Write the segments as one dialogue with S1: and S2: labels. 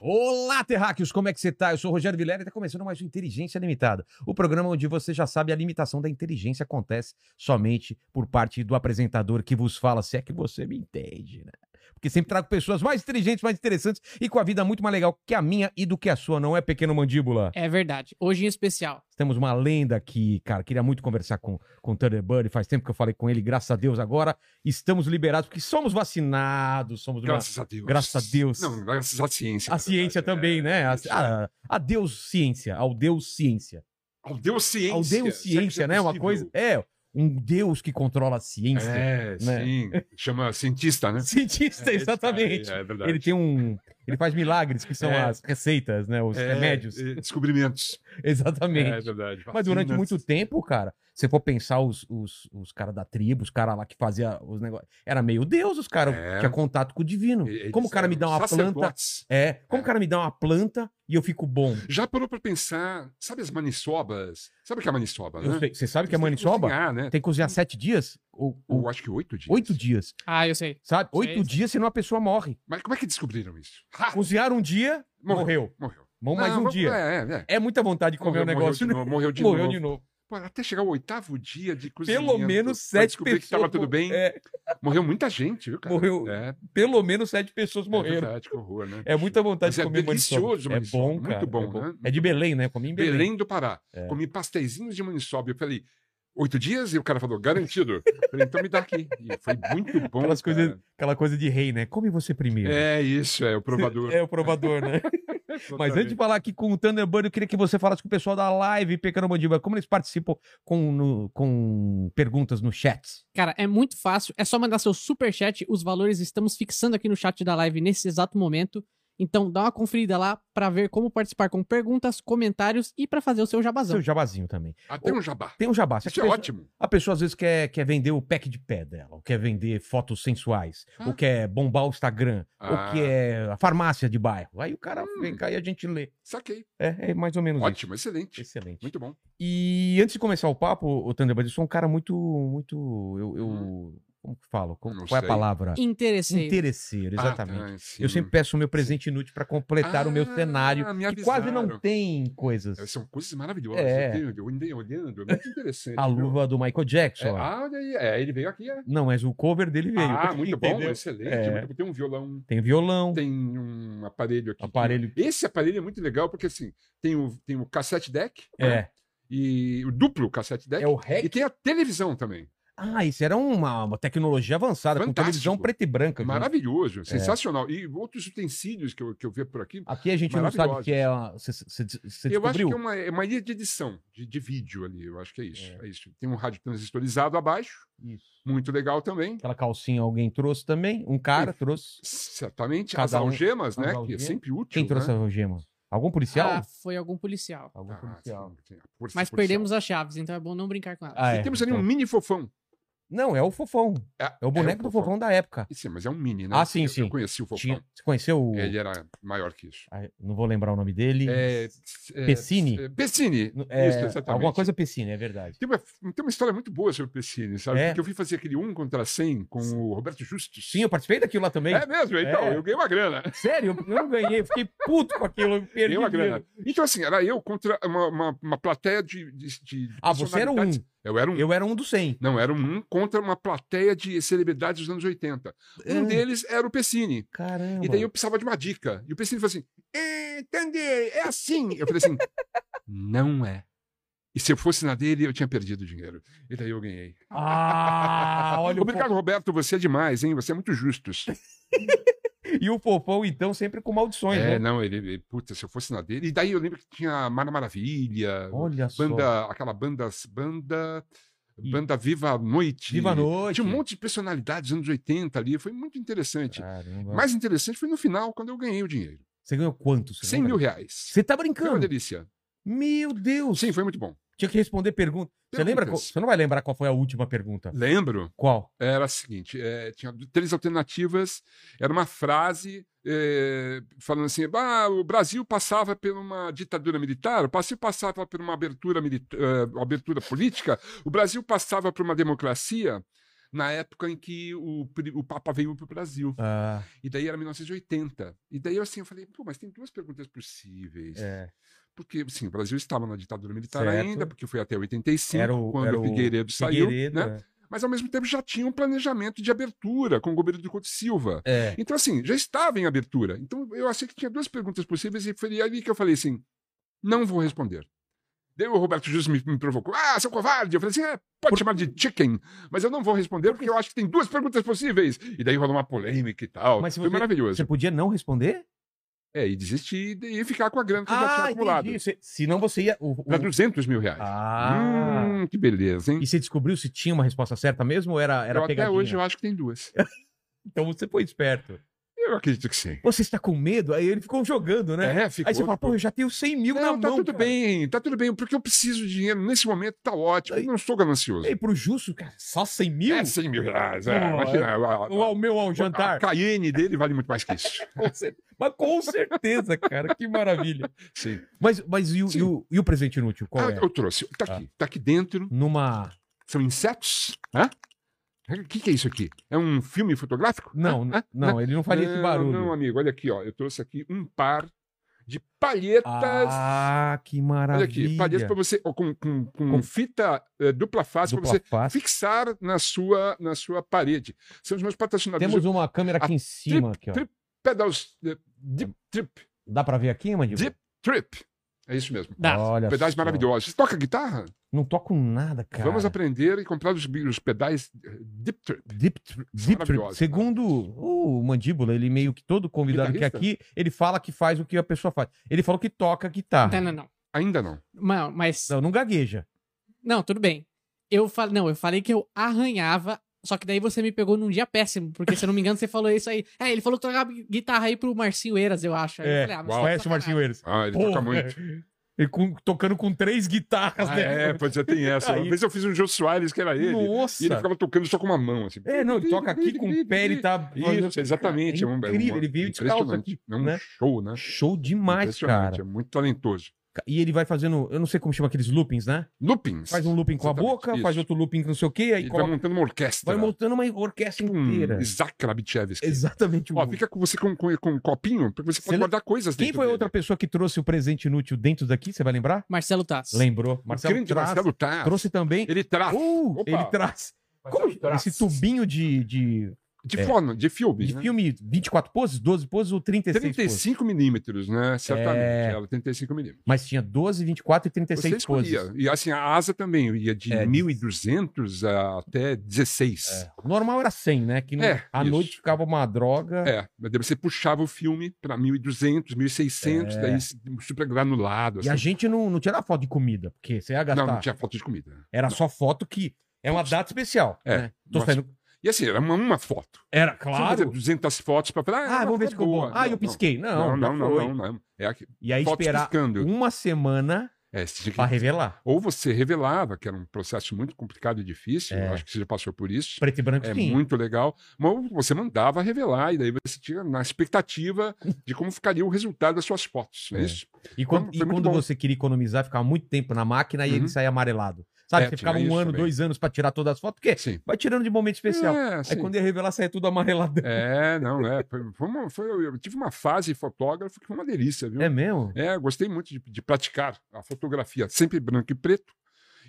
S1: Olá, terráqueos, como é que você tá? Eu sou o Rogério Vilela e tá começando mais um Inteligência Limitada, o programa onde você já sabe a limitação da inteligência acontece somente por parte do apresentador que vos fala, se é que você me entende, né? Porque sempre trago pessoas mais inteligentes, mais interessantes e com a vida muito mais legal que a minha e do que a sua, não é, pequeno mandíbula?
S2: É verdade. Hoje em especial.
S1: Temos uma lenda aqui, cara. Queria muito conversar com, com o Thunderbird. Faz tempo que eu falei com ele, graças a Deus. Agora estamos liberados, porque somos vacinados. Somos de uma-
S3: Graças a Deus.
S1: Graças a Deus.
S3: Não, graças à ciência.
S1: A
S3: na
S1: ciência
S3: verdade,
S1: também,
S3: é.
S1: né? A,
S3: Isso.
S1: a, a Deus ciência, ao Deus ciência.
S3: Ao Deus ciência.
S1: Ao Deus
S3: se é que isso
S1: ciência,
S3: é
S1: né? Uma
S3: possível.
S1: coisa. É, um Deus que controla a ciência.
S3: É,
S1: né?
S3: sim. Chama cientista, né?
S1: Cientista,
S3: É, esse
S1: exatamente.
S3: cara aí, é verdade.
S1: ele tem um. Ele faz milagres, que são
S3: É.
S1: as receitas, né? Os
S3: É,
S1: remédios.
S3: é, Descobrimentos.
S1: Exatamente.
S3: É verdade.
S1: Mas durante
S3: Vacinas.
S1: muito tempo, cara, se você for pensar os, os, os caras da tribo, os caras lá que fazia os negócios. Era meio Deus, os caras
S3: É.
S1: tinha contato com o divino.
S3: E- eles
S1: como o cara me dá
S3: eram
S1: uma planta.
S3: sacerdotes.
S1: É, como o cara me dá uma planta e eu fico bom.
S3: Já parou pra pensar, sabe as maniçobas? Sabe o que é a maniçoba,
S1: Eu
S3: né?
S1: sei. Você sabe que é a
S3: Eles têm
S1: maniçoba
S3: cozinhar, né?
S1: tem que cozinhar sete dias? Ou, ou
S3: Ou acho que oito dias.
S1: oito dias.
S2: Ah, eu sei.
S1: Sabe?
S2: Sei,
S1: Oito
S2: sei.
S1: dias, senão a pessoa morre.
S3: Mas como é que descobriram isso? Ha!
S1: Cozinhar um dia,
S3: Ah. Morreu.
S1: morreu.
S3: Morreu.
S1: Vamos mais
S3: Não,
S1: um
S3: vamos-
S1: dia.
S3: É, é, é.
S1: É muita vontade de comer o
S3: Morreu,
S1: negócio. né?
S3: Morreu de novo. Morreu de
S1: Morreu
S3: novo.
S1: de novo.
S3: Pô, até chegar o oitavo dia de cozinhamento.
S1: Pelo menos
S3: pra
S1: sete
S3: descobrir
S1: pessoas.
S3: que tava tudo bem.
S1: É,
S3: Morreu muita gente, viu, cara?
S1: Morreu-
S3: É,
S1: pelo menos sete pessoas
S3: É
S1: morreram.
S3: verdade, que horror, né?
S1: É muita vontade
S3: Mas
S1: de
S3: é
S1: comer maniçoba.
S3: delicioso,
S1: É
S3: maniçoba.
S1: bom,
S3: Muito
S1: cara.
S3: bom,
S1: é,
S3: né?
S1: É de Belém, né? Eu Comi em Belém.
S3: Belém. é do Pará.
S1: É.
S3: Comi pasteizinhos de maniçoba. Eu falei, oito dias? E o cara falou, garantido. Eu falei, então me dá aqui. E foi muito bom.
S1: Aquelas
S3: cara.
S1: coisas, aquela coisa de rei, né? Come você primeiro.
S3: É isso, é o provador.
S1: É o provador, né? Mas antes de falar aqui com o Thunderbird, eu queria que você falasse com o pessoal da live Pecano Mandiba. Como eles participam com, no- com perguntas no chat?
S2: Cara, é muito fácil. É só mandar seu superchat. Os valores estamos fixando aqui no chat da live nesse exato momento. Então dá uma conferida lá pra ver como participar com perguntas, comentários e pra fazer o seu jabazão.
S1: Seu jabazinho também.
S3: Até um jabá.
S1: Tem um jabá. Você
S3: Isso é
S1: pensa-
S3: ótimo.
S1: A pessoa às vezes quer, quer vender o pack de pé dela, ou quer vender fotos sensuais, ou quer bombar o Instagram, ou
S3: Hum. Ah.
S1: quer a farmácia de bairro. Aí o cara
S3: Hum.
S1: vem cá e a gente lê.
S3: Saquei.
S1: É, é mais ou menos
S3: Ótimo, excelente.
S1: isso. Excelente.
S3: Muito bom.
S1: E antes de começar o papo, o Thunderbird, eu sou um cara muito. muito eu, eu- Como que falo? Como-
S3: Hum. Não
S1: qual é a
S3: sei.
S1: palavra?
S2: Interessei.
S1: Interesseiro, exatamente.
S3: Ah, tá, sim.
S1: Eu sempre peço o meu presente inútil para completar o meu
S3: Ah,
S1: cenário,
S3: me
S1: que quase não
S3: avisaram. um
S1: tem coisas.
S3: É, São coisas maravilhosas.
S1: É.
S3: Eu tenho- eu andei olhando, é muito interessante.
S1: A
S3: viu?
S1: luva do Michael
S3: É,
S1: Jackson. ó.
S3: ah, olha aí, é, ele veio aqui, é.
S1: Não, mas o cover dele veio.
S3: Ah, muito bom,
S1: Entendeu?
S3: excelente.
S1: É.
S3: muito bom. Tem um violão
S1: Tem violão,
S3: tem um aparelho aqui.
S1: aparelho.
S3: Esse aparelho é muito legal porque assim, tem o, tem o cassete deck né,
S1: É.
S3: e o duplo cassete deck
S1: É o
S3: e
S1: REC.
S3: tem a televisão também.
S1: Ah, isso era uma, uma tecnologia avançada, com
S3: Fantástico.
S1: televisão preta e branca. gente. É.
S3: Maravilhoso, sensacional. E outros utensílios que eu, que eu vi por aqui.
S1: Aqui a gente não sabe o que é. a- Você você- você
S3: eu acho que é
S1: descobriu?
S3: uma, é uma ilha de edição, de, de vídeo ali. Eu acho que é isso. É. isso. Tem um rádio transistorizado abaixo,
S1: Isso.
S3: muito legal também.
S1: Aquela calcinha alguém trouxe também. Um cara trouxe.
S3: Certamente, as
S1: Cada um-
S3: algemas, né?
S1: as
S3: Que é
S1: algemas.
S3: sempre útil.
S1: Quem trouxe
S3: né?
S1: a algema? Algum policial?
S2: Ah, foi algum policial.
S1: Algum
S3: Ah,
S1: policial.
S3: sim, tem a força
S2: Mas
S3: policial.
S2: perdemos as chaves, então é bom não brincar com elas.
S1: Ah, é,
S3: E temos ali
S1: então.
S3: um mini fofão.
S1: Não, é o fofão. É o boneco do fofão da época.
S3: Sim, mas é um mini, né?
S1: Ah, sim,
S3: eu,
S1: sim.
S3: Eu conheci o Fofão.
S1: Tinha, você conheceu o.
S3: Ele era maior que isso.
S1: Ah, Não vou lembrar o nome dele.
S3: É, é,
S1: Pessini?
S3: é, Pessini.
S1: É,
S3: isso, exatamente.
S1: alguma coisa piscina, é verdade.
S3: Tem uma, tem uma história muito boa sobre o Pessini, sabe?
S1: É.
S3: Porque eu fui fazer aquele 1 contra 100 com o Roberto Justus.
S1: Sim, eu participei daquilo lá também.
S3: É mesmo? Então,
S1: É.
S3: eu ganhei uma grana.
S1: Sério, eu não ganhei, eu fiquei puto com aquilo, eu perdi.
S3: Ganhei uma
S1: dinheiro.
S3: grana. Então, assim, era eu contra uma, uma, uma plateia de, de, de
S1: Ah, você era um.
S3: personalidades. Eu era um.
S1: Eu era um dos 100.
S3: Não, era um contra uma plateia de celebridades dos anos 80. Um
S1: Ah.
S3: deles era o Pessini.
S1: Caramba.
S3: E daí eu precisava de uma dica. E o Pessini falou assim: é, Tander, é assim. Eu falei assim: não é. E se eu fosse na dele, eu tinha perdido dinheiro. E daí eu ganhei.
S1: Ah, olha o
S3: Obrigado, Roberto. Você é demais, hein? Você é muito justos.
S1: fofão. E o fofão, então, sempre com maldições,
S3: é,
S1: né?
S3: não, ele, ele- Puta, se eu fosse na dele. E daí eu lembro que tinha a Mara Maravilha,
S1: Olha só.
S3: banda, aquela banda. Banda. Banda Viva a Noite.
S1: Viva a noite.
S3: Tinha um monte de personalidades dos anos 80 ali. Foi muito interessante.
S1: Caramba.
S3: Mais interessante foi no final, quando eu ganhei o dinheiro.
S1: Você ganhou quanto? Você
S3: 100
S1: lembra?
S3: mil reais.
S1: Você tá
S3: Foi uma
S1: brincando?
S3: delícia.
S1: Meu Deus.
S3: Sim, foi muito bom.
S1: Tinha que responder pergunta. Você lembra? qual-
S3: Perguntas.
S1: Você não vai lembrar qual foi a última pergunta.
S3: Lembro.
S1: Qual?
S3: Era a seguinte: é, tinha du- três alternativas. Era uma frase é, falando assim: "Ah, o Brasil passava por uma ditadura militar, o Brasil passava por uma abertura, milita- eh, abertura política, o Brasil passava por uma democracia. Na época em que o, pri- o Papa veio para o Brasil.
S1: Ah,
S3: E daí era 1980. E daí eu assim, eu falei, pô, mas tem duas perguntas possíveis.
S1: é.
S3: Porque, sim, o Brasil estava na ditadura militar
S1: Certo.
S3: ainda, porque foi até 85,
S1: Era o-
S3: quando
S1: era o
S3: o Figueiredo saiu,
S1: Figueiredo, é.
S3: né? mas ao mesmo tempo já tinha um planejamento de abertura com o governo do Couto Silva.
S1: é. É.
S3: Então, assim, já estava em abertura. Então, eu achei que tinha duas perguntas possíveis e foi ali que eu falei assim, não vou responder. Daí o Roberto Justo me, me provocou. Ah, seu covarde! Eu falei assim, é, pode chamar de chicken, mas eu não vou responder porque eu acho que tem duas perguntas possíveis. E daí rolou uma polêmica e tal.
S1: Mas se
S3: foi
S1: você-
S3: maravilhoso.
S1: Você podia não responder?
S3: É, e desistir e daí ficar com a grana que eu já tinha acumulado.
S1: Ah, entendi. Você- senão você ia. o- o-
S3: Pra 200 mil reais.
S1: Ah.
S3: Hum, que beleza, hein?
S1: E você descobriu se tinha uma resposta certa mesmo ou era, era
S3: eu, até
S1: pegadinha?
S3: hoje eu acho que tem duas.
S1: Então você foi esperto.
S3: Eu acredito que sim.
S1: Você está com medo? Aí ele ficou jogando, né?
S3: É, ficou.
S1: Aí você fala, pô, eu já tenho 100 mil
S3: não,
S1: na
S3: tá
S1: mão.
S3: tudo
S1: cara.
S3: bem, tá tudo bem, porque eu preciso de dinheiro nesse momento, tá ótimo.
S1: Aí-
S3: Eu não sou ganancioso.
S1: E pro justo, cara, só 100 mil?
S3: É 100 mil reais, é.
S1: Pô,
S3: imagina. Ah, a- a-
S1: Ou ao meu ao
S3: a,
S1: um jantar?
S3: Cayenne dele vale muito mais que isso.
S1: Com cer- Mas com certeza, cara, que maravilha.
S3: Sim.
S1: Mas, mas e, o,
S3: Sim.
S1: e o- e o presente inútil? Qual
S3: Ah,
S1: é?
S3: Eu trouxe. Tá aqui, tá aqui dentro.
S1: Numa.
S3: São insetos? Hã? O que, que é isso aqui? É um filme fotográfico?
S1: Não,
S3: Hã? Hã?
S1: não, ele não faria esse barulho.
S3: Ah, Não, amigo, olha aqui, ó. Eu trouxe aqui um par de palhetas.
S1: Ah, que
S3: olha
S1: maravilha.
S3: aqui, palhetas para você, ó, com, com, com
S1: Com-
S3: fita eh, dupla face para
S1: Dupla
S3: você
S1: face.
S3: fixar na sua, na sua parede. São os meus patrocinadores.
S1: Temos um- uma câmera aqui em cima.
S3: trip,
S1: aqui, ó.
S3: trip. Pedals eh, Deep Trip.
S1: Dá pra ver aqui, Mandíbula?
S3: Deep Trip. É isso mesmo.
S2: Dá.
S1: Olha
S3: Pedais
S1: só.
S3: maravilhosos. Você toca guitarra?
S1: Não toco nada, cara.
S3: Vamos aprender e comprar os, os pedais eh, Deep Trip.
S1: Deep, Tr- Deep Trip.
S3: maravilhosos,
S1: Segundo o Mandíbula, ele meio que todo convidado que é aqui,
S3: Guitarrista?
S1: ele fala que faz o que a pessoa faz. Ele falou que toca guitarra.
S2: Não, não, não.
S3: Ainda não.
S2: Ma- Mas.
S1: Não, não gagueja.
S2: Não, tudo bem. Eu falei. Não, eu falei que eu arranhava. Só que daí você me pegou num dia péssimo, porque se eu não me engano, você falou isso aí. É, ele falou que tocava guitarra aí pro Marcinho Eiras, eu acho. Aí eu
S1: É,
S2: falei, ah, mas
S3: uau.
S2: tá de
S1: Conhece o Marcinho
S2: sacanagem.
S1: Eiras?
S3: Ah, ele
S1: Porra.
S3: toca muito.
S1: Ele com- tocando com três guitarras,
S3: Ah,
S1: né?
S3: é, pois já tem essa. Uma
S1: Aí-
S3: vez eu fiz um Jô Soares, que era ele.
S1: Nossa!
S3: E ele ficava tocando só com uma mão, assim.
S1: É, não, ele toca aqui com o pé, ele tá.
S3: Isso, exatamente.
S1: É
S3: um- é
S1: incrível,
S3: uma-
S1: ele veio descalço
S3: impressionante.
S1: aqui.
S3: É um
S1: né?
S3: show, né?
S1: Show demais,
S3: Impressionante,
S1: cara.
S3: É muito talentoso.
S1: E ele vai fazendo, eu não sei como chama aqueles loopings, né?
S3: Loopings.
S1: Faz um looping com a
S3: Exatamente,
S1: boca,
S3: isso.
S1: faz outro looping com não sei o quê, aí
S3: Ele vai
S1: coloca-
S3: montando uma orquestra.
S1: vai montando uma orquestra
S3: Tipo um
S1: inteira.
S3: Isaac Rabitchevsky.
S1: Exatamente
S3: Ó,
S1: o
S3: fica com você com, com, com um copinho, porque você pode
S1: Você-
S3: guardar coisas
S1: Tipo, Quem
S3: dentro
S1: foi a
S3: dele.
S1: outra pessoa que trouxe o presente inútil dentro daqui? Você vai lembrar?
S2: Marcelo Tassi.
S1: Lembrou.
S3: Marcelo
S1: Marcelo
S3: grande
S1: Traz.
S3: Marcelo Taz.
S1: Trouxe também.
S3: Ele traz.
S1: Uh,
S3: Opa.
S1: ele traz. Como-
S3: Marcelo Taz.
S1: esse tubinho de, de,
S3: De
S1: É.
S3: fono, de filme.
S1: de
S3: né?
S1: filme, 24 poses, 12 poses ou 36, poses?
S3: 35 milímetros, né? Certamente.
S1: É.
S3: Era 35 milímetros.
S1: Mas tinha 12, 24 e
S3: Você
S1: 36
S3: escolhia.
S1: poses.
S3: E assim, a asa também ia de
S1: É.
S3: 1.200 a- até 16.
S1: É. O normal era 100, né? Que não-
S3: É,
S1: à
S3: isso.
S1: noite ficava uma droga.
S3: É, mas daí você puxava o filme para 1.200, 1.600,
S1: É.
S3: daí se- super granulado.
S1: E a
S3: assim.
S1: gente não, não tirava foto de comida, porque você ia gastar.
S3: Não, não tinha foto de comida.
S1: Era só foto que. É uma data especial.
S3: É.
S1: né? Tô
S3: Nossa.
S1: saindo...
S3: E assim, era uma, uma foto.
S1: Era,
S3: Você não fazia
S1: claro.
S3: 200 fotos para falar.
S1: Ah,
S3: uma
S1: vamos ver se
S3: foto
S1: ficou boa. Ah,
S3: Não,
S1: eu pisquei. Não,
S3: Não,
S1: já
S3: não, não,
S1: foi.
S3: não, não. É aqui,
S1: E aí
S3: fotos
S1: esperar um
S3: piscando.
S1: uma semana
S3: É, você tinha que-
S1: pra revelar.
S3: Ou você revelava, que era um processo muito complicado e difícil,
S1: É.
S3: eu acho que você já passou por isso.
S1: Preto e branco,
S3: É
S1: sim.
S3: muito legal. Mas ou você mandava revelar, e daí você tinha na expectativa de como ficaria o resultado das suas fotos. não é
S1: É.
S3: Isso.
S1: E quando,
S3: Foi
S1: e
S3: muito
S1: quando
S3: bom.
S1: você queria economizar, ficava muito tempo na máquina e ele
S3: Uhum.
S1: saía amarelado. Sabe,
S3: É,
S1: você ficava
S3: tinha
S1: um
S3: isso
S1: ano,
S3: também.
S1: dois anos pra tirar todas as fotos, porque
S3: Sim.
S1: vai tirando de momento É, especial.
S3: É,
S1: Aí
S3: sim.
S1: quando ia revelar, saía tudo amareladão.
S3: É, não, é. Foi, foi uma- foi- eu tive uma fase fotógrafo que foi uma delícia, viu?
S1: É, mesmo?
S3: É, eu gostei muito de, de praticar a fotografia, sempre branco e preto,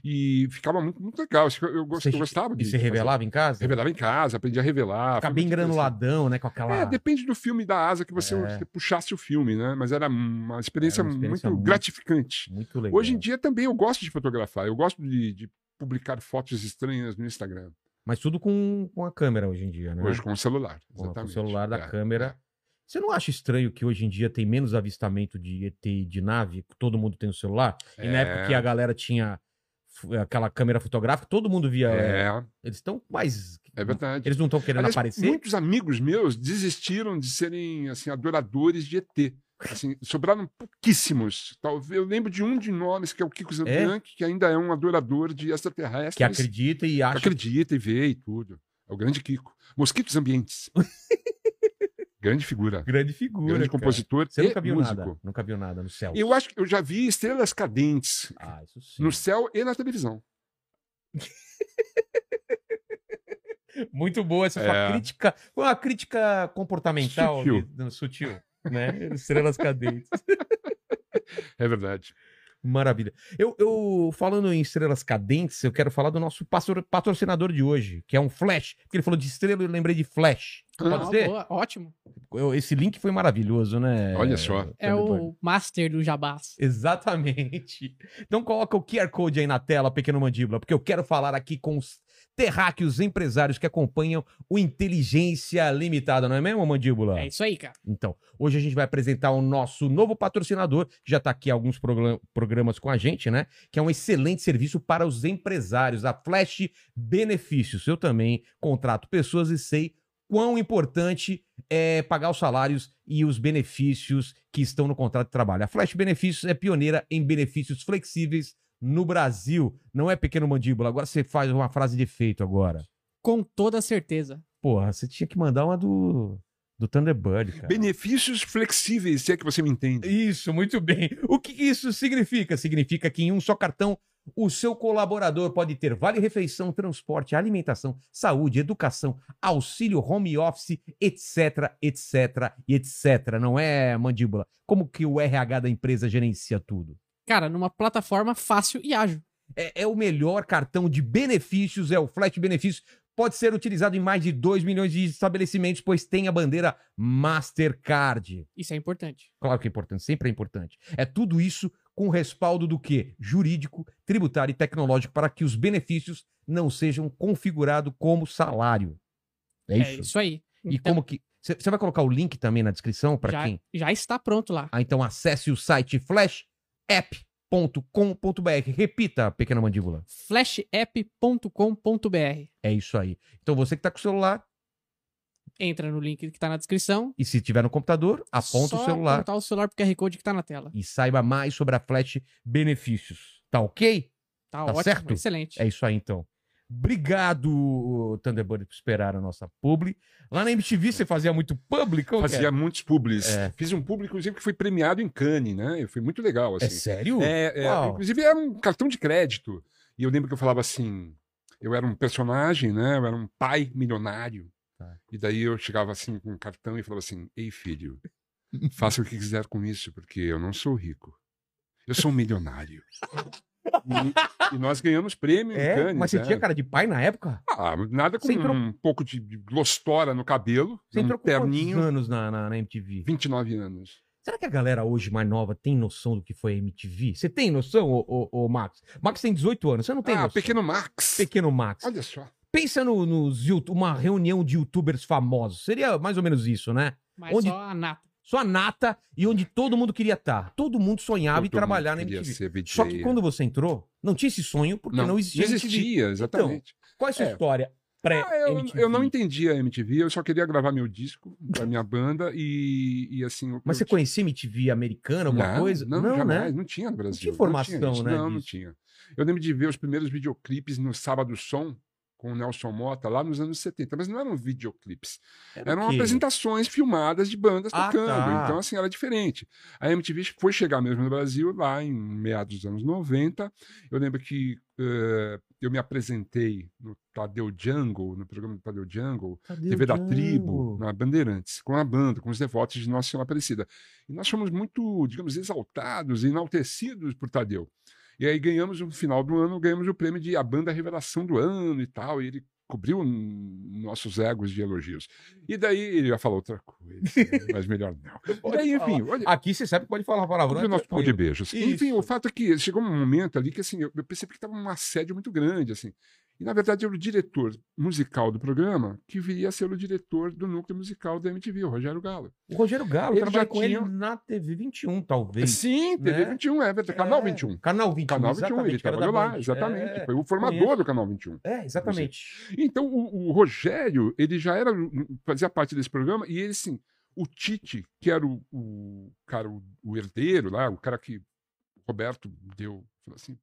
S3: e ficava muito, muito legal. Acho que Eu, eu gost-
S1: Você-
S3: eu gostava
S1: E
S3: de.
S1: você
S3: de fazer.
S1: revelava em casa?
S3: Revelava em casa, aprendi a revelar.
S1: Ficar
S3: foi
S1: bem
S3: muito interessante.
S1: granuladão, né? Com aquela.
S3: É, depende do filme da asa que você
S1: É.
S3: que puxasse o filme, né? Mas era uma experiência,
S1: Era uma experiência
S3: muito,
S1: muito-
S3: gratificante.
S1: Muito legal.
S3: Hoje em dia também eu gosto de fotografar, eu gosto de, de publicar fotos estranhas no Instagram.
S1: Mas tudo com, com a câmera hoje em dia, né?
S3: Hoje com o celular.
S1: Com- com o
S3: exatamente.
S1: celular da
S3: É,
S1: câmera. Você não acha estranho que hoje em dia tem menos avistamento de ET e de nave? que Todo mundo tem o celular? E na
S3: É.
S1: época que a galera tinha f- aquela câmera fotográfica, todo mundo via.
S3: É, é,
S1: Eles estão mais.
S3: é verdade.
S1: Eles não estão querendo
S3: Aliás,
S1: aparecer?
S3: Muitos amigos meus desistiram de serem assim, adoradores de ET. Assim, sobraram pouquíssimos. Talvez, eu lembro de um de nomes, que é o Kiko
S1: É?
S3: Zantank, que ainda é um adorador de extraterrestres.
S1: Que acredita e acha.
S3: Acredita e vê e tudo. É o grande Kiko. Mosquitos Ambientes. grande figura.
S1: Grande figura.
S3: grande
S1: cara.
S3: compositor
S1: Você
S3: e
S1: nunca viu
S3: músico.
S1: nada. Nunca viu nada no céu.
S3: Eu acho que eu já vi estrelas cadentes
S1: Ah, isso sim.
S3: no céu e na televisão.
S1: Muito boa essa sua
S3: É.
S1: crítica. Foi uma crítica comportamental
S3: Sutil.
S1: de- sutil né? Estrelas cadentes.
S3: É verdade.
S1: Maravilha. Eu, eu- falando em estrelas cadentes, eu quero falar do nosso pastor- patrocinador de hoje, que é um Flash. Porque ele falou de estrela e eu lembrei de Flash. Pode
S2: Ah,
S1: ser?
S2: boa, ótimo.
S1: Eu- esse link foi maravilhoso, né?
S3: Olha só.
S2: É o master do Jabás.
S1: Exatamente. Então coloca o QR Code aí na tela, pequeno mandíbula, porque eu quero falar aqui com os terráqueos empresários que acompanham o Inteligência Limitada, não é mesmo, mandíbula?
S2: É isso aí, cara.
S1: Então, hoje a gente vai apresentar o nosso novo patrocinador, que já está aqui há alguns progla- programas com a gente, né? Que é um excelente serviço para os empresários, a Flash Benefícios. Eu também contrato pessoas e sei quão importante é pagar os salários e os benefícios que estão no contrato de trabalho. A Flash Benefícios é pioneira em benefícios flexíveis no Brasil. Não é pequeno mandíbula. Agora você faz uma frase de efeito agora.
S2: Com toda certeza.
S1: Porra, você tinha que mandar uma do, do Thunderbird, cara.
S3: Benefícios flexíveis, se é que você me entende.
S1: Isso, muito bem. O que que isso significa? Significa que em um só cartão o seu colaborador pode ter vale refeição, transporte, alimentação, saúde, educação, auxílio home office, etc, etc e etc. Não é mandíbula? Como que o RH da empresa gerencia tudo?
S2: Cara, numa plataforma fácil e ágil.
S1: É, é o melhor cartão de benefícios, é o Flash Benefícios. Pode ser utilizado em mais de 2 milhões de estabelecimentos, pois tem a bandeira Mastercard.
S2: Isso é importante.
S1: Claro que é importante, sempre é importante. É tudo isso com respaldo do quê? Jurídico, tributário e tecnológico para que os benefícios não sejam configurados como salário. É isso.
S2: É isso aí.
S1: E como que. Você vai colocar o link também na descrição para
S2: já,
S1: quem?
S2: já está pronto lá.
S1: Ah, então acesse o site flashapp.com.br. Repita, pequena mandíbula.
S2: flashapp.com.br.
S1: É isso aí. Então você que está com o celular
S2: Entra no link que tá na descrição.
S1: e se tiver no computador, aponta
S2: Só
S1: o celular
S2: apontar o celular pro QR Code que tá na tela.
S1: e saiba mais sobre a Flash Benefícios. Tá ok?
S2: Tá,
S1: Tá
S2: ótimo,
S1: certo?
S2: excelente.
S1: É isso aí, então. Obrigado, Thunderbird, por esperar a nossa publi. Lá na MTV você fazia muito publi? Como que
S3: Uhum. Fazia
S1: era?
S3: muitos publis.
S1: É.
S3: Fiz um público, inclusive, que foi premiado em Cannes, né? Foi muito legal,
S1: É
S3: assim.
S1: sério?
S3: É, é,
S1: Uau.
S3: inclusive era um cartão de crédito. E eu lembro que eu falava assim, eu era um personagem, né? Eu era um pai milionário.
S1: Tá.
S3: E daí eu chegava assim com um cartão e falava assim: "Ei, filho, faça o que quiser com isso, porque eu não sou rico. Eu sou um milionário." e, e nós ganhamos prêmio
S1: É?
S3: em Cannes,
S1: Mas você
S3: né?
S1: tinha cara de pai na época?
S3: Ah, nada com
S1: Você entrou-
S3: um pouco de de glostora no cabelo,
S1: Você
S3: um
S1: entrou com quantos
S3: terninho,
S1: anos na, na, na MTV?
S3: 29 anos.
S1: Será que a galera hoje mais nova tem noção do que foi a MTV? Você tem noção, ô, ô, ô, Max? Max tem 18 anos, você não tem
S3: ah,
S1: noção.
S3: pequeno Max.
S1: Pequeno Max.
S3: Olha só.
S1: Pensa no, nos youtu- uma reunião de youtubers famosos. Seria mais ou menos isso, né?
S2: Mas
S1: Onde-
S2: só a nata.
S1: Só a nata e onde todo mundo queria estar. Todo mundo sonhava em
S3: Todo mundo
S1: trabalhar na
S3: queria
S1: MTV.
S3: ser VJ.
S1: Só que quando você entrou, não tinha esse sonho porque não, existia.
S3: Não
S1: MTV.
S3: existia, exatamente.
S1: Qual Então, é a sua
S3: É.
S1: história pré
S3: Ah, eu, eu não entendia a MTV, eu só queria gravar meu disco da minha banda e, e assim. eu-
S1: Mas você
S3: eu-
S1: conhecia MTV americana, alguma
S3: Não,
S1: coisa? né?
S3: Não, jamais, não tinha no Brasil.
S1: tinha
S3: não
S1: informação,
S3: isso,
S1: né,
S3: Não, não
S1: disso.
S3: tinha. Eu lembro de ver os primeiros videoclipes no Sábado Som com o Nelson Mota lá nos anos 70, mas não eram videoclipes.
S1: Era o
S3: Eram
S1: quê?
S3: apresentações filmadas de bandas
S1: Ah,
S3: tocando.
S1: tá.
S3: Então, assim, era diferente. A MTV foi chegar mesmo no Brasil lá em meados dos anos 90. Eu lembro que eh, eu me apresentei no Tadeu Jungle, no programa do Tadeu Jungle,
S1: Cadê
S3: TV
S1: o
S3: da
S1: Django?
S3: Tribo, na Bandeirantes, com a banda, com os devotos de Nossa Senhora Aparecida. E nós fomos muito, digamos, exaltados, enaltecidos por Tadeu. E aí ganhamos, no final do ano, ganhamos o prêmio de a banda revelação do ano e tal, e ele cobriu hum, nossos egos de elogios. E daí ele ia falar outra coisa, mas melhor não.
S1: Pode
S3: E daí,
S1: falar.
S3: enfim, olha,
S1: Aqui você sabe que pode falar palavrão.
S3: Cobriu
S1: é
S3: nosso pão de
S1: tranquilo.
S3: beijos. Enfim,
S1: Isso.
S3: o fato é que chegou um momento ali que assim, eu, eu percebi que estava um assédio muito grande, assim. E na verdade era o diretor musical do programa que viria a ser o diretor do núcleo musical da MTV, o Rogério Galo.
S1: O Rogério Galo, eu
S3: Ele
S1: trabalhei
S3: já
S1: com ele
S3: tinha-
S1: na TV 21, talvez.
S3: Sim, TV
S1: né?
S3: 21, é verdade, Canal 21.
S1: Canal 21,
S3: Canal 21,
S1: exatamente.
S3: ele
S1: que era
S3: trabalhou
S1: da
S3: lá,
S1: Band.
S3: exatamente.
S1: É,
S3: Foi o formador
S1: conheço.
S3: do Canal 21.
S1: É, exatamente.
S3: Então, o, o Rogério, ele já era, fazia parte desse programa, e ele, assim, o Tite, que era o, o cara, o, o herdeiro lá, o cara que o Roberto deu, falou assim: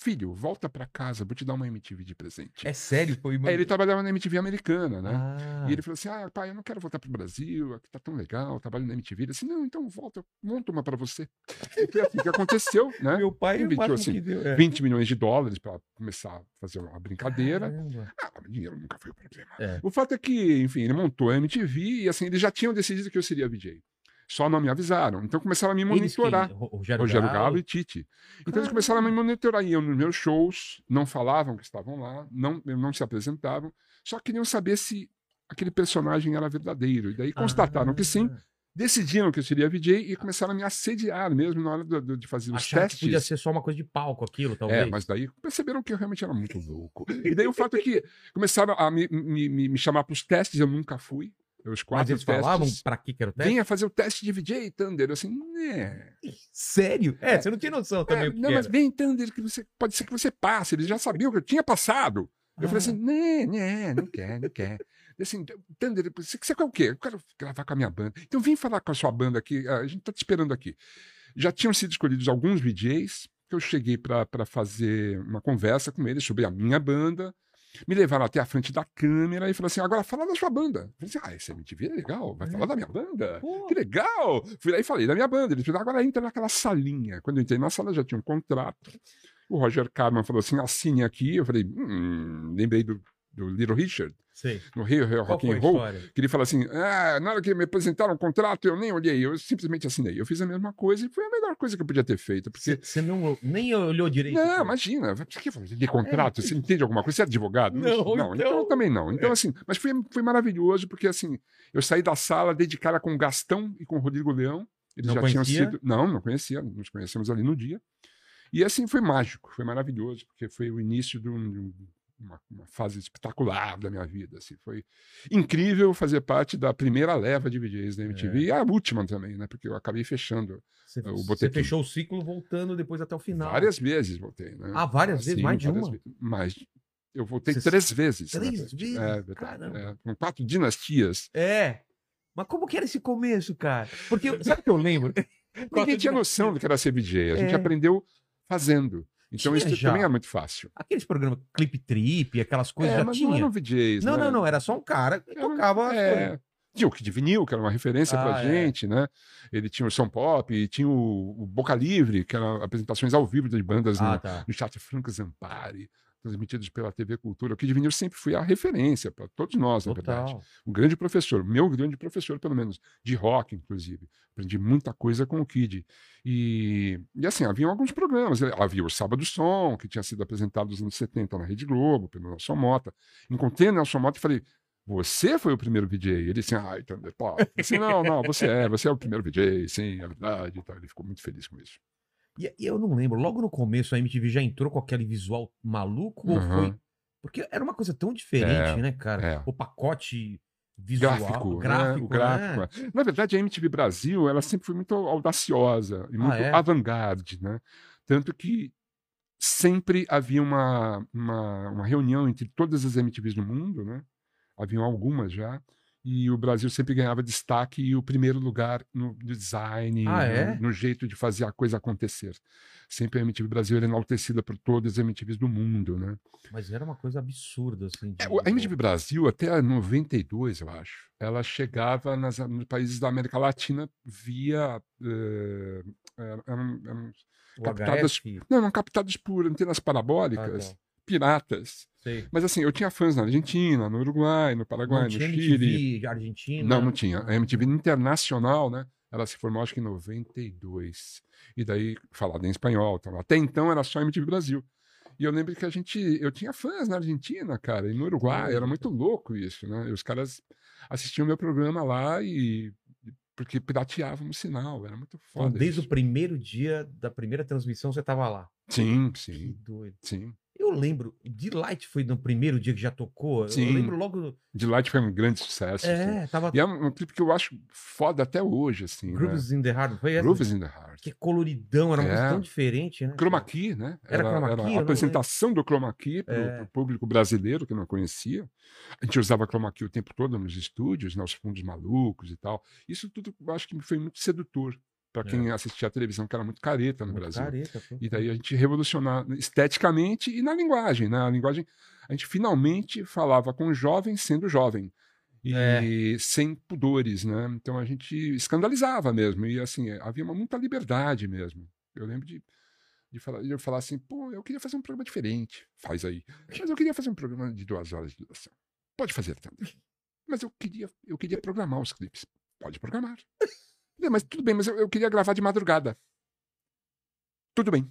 S3: filho, volta pra casa, vou te dar uma MTV de presente.
S1: É sério, foi
S3: Aí ele trabalhava na MTV americana, né?
S1: Ah,
S3: E ele falou assim: Ah, pai, eu não quero voltar pro Brasil, aqui tá tão legal, eu trabalho na MTV. Ele disse: Não, então volta, monta uma pra você. E foi assim que aconteceu, né?
S1: Meu pai
S3: Ele
S1: o máximo
S3: assim,
S1: que deu. É.
S3: 20 milhões de dólares pra começar a fazer uma brincadeira.
S1: Caramba.
S3: Ah, o dinheiro nunca foi o problema.
S1: É.
S3: O fato é que, enfim, ele montou a MTV e assim, eles já tinham decidido que eu seria VJ. Só não me avisaram. Então começaram a me
S1: Eles quem?
S3: monitorar.
S1: Ro- Rogério,
S3: Rogério
S1: Galo. Ah.
S3: Galo e Tite. Então eles começaram a me monitorar. Iam nos meus shows, não falavam que estavam lá, não, não se apresentavam, só queriam saber se aquele personagem era verdadeiro. E daí constataram que sim,
S1: Ah,
S3: decidiram que eu seria VJ e começaram a me assediar mesmo na hora do- do- de fazer os
S1: Acharam que
S3: testes.
S1: podia ser só uma coisa de palco aquilo, talvez.
S3: É, mas daí perceberam que eu realmente era muito louco. E daí o fato é que começaram a me, me, me- me chamar para os testes, eu nunca fui. Os
S1: Mas
S3: quatro
S1: eles
S3: testes.
S1: falavam né? pra que que era o teste?
S3: Venha fazer o teste de VJ, Thunder. Eu assim, né?
S1: Sério? É, você não tinha noção também
S3: É,
S1: o que
S3: não,
S1: era.
S3: mas vem, Thunder, que você pode ser que você passe. Eles já sabiam que eu tinha passado. Eu falei assim, né, né, não quer, não quer. E Assim, Thunder, você, você quer o quê? Eu quero gravar com a minha banda. Então vem falar com a sua banda aqui, a gente tá te esperando aqui. Já tinham sido escolhidos alguns DJs, que eu cheguei para fazer uma conversa com eles sobre a minha banda. Me levaram até a frente da câmera e falaram assim: agora fala da sua banda. Eu falei assim: ah, esse MTV é legal, vai falar da minha banda.
S1: Pô,
S3: Que legal! Fui lá e falei da minha banda. Ele falou, agora entra naquela salinha. Quando eu entrei na sala, já tinha um contrato. O Roger Carman falou assim, assine aqui. Eu falei, hum, lembrei do, do Little Richard,
S1: sei.
S3: no Rio Rio
S1: Qual
S3: Rock
S1: foi a
S3: and Roll.
S1: história?
S3: Que ele fala assim, ah, na hora que me apresentaram o contrato, eu nem olhei. Eu simplesmente assinei. Eu fiz a mesma coisa e foi a melhor coisa que eu podia ter feito. Porque,
S1: Você não nem olhou direito.
S3: não,
S1: pô.
S3: imagina, por que falar de contrato? Você entende alguma coisa? Você é advogado?
S1: É. Não,
S3: não
S1: então-
S3: então também não. Então, assim, mas foi, foi maravilhoso, porque assim, eu saí da sala dedicada com o Gastão e com o Rodrigo Leão. Eles
S1: Não
S3: já
S1: conhecia?
S3: tinham sido. Não, não conhecia, nos conhecemos ali no dia. E assim, foi mágico, foi maravilhoso, porque foi o início de, um- de um- uma, uma fase espetacular da minha vida. Assim. Foi incrível fazer parte da primeira leva de DJs da
S1: É.
S3: MTV e a última também, né? Porque eu acabei fechando
S1: Você,
S3: o
S1: você
S3: botequim.
S1: fechou o ciclo voltando depois até o final.
S3: várias vezes, voltei, né?
S1: Ah, várias
S3: Ah,
S1: vezes,
S3: sim,
S1: mais de
S3: várias
S1: uma.
S3: ve- mais. Eu voltei
S1: Você-
S3: três vezes. na
S1: Três
S3: verdade.
S1: vezes? né?
S3: É, verdade.
S1: Caramba.
S3: É, com quatro dinastias.
S1: É. Mas como que era esse começo, cara?
S3: É,
S1: Porque sabe o que eu lembro?
S3: Ninguém tinha noção do que era ser DJ. A gente
S1: É.
S3: aprendeu fazendo. Então
S1: Tinha
S3: isso
S1: já.
S3: também é muito fácil.
S1: Aqueles programas Clip Trip, aquelas coisas
S3: é,
S1: já
S3: mas
S1: tinha.
S3: não eram VJs,
S1: não,
S3: né?
S1: não, não, era só um cara que
S3: Era um-
S1: tocava. as coisas.
S3: É, tinha o Kid Vinil, que era uma referência
S1: Ah,
S3: pra
S1: é.
S3: gente, né? Ele tinha o São Pop, e tinha o, o Boca Livre, que eram apresentações ao vivo de bandas né? no-
S1: Ah, tá.
S3: no Teatro Franco Zampari, transmitidos pela TV Cultura. O Kid Vinil sempre foi a referência para todos nós, na verdade.
S1: Total.
S3: um grande professor, meu grande professor, pelo menos, de rock, inclusive. Aprendi muita coisa com o Kid. E, e assim, haviam alguns programas. eh, Havia o Sábado Som, que tinha sido apresentado nos anos 70 na Rede Globo, pelo Nelson Mota. Encontrei o Nelson Mota e falei. Você foi o primeiro VJ? Ele assim, ai, Thunder, pô. Eu Assim, não, não, você é, você é o primeiro VJ, sim, é verdade. e tal. Ele ficou muito feliz com isso.
S1: E, e eu não lembro, logo no começo a MTV já entrou com aquele visual maluco ou
S3: Aham.
S1: foi. Porque era uma coisa tão diferente, né, cara?
S3: é.
S1: O pacote visual,
S3: gráfico, né?
S1: gráfico,
S3: o gráfico.
S1: né?
S3: é. Na verdade, a MTV Brasil, ela sempre foi muito audaciosa e
S1: Ah,
S3: muito
S1: é?
S3: avant-garde, né? Tanto que sempre havia uma, uma, uma reunião entre todas as MTVs do mundo, né? Haviam algumas já. E o Brasil sempre ganhava destaque e o primeiro lugar no design,
S1: Ah,
S3: no-
S1: é?
S3: no, jeito de fazer a coisa acontecer. Sempre a MTV Brasil era enaltecida por todas as MTVs do mundo, né?
S1: Mas era uma coisa absurda, assim. de-
S3: É, o- A MTV Brasil, até 92, eu acho, ela chegava nas, nos países da América Latina via. eh, eram- eram- eram-
S1: o
S3: captadas-
S1: HF,
S3: não, eram captados por antenas parabólicas,
S1: Ah, tá.
S3: piratas.
S1: sei.
S3: Mas assim, eu tinha fãs na Argentina, no Uruguai, no Paraguai,
S1: Não
S3: no
S1: tinha
S3: Chile.
S1: MTV Argentina.
S3: Não, não tinha. A MTV Internacional, né? Ela se formou, acho que em 92. E daí, falada em espanhol. Então, até então era só MTV Brasil. E eu lembro que a gente. Eu tinha fãs na Argentina, cara, e no Uruguai. Era muito louco isso, né? E os caras assistiam meu programa lá e. Porque pirateavam o sinal. Era muito
S1: Então,
S3: foda.
S1: desde
S3: isso.
S1: o primeiro dia da primeira transmissão você tava lá.
S3: Sim,
S1: Que
S3: sim,
S1: doido.
S3: sim.
S1: E o eu lembro, Delight foi no primeiro dia que já tocou. Eu
S3: Sim.
S1: lembro logo.
S3: Delight foi um grande sucesso. assim.
S1: É, tava.
S3: E é um, um clipe que eu acho foda até hoje, assim. Grooves,
S1: Grooves in the Heart. Foi
S3: né?
S1: essa?
S3: Grooves in the Heart.
S1: Que coloridão, era uma
S3: É.
S1: coisa tão diferente, né?
S3: Chroma Key, né?
S1: Era chroma key? Eu não É.
S3: a apresentação do Chroma Key para o público brasileiro que não conhecia. A gente usava Chroma Key o tempo todo nos estúdios, nos fundos malucos e tal. Isso tudo eu acho que foi muito sedutor para quem assistia à televisão, que era muito careta no
S1: É. Muito
S3: Brasil.
S1: careta, pô.
S3: E daí a gente revolucionar esteticamente e na linguagem, né? A linguagem, a gente finalmente falava com o jovem sendo jovem. E sem pudores, né? Então a gente escandalizava mesmo. E assim, havia uma muita liberdade mesmo. Eu lembro de, de, falar, de eu falar assim, pô, eu queria fazer um programa diferente. Faz aí. Mas eu queria fazer um programa de duas horas de duração. Pode fazer também. Mas eu queria, eu
S1: É.
S3: queria programar os clipes. Pode programar. Não, mas tudo bem, mas eu, eu queria gravar de madrugada. Tudo bem.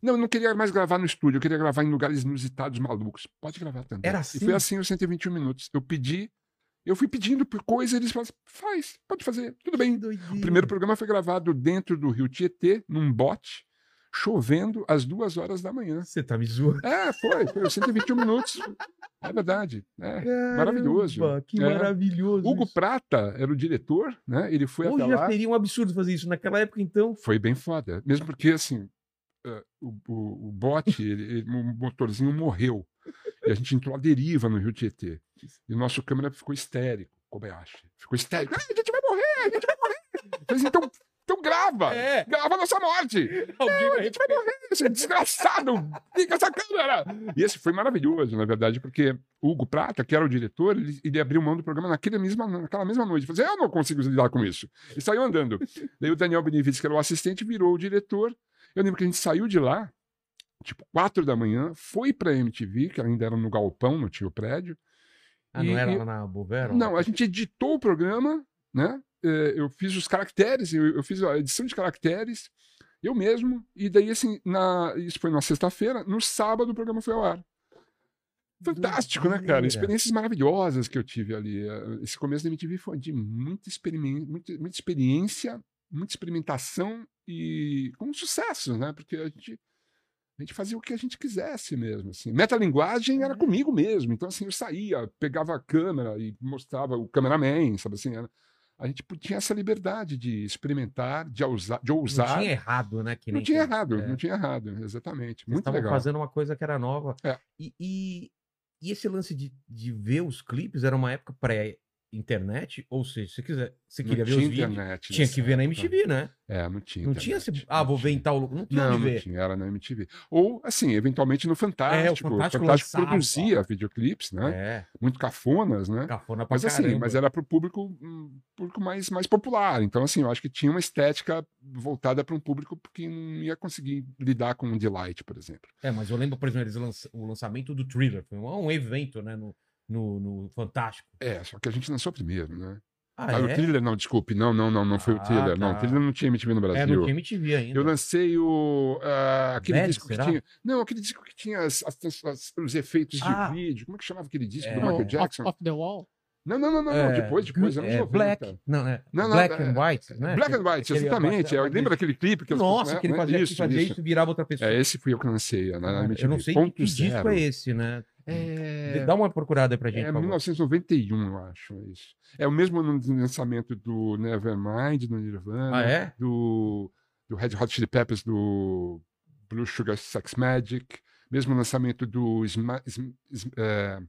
S3: Não, eu não queria mais gravar no estúdio, eu queria gravar em lugares inusitados, malucos. Pode gravar também.
S1: Era assim?
S3: E foi assim os 121 minutos. Eu pedi, eu fui pedindo por coisa, eles falaram assim, faz, pode fazer, tudo bem.
S1: Doidinho.
S3: O primeiro programa foi gravado dentro do Rio Tietê, num bote, chovendo às duas horas da manhã.
S1: Você tá me zoando.
S3: É, foi, foi os 121 minutos. É verdade. É. Maravilhoso.
S1: Caramba, Que
S3: É.
S1: maravilhoso.
S3: Hugo
S1: isso.
S3: Prata era o diretor, né? Ele foi até
S1: Hoje
S3: lá.
S1: já seria um absurdo fazer isso. Naquela época, então.
S3: Foi bem foda. Mesmo porque, assim, eh, o, o, o bote, ele- ele- o motorzinho morreu. E a gente entrou à deriva no Rio Tietê. E o nosso câmera ficou histérico, Kobayashi. Ficou histérico. Ah, a gente vai morrer, a gente vai morrer. Eu disse, então, então grava.
S1: É.
S3: Grava a nossa morte.
S1: Alguém
S3: A gente vai morrer, esse desgraçado. Fica essa câmera. E esse foi maravilhoso, na verdade, porque o Hugo Prata, que era o diretor, ele, ele abriu mão do programa naquela mesma, naquela mesma noite. Ele falou assim, eu não consigo lidar com isso. E saiu andando. Daí o Daniel Benevides, que era o assistente, virou o diretor. Eu lembro que a gente saiu de lá, tipo, quatro da manhã, foi pra MTV, que ainda era no galpão, no tio prédio.
S1: Ah, não
S3: E-
S1: era
S3: e-
S1: lá na Bovera?
S3: Não, a gente editou o programa, né? Eh, Eu fiz os caracteres, eu, eu fiz a edição de caracteres, eu mesmo. E daí, assim, na, isso foi na sexta-feira, no sábado o programa foi ao ar. Fantástico, né, cara?
S1: Doideira.
S3: Experiências maravilhosas que eu tive ali. Eh, Esse começo da MTV foi de muita, experimen- muita, muita experiência, muita experimentação e com sucesso, né? Porque a gente, a gente fazia o que a gente quisesse mesmo. Assim. Metalinguagem era comigo mesmo. Então, assim, eu saía, pegava a câmera e mostrava o cameraman, sabe assim? era- a gente pô- tinha essa liberdade de experimentar, de, ousa- de
S1: Não
S3: ousar.
S1: tinha errado, né? Que
S3: Não
S1: nem
S3: tinha
S1: tem.
S3: errado,
S1: É.
S3: não tinha errado, exatamente.
S1: Eles
S3: Muito
S1: estavam
S3: legal.
S1: fazendo uma coisa que era nova.
S3: É.
S1: E, e- e esse lance de, de ver os clipes era uma época pré-internet? Ou seja, se quiser, você
S3: Não
S1: queria ver
S3: tinha
S1: os vídeos,
S3: internet
S1: tinha
S3: nessa
S1: que ver na
S3: época.
S1: MTV, né?
S3: É, não tinha.
S1: Não tinha
S3: internet,
S1: esse, ah,
S3: não
S1: vou ver em
S3: tinha.
S1: tal lugar. Não tinha
S3: Não,
S1: onde
S3: não
S1: ver. É,
S3: tinha, era na MTV. Ou, assim, eventualmente no Fantástico. o
S1: Fantástico
S3: Fantástico,
S1: lançava.
S3: produzia videoclipes, né?
S1: É,
S3: Muito cafonas, né?
S1: cafona pra
S3: Mas assim,
S1: caramba.
S3: mas era para o público, hum, público mais, mais popular. Então, assim, eu acho que tinha uma estética voltada para um público que não ia conseguir lidar com um delight, por exemplo.
S1: É, mas eu lembro, por exemplo, eles lança- o lançamento do Thriller. Foi um, um evento, né? No, no, no Fantástico.
S3: É, só que a gente lançou primeiro, né?
S1: Ah,
S3: Ah, o
S1: é?
S3: thriller, não, desculpe. Não, não, não, não foi o
S1: Ah,
S3: thriller. Não,
S1: tá.
S3: o thriller não tinha MTV no
S1: É,
S3: Brasil.
S1: não tinha MTV ainda.
S3: Eu lancei o. ah, aquele
S1: Velho,
S3: disco
S1: será?
S3: que tinha. Não, aquele disco que tinha as- as- as- os efeitos
S1: Ah.
S3: de vídeo. Como é que chamava aquele disco
S1: É.
S3: do Michael Jackson?
S2: Off the wall.
S3: Não, não, não, não.
S1: É,
S3: depois, depois,
S1: good-
S3: anos
S1: é,
S3: 90.
S1: Black, não, é,
S3: Não, não,
S1: black
S3: é-
S1: and White, né?
S3: Black and White,
S1: Aquele-
S3: exatamente. Eu-
S1: aquele-
S3: Lembra aquele clipe que elas-
S1: Nossa,
S3: né,
S1: que ele
S3: né?
S1: fazia isso,
S3: isso,
S1: fazia
S3: isso.
S1: isso e virava outra pessoa.
S3: É, esse fui eu que lancei. Na, na
S1: eu não
S3: MTV,
S1: sei
S3: ponto
S1: que disco
S3: zero.
S1: é esse, né?
S3: É,
S1: Dá uma procurada aí pra gente,
S3: é
S1: por favor.
S3: 1991, eu acho. é Isso. É o mesmo ano do lançamento do Nevermind, do Nirvana,
S1: Ah, é?
S3: do, do Red Hot Chili Peppers, do Blue Sugar Sex Magic, mesmo lançamento do, Sma, Sm- Sm- é,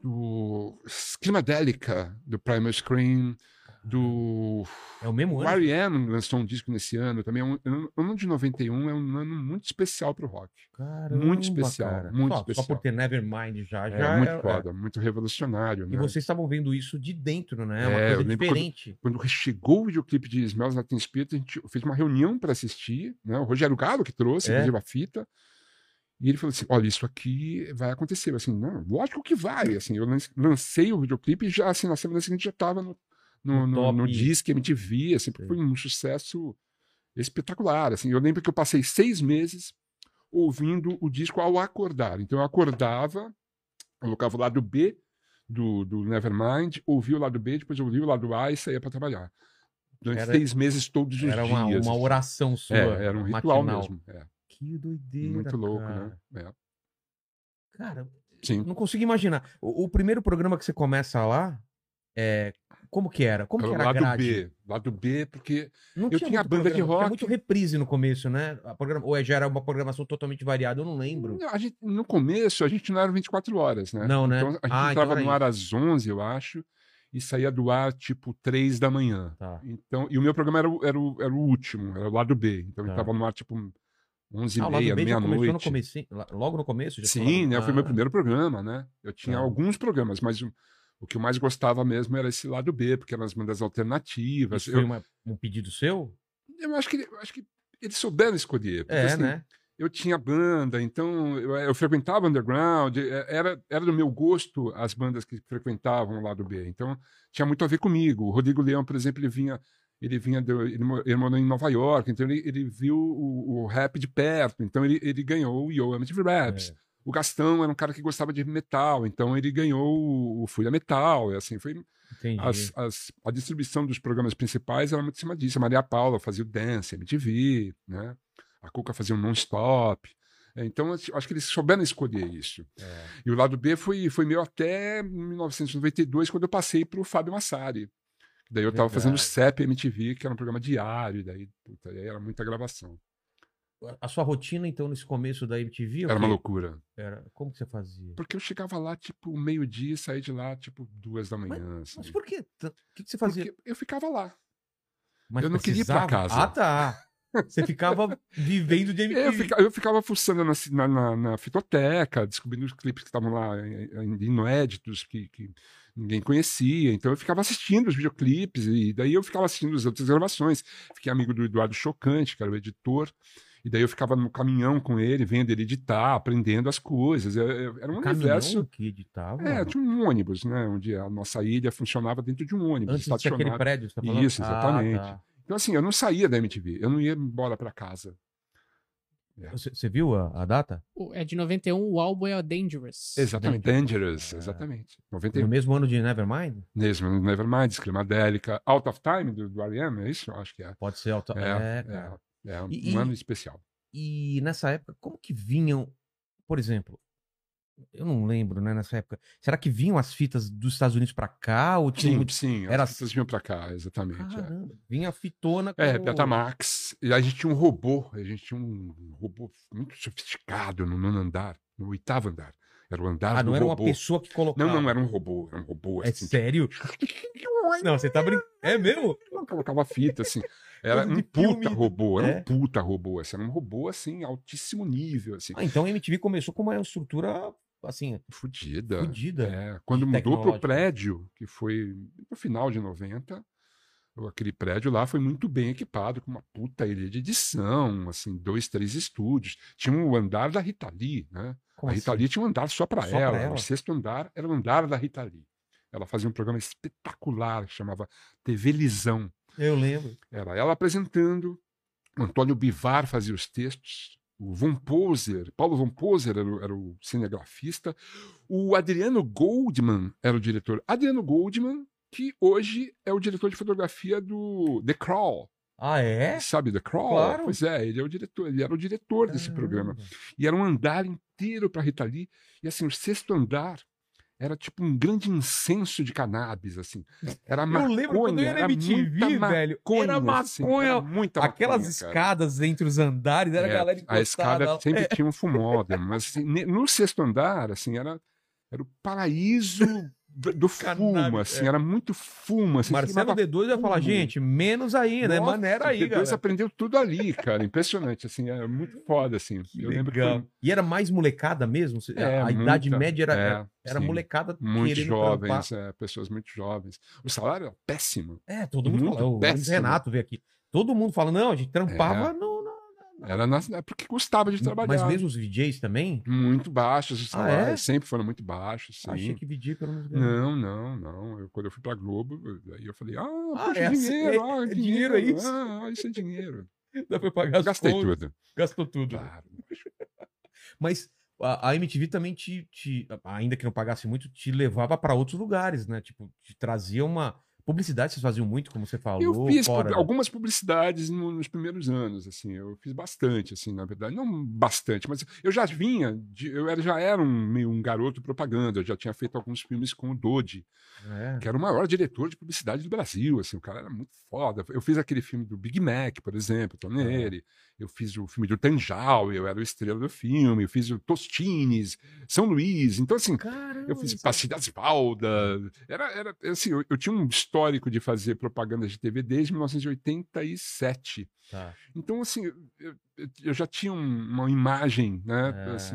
S3: do Scrimadelica, do Primal Scream, do
S1: É o mesmo
S3: o
S1: ano?
S3: R.E.M. lançou um disco nesse ano também. É um, é um- o ano de 91 é um ano muito especial para o rock.
S1: Caramba,
S3: Muito especial, muito
S1: só,
S3: especial.
S1: Só por ter Nevermind já,
S3: É,
S1: já.
S3: muito
S1: é-
S3: foda, muito revolucionário.
S1: é.
S3: Né?
S1: E vocês estavam vendo isso de dentro, né?
S3: É,
S1: Uma
S3: eu
S1: coisa
S3: lembro
S1: diferente.
S3: Quando chegou o videoclipe de Smells Like Teen Spirit, a gente fez uma reunião para assistir, né? O Rogério Galo que trouxe,
S1: É.
S3: inclusive, a fita. E ele falou assim: olha, isso aqui vai acontecer. Eu assim, não, lógico que vai. Assim, eu lan- lancei o videoclipe e já, assim, na semana seguinte já estava no, no,
S1: No
S3: no, no
S1: top. É.
S3: Disque MTV, assim, porque
S1: Sim.
S3: foi um sucesso espetacular. Assim, eu lembro que eu passei seis meses ouvindo o disco ao acordar. Então eu acordava, colocava o lado B do, do Nevermind, ouvia o lado B, depois ouvia o lado A e saía para trabalhar. Durante
S1: Era-
S3: seis meses todos os
S1: Era uma,
S3: dias.
S1: uma oração sua.
S3: É, era um ritual
S1: matinal.
S3: mesmo. é.
S1: Que doideira.
S3: Muito louco,
S1: cara.
S3: né? É.
S1: Cara,
S3: Sim.
S1: não consigo imaginar. O, o primeiro programa que você começa lá, é, como que era? Como que
S3: Era
S1: era
S3: o
S1: a
S3: lado
S1: grade?
S3: B. Lado B, porque.
S1: Não
S3: Eu tinha
S1: muito
S3: a banda de
S1: programa,
S3: rock.
S1: Tinha muito reprise no começo, né? A programa... Ou é, já era uma programação totalmente variada, eu não lembro.
S3: A gente, no começo, a gente não era 24 horas, né?
S1: Não, né?
S3: Então, a gente
S1: Ah, então
S3: entrava
S1: era
S3: no ar às 11, eu acho, e saía do ar tipo 3 da manhã.
S1: Tá.
S3: Então, e o meu programa era, o- era, o, era o último, era o lado B. Então ele
S1: Tá.
S3: estava no ar tipo 11
S1: Ah, o
S3: e
S1: lado
S3: meia,
S1: B já começou no
S3: meia-noite.
S1: comecinho, lá- logo no começo? já
S3: Sim,
S1: falava-
S3: né? Foi meu
S1: Ah,
S3: primeiro programa, né? Eu tinha
S1: Tá.
S3: alguns programas, mas o, o que eu mais gostava mesmo era esse lado B, porque eram as bandas alternativas.
S1: isso foi
S3: Eu,
S1: uma- um pedido seu?
S3: eu acho que ele- eu acho que eles souberam escolher. porque,
S1: É,
S3: assim,
S1: né?
S3: Eu tinha banda, então eu, eu frequentava underground, eh, era, era do meu gosto as bandas que frequentavam o lado B. Então tinha muito a ver comigo. O Rodrigo Leão, por exemplo, ele vinha, ele vinha, do- ele, mo- ele morou em Nova York, então ele, ele viu o, o rap de perto, então ele, ele ganhou o Yo MTV Raps.
S1: É.
S3: O Gastão era um cara que gostava de metal, então ele ganhou o Fúria Metal, e assim, foi
S1: Entendi.
S3: as- as- a distribuição dos programas principais era muito em cima disso. A Maria Paula fazia o Dance, MTV, né? A Cuca fazia um non-stop. É, Então, acho acho que eles souberam escolher isso.
S1: É.
S3: E o lado B foi, foi meu até 1992, quando eu passei para o Fábio Massari. Daí eu estava
S1: Verdade.
S3: fazendo o CEP MTV, que era um programa diário, daí, puta, aí era muita gravação.
S1: A- A sua rotina, então, nesse começo da MTV? o
S3: Era uma
S1: quê?
S3: loucura.
S1: Era- Como que você fazia?
S3: Porque eu chegava lá, tipo, meio-dia e saía de lá, tipo, duas da manhã. assim.
S1: Mas por que? tan- O que, que você fazia?
S3: Porque eu ficava lá.
S1: Mas
S3: eu não queria ir pra
S1: precisava?
S3: casa.
S1: Ah, tá. Você ficava vivendo de MTV.
S3: Eu, fica- eu ficava fuçando na, ci- na, na- na fitoteca, descobrindo os clipes que estavam lá eh, ainda inéditos, que, que ninguém conhecia. Então eu ficava assistindo os videoclipes, e daí eu ficava assistindo as outras gravações. Fiquei amigo do Eduardo Chocante, que era o editor, e daí eu ficava no caminhão com ele, vendo ele editar, aprendendo as coisas. Eu- eu- era um
S1: Caminhão
S3: universo.
S1: que editava?
S3: É, tinha um ônibus, né? Onde a nossa ilha funcionava dentro de um ônibus
S1: Antes de ser aquele
S3: estacionado.
S1: prédio, você tá falando?
S3: Isso,
S1: Ah,
S3: exatamente.
S1: tá.
S3: Então, assim, eu não saía da MTV, eu não ia embora para casa.
S1: Você você viu a, a data?
S2: O- É de 91, o álbum é o Dangerous.
S3: Exatamente. Dangerous,
S1: É.
S3: exatamente.
S1: No
S3: 91.
S1: mesmo ano de Nevermind?
S3: Mesmo, Nevermind, Climadélica, Out of Time, do, do R.E.M., é isso? Eu Acho que é.
S1: Pode ser auto...
S3: É,
S1: É, cara.
S3: é, é um
S1: E- e-
S3: ano especial.
S1: E nessa época, como que vinham, por exemplo, eu não lembro, né, nessa época. Será que vinham as fitas dos Estados Unidos pra cá? Ou tinha
S3: Sim,
S1: muito-
S3: sim.
S1: era-
S3: Era... As fitas vinham pra cá, exatamente. é.
S1: Caramba, vinha a fitona com...
S3: É, Betamax. E a gente tinha um robô, a gente tinha um robô muito sofisticado no nono andar, no oitavo andar. Era o andar
S1: Ah,
S3: do
S1: não era uma
S3: robô.
S1: pessoa que colocava.
S3: Não, não, era um robô, era um robô
S1: É
S3: assim.
S1: sério? Não, você tá brincando. É mesmo?
S3: Ela colocava fita, assim. Era
S1: Coisa
S3: um
S1: de
S3: puta
S1: filme.
S3: robô, era
S1: É.
S3: um puta robô, assim, era um robô, assim, altíssimo nível, assim.
S1: Ah, então a MTV começou com uma estrutura, assim,
S3: Fudida.
S1: fodida.
S3: É, quando mudou para
S1: tecnológico.
S3: o prédio, que foi no final de 90, aquele prédio lá foi muito bem equipado, com uma puta ilha de edição, assim, dois, três estúdios. Tinha um andar da Rita Lee, né?
S1: Como
S3: a Rita
S1: assim?
S3: Lee tinha um andar só para
S1: Só pra
S3: ela.
S1: ela?
S3: O sexto andar era o andar da Rita Lee. Ela fazia um programa espetacular que chamava TV Lisão.
S1: Eu lembro.
S3: Era ela apresentando, o Antônio Bivar fazia os textos, o Von Poser, Paulo Von Poser era, o- era o cinegrafista, o Adriano Goldman era o diretor. Adriano Goldman, que hoje é o diretor de fotografia do The Crawl.
S1: Ah, é?
S3: Sabe The Crawl?
S1: Claro. Ah.
S3: Pois é, ele é o diretor, ele era o diretor desse programa.
S1: Caramba.
S3: E era um andar inteiro para Rita Lee. E assim, o sexto andar era tipo um grande incenso de cannabis, assim. Era
S1: Eu
S3: maconha,
S1: lembro quando eu era MTV,
S3: muita
S1: velho.
S3: maconha,
S1: Era
S3: assim,
S1: maconha.
S3: era muita
S1: Aquelas
S3: maconha, cara.
S1: escadas entre os andares, era a
S3: É,
S1: galera
S3: a escada
S1: encostada. é.
S3: sempre tinha um fumódromo, mas assim, ne- no sexto andar, assim, era, era o paraíso do do fumo,
S1: Cannabis,
S3: assim,
S1: é.
S3: era muito fumo, assim,
S1: Marcelo
S3: queimava
S1: D2 ia falar,
S3: fumo.
S1: gente, menos aí, né?
S3: Nossa, é
S1: Maneira aí,
S3: depois
S1: galera.
S3: aprendeu tudo ali, cara. Impressionante, assim, era muito foda, assim.
S1: Que
S3: eu lembro que
S1: legal. E era mais molecada mesmo? Cê-
S3: foi-
S1: a
S3: é,
S1: idade
S3: muita-
S1: média era,
S3: é,
S1: era
S3: sim.
S1: molecada
S3: Muito
S1: querendo
S3: jovens, é, pessoas muito jovens. O salário era péssimo.
S1: trampar. É, todo mundo
S3: Muito
S1: fala. O
S3: péssimo. É.
S1: Renato veio aqui. Todo mundo fala, não, a gente trampava no... no-
S3: Era na- é porque gostava de trabalhar.
S1: Mas mesmo os DJs também?
S3: Muito baixos os
S1: Ah, é? Ah,
S3: salários, sempre foram muito baixos. Sim.
S1: Achei que DJ pelo menos... ganhava.
S3: Não, não, não. Eu, quando eu fui pra Globo, eu- aí eu falei, ah,
S1: Ah,
S3: poxa,
S1: é,
S3: dinheiro,
S1: é-
S3: ah,
S1: é
S3: dinheiro,
S1: dinheiro, é isso?
S3: Ah, ah, isso é dinheiro.
S1: Dá pra pagar
S3: Eu
S1: as
S3: gastei
S1: contas.
S3: tudo.
S1: Gastou tudo.
S3: Claro.
S1: Ah. Mas a, a MTV também te, te- ainda que não pagasse muito, te levava pra outros lugares, né? Tipo, te trazia uma. Publicidade vocês faziam muito, como você falou.
S3: Eu fiz
S1: fora-
S3: pub- algumas publicidades no- nos primeiros anos, assim, eu fiz bastante, assim, na verdade, não bastante, mas eu já vinha, de- eu era, já era um, meio um garoto propaganda, eu já tinha feito alguns filmes com o Dodi,
S1: É.
S3: que era o maior diretor de publicidade do Brasil, assim, o cara era muito foda. Eu fiz aquele filme do Big Mac, por exemplo, tô nele. Eu fiz o filme do Tanjal, eu era o estrela do filme, eu fiz o Tostines, São Luís, então assim,
S1: Caramba,
S3: eu fiz
S1: isso-
S3: Passeio das Valdas. Era, era, assim, eu, eu tinha um histórico de fazer propaganda de TV desde 1987.
S1: Tá.
S3: Então, assim, eu, eu- eu já tinha um- uma imagem, né?
S1: Ah.
S3: assim,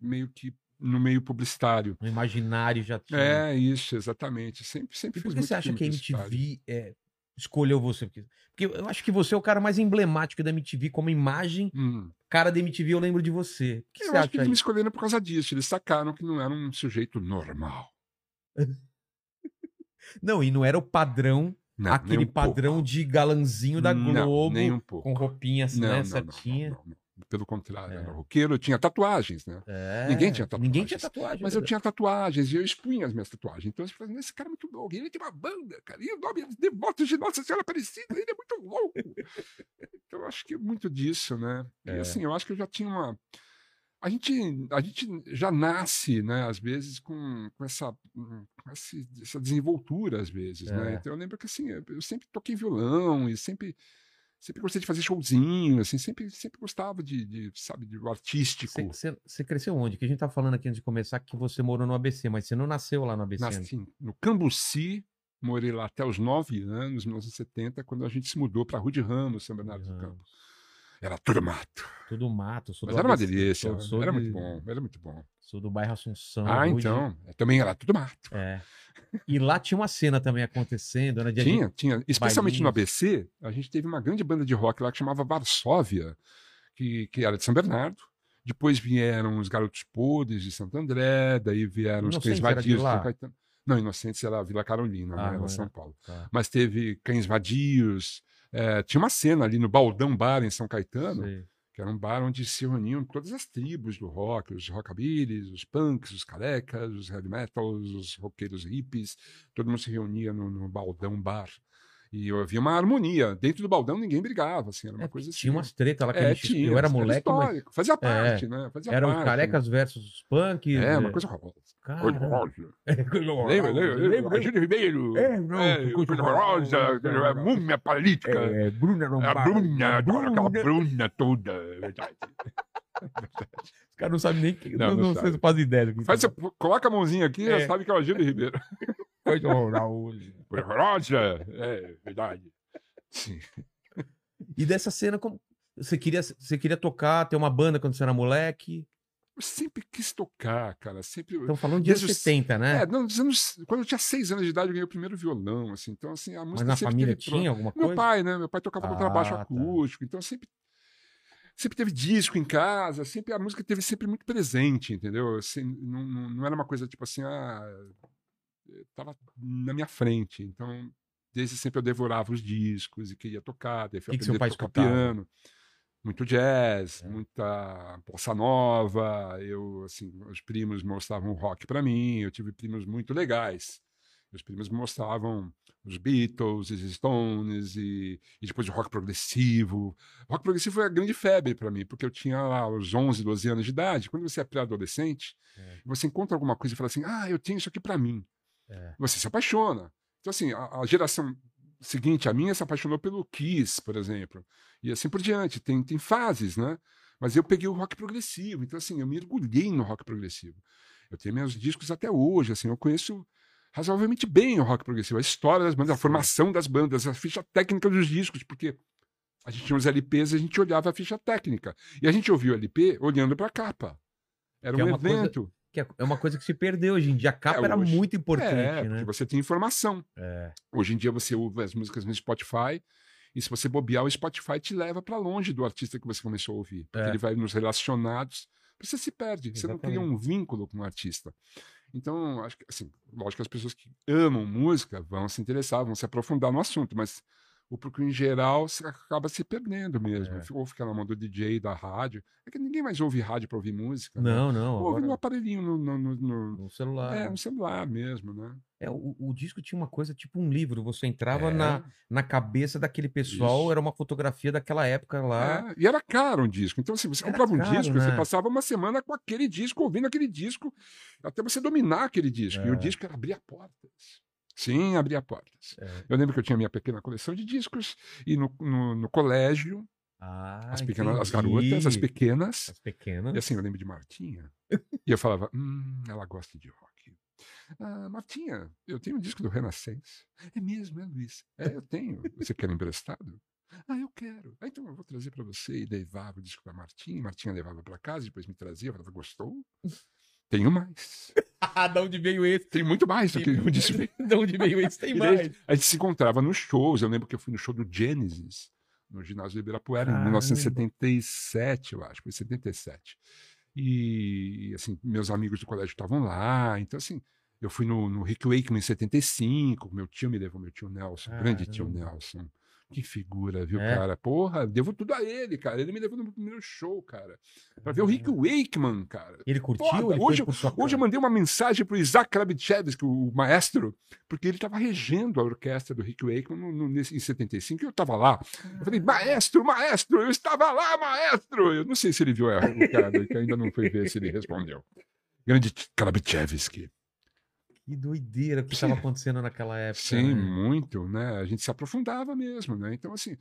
S3: meio que no meio publicitário.
S1: No imaginário já tinha.
S3: É, isso, exatamente. Sempre, sempre
S1: né? E
S3: fiz
S1: por que
S3: muito
S1: você acha
S3: filme
S1: que a
S3: publicitário.
S1: MTV é, escolheu você? Porque, porque eu acho que você é o cara mais emblemático da MTV como imagem.
S3: Hum.
S1: Cara da MTV, eu lembro de você. O que
S3: Eu
S1: você
S3: acho
S1: acha
S3: que eles me
S1: aí?
S3: escolheram por causa disso. Eles sacaram que não era um sujeito normal.
S1: Não, e não era o padrão,
S3: Não, nem
S1: aquele
S3: um pouco.
S1: padrão de galanzinho da
S3: Não,
S1: Globo,
S3: nem um pouco.
S1: com roupinha assim,
S3: Não,
S1: né,
S3: não, não,
S1: certinha.
S3: não, não, não. Pelo contrário,
S1: É.
S3: era roqueiro, eu tinha tatuagens, né?
S1: É,
S3: Ninguém tinha tatuagem.
S1: Ninguém tinha tatuagem.
S3: Mas
S1: é
S3: eu
S1: verdade.
S3: tinha tatuagens e eu expunha as minhas tatuagens. Então eu falei, esse cara é muito louco. Ele tem uma banda, cara. E o nome é Devotos de Nossa Senhora Aparecida. Ele é muito louco. então eu acho que é muito disso, né?
S1: É.
S3: E assim, eu acho que eu já tinha uma... A gente, a gente já nasce, né, às vezes, com, com, essa, hum, com esse- essa desenvoltura, às vezes,
S1: É.
S3: né? Então eu lembro que, assim, eu eu sempre toquei violão e sempre... Sempre gostei de fazer showzinho, assim, sempre, sempre gostava de, de, sabe, de artístico.
S1: Você- Você você cresceu onde? Que a gente tá falando aqui antes de começar que você morou no ABC, mas você não nasceu lá no ABC. né?
S3: Nasci no Cambuci, morei lá até os 9 anos, 1970, quando a gente se mudou para Rua de Ramos, São Bernardo
S1: Ramos.
S3: do Campo. Era tudo mato.
S1: Tudo mato, sou
S3: Mas
S1: do
S3: era uma
S1: ABC,
S3: delícia,
S1: sou- sou
S3: era
S1: de-
S3: muito bom, era muito bom.
S1: Sou do bairro Assunção.
S3: ah,
S1: Rua de-
S3: então, também era tudo mato.
S1: É. E lá tinha uma cena também acontecendo, né? de a gente-
S3: Tinha, tinha. Especialmente no
S1: bailinhos.
S3: ABC, a gente teve uma grande banda de rock lá que chamava Varsóvia, que, que era de São Bernardo. Depois vieram os Garotos Podres de Santo André, daí vieram os
S1: Inocentes
S3: Cães
S1: era de
S3: Vadios de
S1: lá?
S3: São Caetano. Não, Inocentes era Vila Carolina,
S1: Ah,
S3: né?
S1: não
S3: Era São
S1: era.
S3: Paulo.
S1: Tá.
S3: mas teve cães vadios. eh, tinha uma cena ali no Baldão Bar, em São Caetano,
S1: Sei.
S3: que era um bar onde se reuniam todas as tribos do rock, os rockabillys, os punks, os carecas, os heavy metals, os roqueiros hippies, todo mundo se reunia no, no Baldão Bar. E havia uma harmonia. Dentro do Baldão ninguém brigava, assim, era uma
S1: É,
S3: coisa assim.
S1: Tinha umas tretas lá que a
S3: É,
S1: gente.
S3: tinha,
S1: eu era
S3: assim,
S1: moleque, mas É, um
S3: histórico, Fazia parte, né? Fazia
S1: eram
S3: parte.
S1: carecas versus os punks.
S3: É,
S1: eh,
S3: uma coisa horrorosa. Coisa
S1: Cara,
S3: horrorosa. Lembra, lembra, lembra? Júlio Ribeiro.
S1: É, não,
S3: É,
S1: coisa
S3: coisa horrorosa,
S1: horrorosa.
S3: é, múmia política.
S1: É, Bruna
S3: A
S1: Lombardi.
S3: Bruna, adoro aquela
S1: Bruna.
S3: Bruna toda. é verdade.
S1: Os caras não sabem nem. que-
S3: Não,
S1: Não,
S3: não
S1: não, sei
S3: sabe.
S1: se fazem ideia. do que
S3: Faz,
S1: isso é.
S3: coloca a mãozinha aqui,
S1: É.
S3: sabe que é o Gil Ribeiro.
S1: Coisa horrorosa.
S3: Rosa, é verdade. Sim.
S1: E dessa cena, como. Você queria, você queria tocar, ter uma banda quando você era moleque?
S3: Eu sempre quis tocar, cara. Sempre.
S1: Estamos falando de anos
S3: Desde os-
S1: 70, né?
S3: É, não, dos anos- quando eu tinha seis anos de idade, eu ganhei o primeiro violão, assim. Então, assim, a
S1: Mas
S3: música
S1: na
S3: sempre
S1: família
S3: teve pro-
S1: tinha alguma
S3: Meu
S1: coisa?
S3: pai, né? Meu pai tocava
S1: Ah,
S3: contrabaixo
S1: tá.
S3: acústico, então sempre sempre teve disco em casa, sempre a música teve sempre muito presente, entendeu? Assim, não, não, não era uma coisa tipo assim, ah, eh, tava na minha frente, então desde sempre eu devorava os discos e queria tocar, daí fui
S1: Que que seu
S3: aprender
S1: pai
S3: a tocar
S1: escutava?
S3: piano. Muito jazz,
S1: É.
S3: muita bossa nova, eu assim, os primos mostravam rock pra mim, eu tive primos muito legais. Meus primos mostravam os Beatles, os Stones e, e depois o rock progressivo. O rock progressivo foi a grande febre para mim, porque eu tinha lá os 11, 12 anos de idade. Quando você é pré-adolescente,
S1: É.
S3: você encontra alguma coisa e fala assim: ah, eu tenho isso aqui para mim.
S1: É.
S3: Você se apaixona. Então, assim, a, a geração seguinte a minha se apaixonou pelo Kiss, por exemplo, e assim por diante. Tem, tem fases, né? Mas eu peguei o rock progressivo, então, assim, eu mergulhei no rock progressivo. Eu tenho meus discos até hoje, assim, eu conheço razoavelmente bem o rock progressivo, a história das bandas, a
S1: Sim.
S3: formação das bandas, a ficha técnica dos discos, porque a gente tinha os LPs, a gente olhava a ficha técnica. E a gente ouvia o LP olhando para a capa. Era
S1: Que é
S3: um
S1: uma coisa
S3: evento.
S1: Que é- é uma coisa que se perdeu hoje em dia. A capa
S3: É,
S1: era
S3: hoje.
S1: muito importante,
S3: é, né? porque
S1: né?
S3: você tem informação.
S1: É.
S3: Hoje em dia você ouve as músicas no Spotify, e se você bobear, o Spotify te leva para longe do artista que você começou a ouvir. Porque
S1: É.
S3: ele vai nos relacionados. Você se perde, você não cria
S1: Exatamente.
S3: um vínculo com o artista. Então, acho que, assim, lógico que as pessoas que amam música vão se interessar, vão se aprofundar no assunto, mas o ou porque em geral você acaba se perdendo mesmo.
S1: É.
S3: Fica- Ou fica na mão do DJ, da rádio. É que ninguém mais ouve rádio para ouvir música. né?
S1: Não, não.
S3: Ouve no
S1: Agora, Ah.
S3: aparelhinho, no, no, no- no-
S1: no celular.
S3: É, no celular mesmo, né?
S1: É, o, o disco tinha uma coisa tipo um livro. Você entrava
S3: É,
S1: na, na cabeça daquele pessoal,
S3: Isso.
S1: era uma fotografia daquela época lá.
S3: é. E era caro um disco. Então, assim, você
S1: Era
S3: comprava um
S1: caro,
S3: disco,
S1: né?
S3: você passava uma semana com aquele disco, ouvindo aquele disco, até você dominar aquele disco. E
S1: É.
S3: o disco era abrir portas. Sim, abria portas.
S1: É.
S3: Eu lembro que eu tinha minha pequena coleção de discos, e no, no, no colégio,
S1: Ah,
S3: as, pequenas, as
S1: entendi.
S3: garotas, as pequenas,
S1: As pequenas.
S3: E assim, eu lembro de Martinha. e eu falava, hum, ela gosta de rock. Ah, Martinha, eu tenho um disco do Renascença. É mesmo, é Luiz? É, eu tenho. Você quer emprestado? Ah, eu quero. Ah, então eu vou trazer para você. E levava o disco para Martinha. Martinha levava para casa, depois me trazia. Falava, gostou? Tenho mais.
S1: Ah, de onde veio esse?
S3: Tem muito mais é- do que um eu disse.
S1: De onde veio esse? Tem
S3: E daí A gente se encontrava nos shows. Eu lembro que eu fui no show do Genesis, no ginásio do Ibirapuera,
S1: Caramba.
S3: em 1977, eu acho, foi 77. E, assim, meus amigos do colégio estavam lá. Então, assim, eu fui no, no Rick Wakeman em 75, meu tio me levou, meu tio Nelson, grande tio
S1: Caramba.
S3: Nelson. Que figura, viu,
S1: É?
S3: cara? Porra, devo tudo a ele, cara. Ele me levou no meu primeiro show, cara. Pra ver o Rick Wakeman, cara.
S1: Ele curtiu?
S3: Foda,
S1: Ele foi
S3: hoje-
S1: por sua
S3: Hoje eu mandei uma mensagem pro Isaac Krabitschewski, o maestro, porque ele estava regendo a orquestra do Rick Wakeman no- no- nesse- em 75 e eu estava lá. Eu falei, maestro, maestro, eu estava lá, maestro! Eu não sei se ele viu a recado, que ainda não foi ver se ele respondeu. Grande T- Krabitschewski.
S1: Que doideira que estava acontecendo naquela época.
S3: Sim,
S1: né?
S3: muito, né? A gente se aprofundava mesmo, né? Então, assim,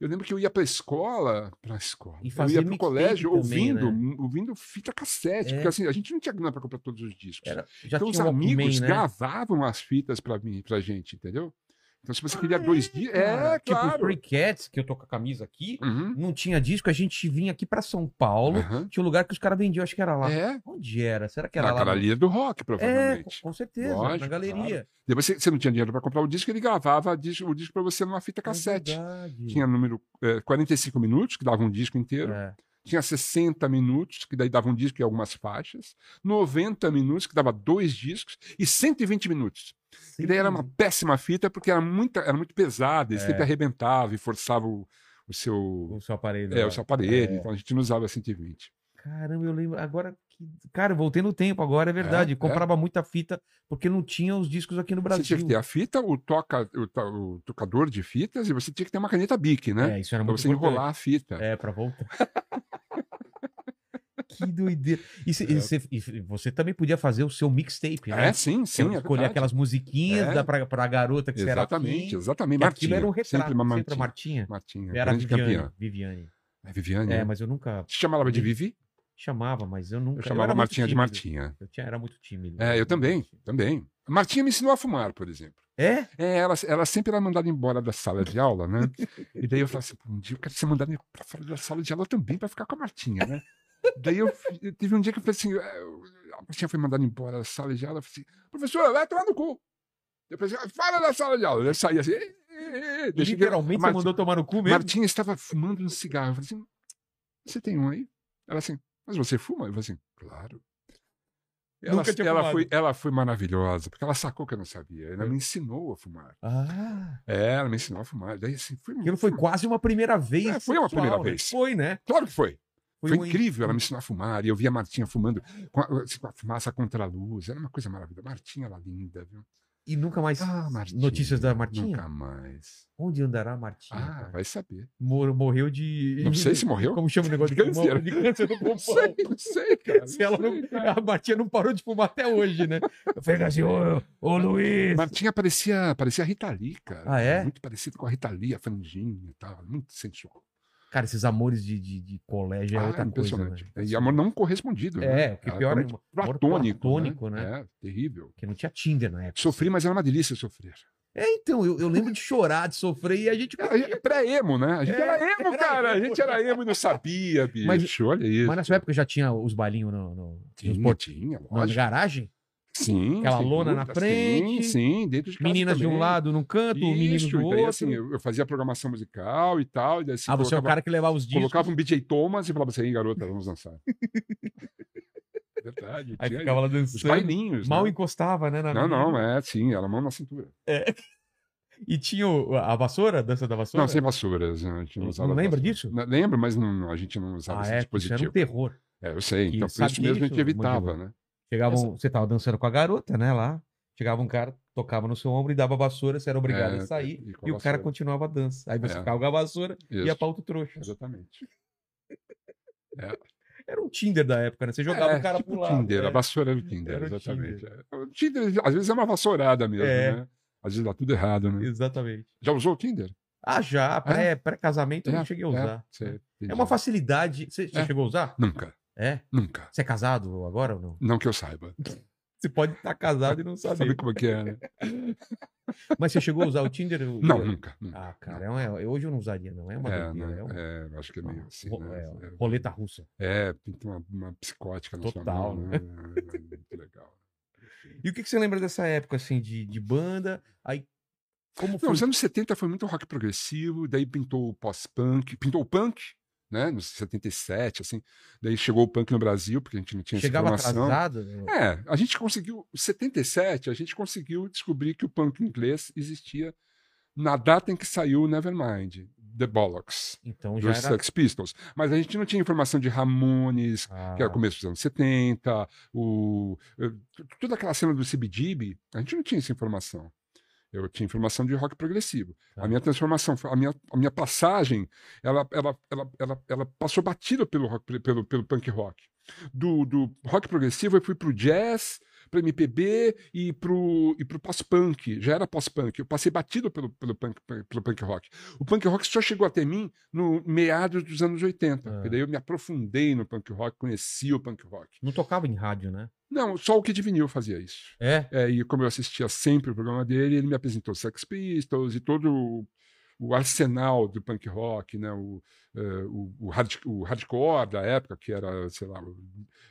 S3: eu lembro que eu ia pra escola, pra escola,
S1: E
S3: eu
S1: fazia
S3: ia pro
S1: mixtape
S3: colégio
S1: também, né?
S3: ouvindo, ouvindo fita cassete,
S1: É.
S3: porque assim, a gente não tinha grana pra comprar todos os discos.
S1: Era, já
S3: então os
S1: tinha um Walkman,
S3: amigos
S1: né?
S3: gravavam as fitas pra mim, pra gente, entendeu? Então se você queria dois dias, é,
S1: Ah, Cara, tipo, os
S3: claro.
S1: Free Cats, que eu tô com a camisa aqui,
S3: Uhum,
S1: não tinha disco, a gente vinha aqui pra São Paulo,
S3: aham.
S1: tinha um lugar que os caras vendiam, acho que era lá.
S3: É,
S1: Onde era? Será que era
S3: na
S1: lá? no-
S3: galeria do rock,
S1: É,
S3: provavelmente.
S1: com certeza, na
S3: Lógico,
S1: galeria.
S3: Depois você, você não tinha dinheiro pra comprar o disco, ele gravava dis- o disco pra você numa fita cassete.
S1: É verdade.
S3: tinha número eh, 45 minutos, que dava um disco inteiro.
S1: É.
S3: Tinha 60 minutos, que daí dava um disco e algumas faixas. 90 minutos, que dava dois discos. E 120 minutos. E daí era uma péssima fita, porque era, muita, era muito pesada. Ele
S1: É.
S3: sempre arrebentava e forçava o, o seu...
S1: O seu aparelho.
S3: É,
S1: lá.
S3: o seu aparelho.
S1: É.
S3: Então a gente não usava 120.
S1: Caramba, eu lembro. Agora que. Cara, eu voltei no tempo agora, é verdade.
S3: É,
S1: Comprava muita fita, porque não tinha os discos aqui no
S3: Você tinha que ter
S1: Brasil.
S3: a fita, o, toca, o, to- o tocador de fitas, e você tinha que ter uma caneta BIC, né?
S1: É, isso era
S3: pra
S1: muito
S3: você
S1: importante.
S3: enrolar né? a fita.
S1: É, pra voltar. que doideira. E, cê- e cê- e f- você também podia fazer o seu mixtape, né?
S3: É, sim,
S1: Você
S3: sim. é
S1: escolher
S3: verdade.
S1: aquelas musiquinhas
S3: É.
S1: da, pra, pra garota que
S3: Exatamente,
S1: você era.
S3: exatamente.
S1: Aqui, aquilo
S3: Martinha,
S1: era um retrato.
S3: sempre uma
S1: Sempre a Martinha.
S3: Martinha. Martinha,
S1: Era a
S3: grande
S1: Viviane.
S3: campeã.
S1: Viviane.
S3: É Viviane,
S1: É,
S3: né?
S1: mas eu nunca
S3: Te chamava de
S1: Vivi.
S3: Vivi?
S1: chamava, mas eu
S3: Eu
S1: nunca.
S3: chamava
S1: era muito
S3: Martinha de
S1: tímido.
S3: Martinha.
S1: Eu tinha, era muito tímido.
S3: É, eu também,
S1: Muito tímido.
S3: também. A Martinha me ensinou a fumar, por exemplo.
S1: É?
S3: É, ela, ela sempre era mandada embora da sala de aula, né? E daí eu falava assim, "Pô, um dia eu quero ser mandada pra fora da sala de aula também pra ficar com a Martinha, né? Daí eu, fi- eu teve um dia que eu falei assim, eh, eu- a Martinha foi mandada embora da sala de aula, eu falei assim, professora, vai tomar no cu. Eu falei assim, fala da sala de aula. Eu saí assim, "Eh, eh, eh", deixei que-
S1: Literalmente você
S3: Marti-
S1: mandou tomar no cu mesmo.
S3: Martinha estava fumando um cigarro. Eu falei assim, você tem um aí? Ela assim, mas você fuma? Eu falei assim, claro. Ela,
S1: Nunca tinha
S3: ela,
S1: fumado.
S3: foi, ela foi maravilhosa, porque ela sacou que eu não sabia. Ela
S1: É.
S3: me ensinou a fumar.
S1: Ah,
S3: É, ela me ensinou a fumar. Daí assim, foi,
S1: aquilo foi quase uma primeira vez.
S3: É, foi uma
S1: sexual,
S3: primeira
S1: né?
S3: vez.
S1: Foi, né?
S3: Claro que foi. Foi,
S1: um-
S3: incrível, ela me ensinou a fumar. E eu via a Martinha fumando com a, assim, com a fumaça contra a luz. Era uma coisa maravilhosa. Martinha, ela linda, viu?
S1: E nunca mais
S3: Ah, Martinha.
S1: notícias da Martinha?
S3: Nunca mais.
S1: Onde andará a Martinha?
S3: Ah,
S1: cara?
S3: vai saber.
S1: Mor- morreu de.
S3: Não sei se morreu.
S1: Como chama o negócio de
S3: De
S1: câncer?
S3: câncer.
S1: de câncer no
S3: Não sei,
S1: pulmão.
S3: não sei, cara.
S1: Se ela
S3: sei,
S1: não-
S3: cara.
S1: A Martinha não parou de fumar até hoje, né? Eu falei assim, ô, ô Luiz.
S3: Martinha parecia, parecia a Rita Lee, cara.
S1: Ah, é?
S3: Muito parecido com a Rita Lee, a franjinha e tal. Muito sensual.
S1: Cara, esses amores de, de, de colégio é
S3: Ah,
S1: outra coisa. Né?
S3: impressionante. E amor não correspondido. né?
S1: É, o que
S3: Ela
S1: pior é
S3: muito
S1: amor
S3: platônico.
S1: platônico, né?
S3: É, terrível.
S1: Porque não tinha Tinder na época.
S3: Sofri, mas era uma delícia sofrer.
S1: É, então, eu, eu lembro de chorar, de sofrer e a gente.
S3: Era- É pré-emo, né? A gente
S1: É,
S3: era emo,
S1: era
S3: cara.
S1: emo.
S3: A gente era emo e não sabia, bicho.
S1: Mas-
S3: Olha isso.
S1: Mas nessa época já tinha os bailinhos no, no, nos
S3: Tinha,
S1: port-
S3: tinha,
S1: na
S3: lógico.
S1: garagem?
S3: Sim.
S1: Aquela
S3: sem
S1: lona na
S3: dúvida,
S1: frente,
S3: Sim, sim. Dentro de casa
S1: Meninas de um
S3: também.
S1: lado num canto, meninos
S3: Isso,
S1: do
S3: e
S1: outro.
S3: daí, assim, eu eu fazia programação musical e tal. E daí, assim,
S1: ah, você é o
S3: colocava-
S1: cara que levava os discos.
S3: Colocava um BJ Thomas e falava assim, "Ei, garota, vamos dançar. Verdade.
S1: Aí
S3: tinha
S1: ficava lá
S3: é, Os
S1: dançando.
S3: bailinhos.
S1: Mal
S3: né?
S1: encostava, né? na
S3: Não,
S1: menina.
S3: não, é sim, era mão na cintura.
S1: E tinha o- a vassoura, a dança da vassoura?
S3: Não, sem vassouras. né, A gente não, usava
S1: é. Não lembra
S3: vassoura.
S1: disso?
S3: Não, Lembro, mas não- a gente não usava
S1: Ah,
S3: esse
S1: é, isso era
S3: dispositivo.
S1: um terror.
S3: É, eu sei.
S1: Que um
S3: Então, por
S1: sabe
S3: isso mesmo a
S1: disso,
S3: gente evitava,
S1: Mandíbula?
S3: né?
S1: Chegavam, um, você tava dançando com a garota, né, lá. Chegava um cara, tocava no seu ombro e dava a vassoura, você era obrigado
S3: É,
S1: a sair.
S3: e com a
S1: E o cara
S3: vassoura.
S1: continuava a dança. Aí você
S3: É.
S1: ficava com a vassoura e
S3: Isso,
S1: ia pra outro trouxa.
S3: Exatamente.
S1: Era um Tinder da época, né? Você jogava
S3: É,
S1: o cara
S3: tipo
S1: pro lado.
S3: Tinder,
S1: né?
S3: a vassoura era o Tinder,
S1: Era o
S3: exatamente. É, O Tinder, às vezes, é uma vassourada mesmo,
S1: É.
S3: né? Às vezes dá tudo errado, né?
S1: Exatamente.
S3: Já usou o Tinder?
S1: Ah, já, pré- pré-casamento eu
S3: É,
S1: não cheguei a usar.
S3: Você-
S1: É,
S3: entendi.
S1: uma facilidade. Você, você
S3: É.
S1: chegou a usar?
S3: Nunca,
S1: É?
S3: nunca.
S1: Você é casado agora ou não?
S3: Não que eu saiba.
S1: Você pode
S3: tá
S1: estar casado e não
S3: Sabe
S1: saber.
S3: como é que é, né?
S1: Mas você chegou a usar o Tinder? O-
S3: Não, nunca. nunca.
S1: Ah, cara, é um- é- hoje eu não usaria, não. É uma
S3: é,
S1: doideira,
S3: né?
S1: é um-
S3: É, eu acho que é meio assim,
S1: ro-
S3: né?
S1: é, roleta russa.
S3: É, tem que ter uma, uma psicótica na sua
S1: Total,
S3: mão,
S1: né?
S3: né? É, é muito legal.
S1: E o que, que você lembra dessa época, assim, de, de banda? Aí, como
S3: Não,
S1: foi?
S3: os anos 70 foi muito rock progressivo, daí pintou o pós-punk, pintou o punk, né? Nos 77, assim. Daí chegou o punk no Brasil, porque a gente não tinha essa
S1: Chegava
S3: informação.
S1: atrasado? né?
S3: É, a gente conseguiu, em 77, a gente conseguiu descobrir que o punk inglês existia na data em que saiu o Nevermind, The Bollocks,
S1: Então já
S3: dos
S1: era...
S3: Sex Pistols. Mas a gente não tinha informação de Ramones, que era
S1: Ah,
S3: começo dos anos 70, o, eh, t- toda aquela cena do CBGB, a gente não tinha essa informação. Eu tinha informação de rock progressivo.
S1: Tá.
S3: A minha transformação, foi- a minha, a minha passagem, ela, ela, ela, ela, ela passou batida pelo, rock, pelo, pelo punk rock. Do, do rock progressivo eu fui pro jazz, pro MPB e pro, e pro pós-punk. Já era pós-punk. Eu passei batido pelo, pelo, punk, pelo punk rock. O punk rock só chegou até mim no meados dos anos 80.
S1: Ah.
S3: porque daí eu me aprofundei no punk rock, conheci o punk rock.
S1: Não tocava em rádio, né?
S3: Não, só o Kid Vinil fazia isso.
S1: É?
S3: É, e como eu assistia sempre o programa dele, ele me apresentou Sex Pistols e todo o, o arsenal do punk rock, né? O, eh, o, o hard- o hardcore da época, que era, sei lá, o,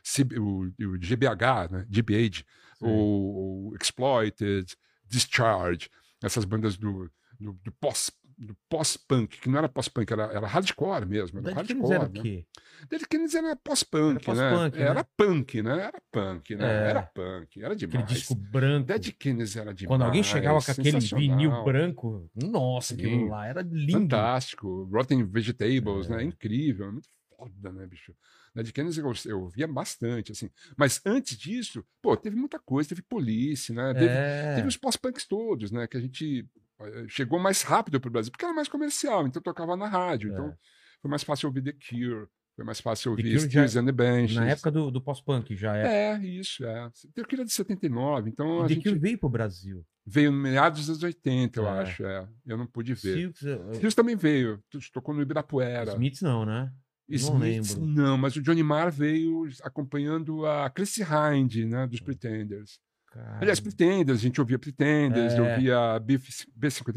S3: CB o- o GBH, né? Deep Age, o, o Exploited, Discharge, essas bandas do, do, do pós do pós-punk, que não era pós-punk, era, era hardcore mesmo, era
S1: Dead
S3: hardcore,
S1: Kennedys era o
S3: né?
S1: quê?
S3: Dead Kennedys era pós-punk,
S1: Era
S3: né?
S1: pós-punk, né?
S3: Era punk, né? Era punk, né?
S1: É.
S3: Era punk, era
S1: Aquele
S3: demais.
S1: disco branco.
S3: Dead Kennedys era demais.
S1: Quando alguém chegava com aquele
S3: sensacional,
S1: vinil branco, nossa, aquilo
S3: Sim.
S1: lá era lindo.
S3: Fantástico. Rotten Vegetables,
S1: É.
S3: né? Incrível. é Muito foda, né, bicho? Dead Kennedys eu, eu via bastante, assim. Mas antes disso, pô, teve muita coisa. Teve Police, né? Teve,
S1: É.
S3: teve os pós-punks todos, né? Que a gente eh, chegou mais rápido pro Brasil. Porque era mais comercial, então tocava na rádio.
S1: É.
S3: Então foi mais fácil ouvir The Cure. Foi mais fácil ouvir
S1: Cure já-
S3: Steels and the Benches.
S1: Na época do, do pós-punk já era.
S3: É, isso, é. The Cure é de 79, então
S1: e
S3: a
S1: The
S3: gente...
S1: Cure veio pro Brasil.
S3: Veio no meados dos anos 80, eu
S1: É.
S3: acho. É. Eu não pude ver.
S1: Silks, uh,
S3: Rios também veio. tu- Tocou no Ibirapuera.
S1: Smiths não, né? não
S3: Smiths,
S1: lembro.
S3: não, mas o Johnny Marr veio acompanhando a Chrissy Hind, né? Dos Pretenders.
S1: Cara,
S3: Aliás, Pretenders, a gente ouvia Pretenders,
S1: Ah, É.
S3: eu ouvia B-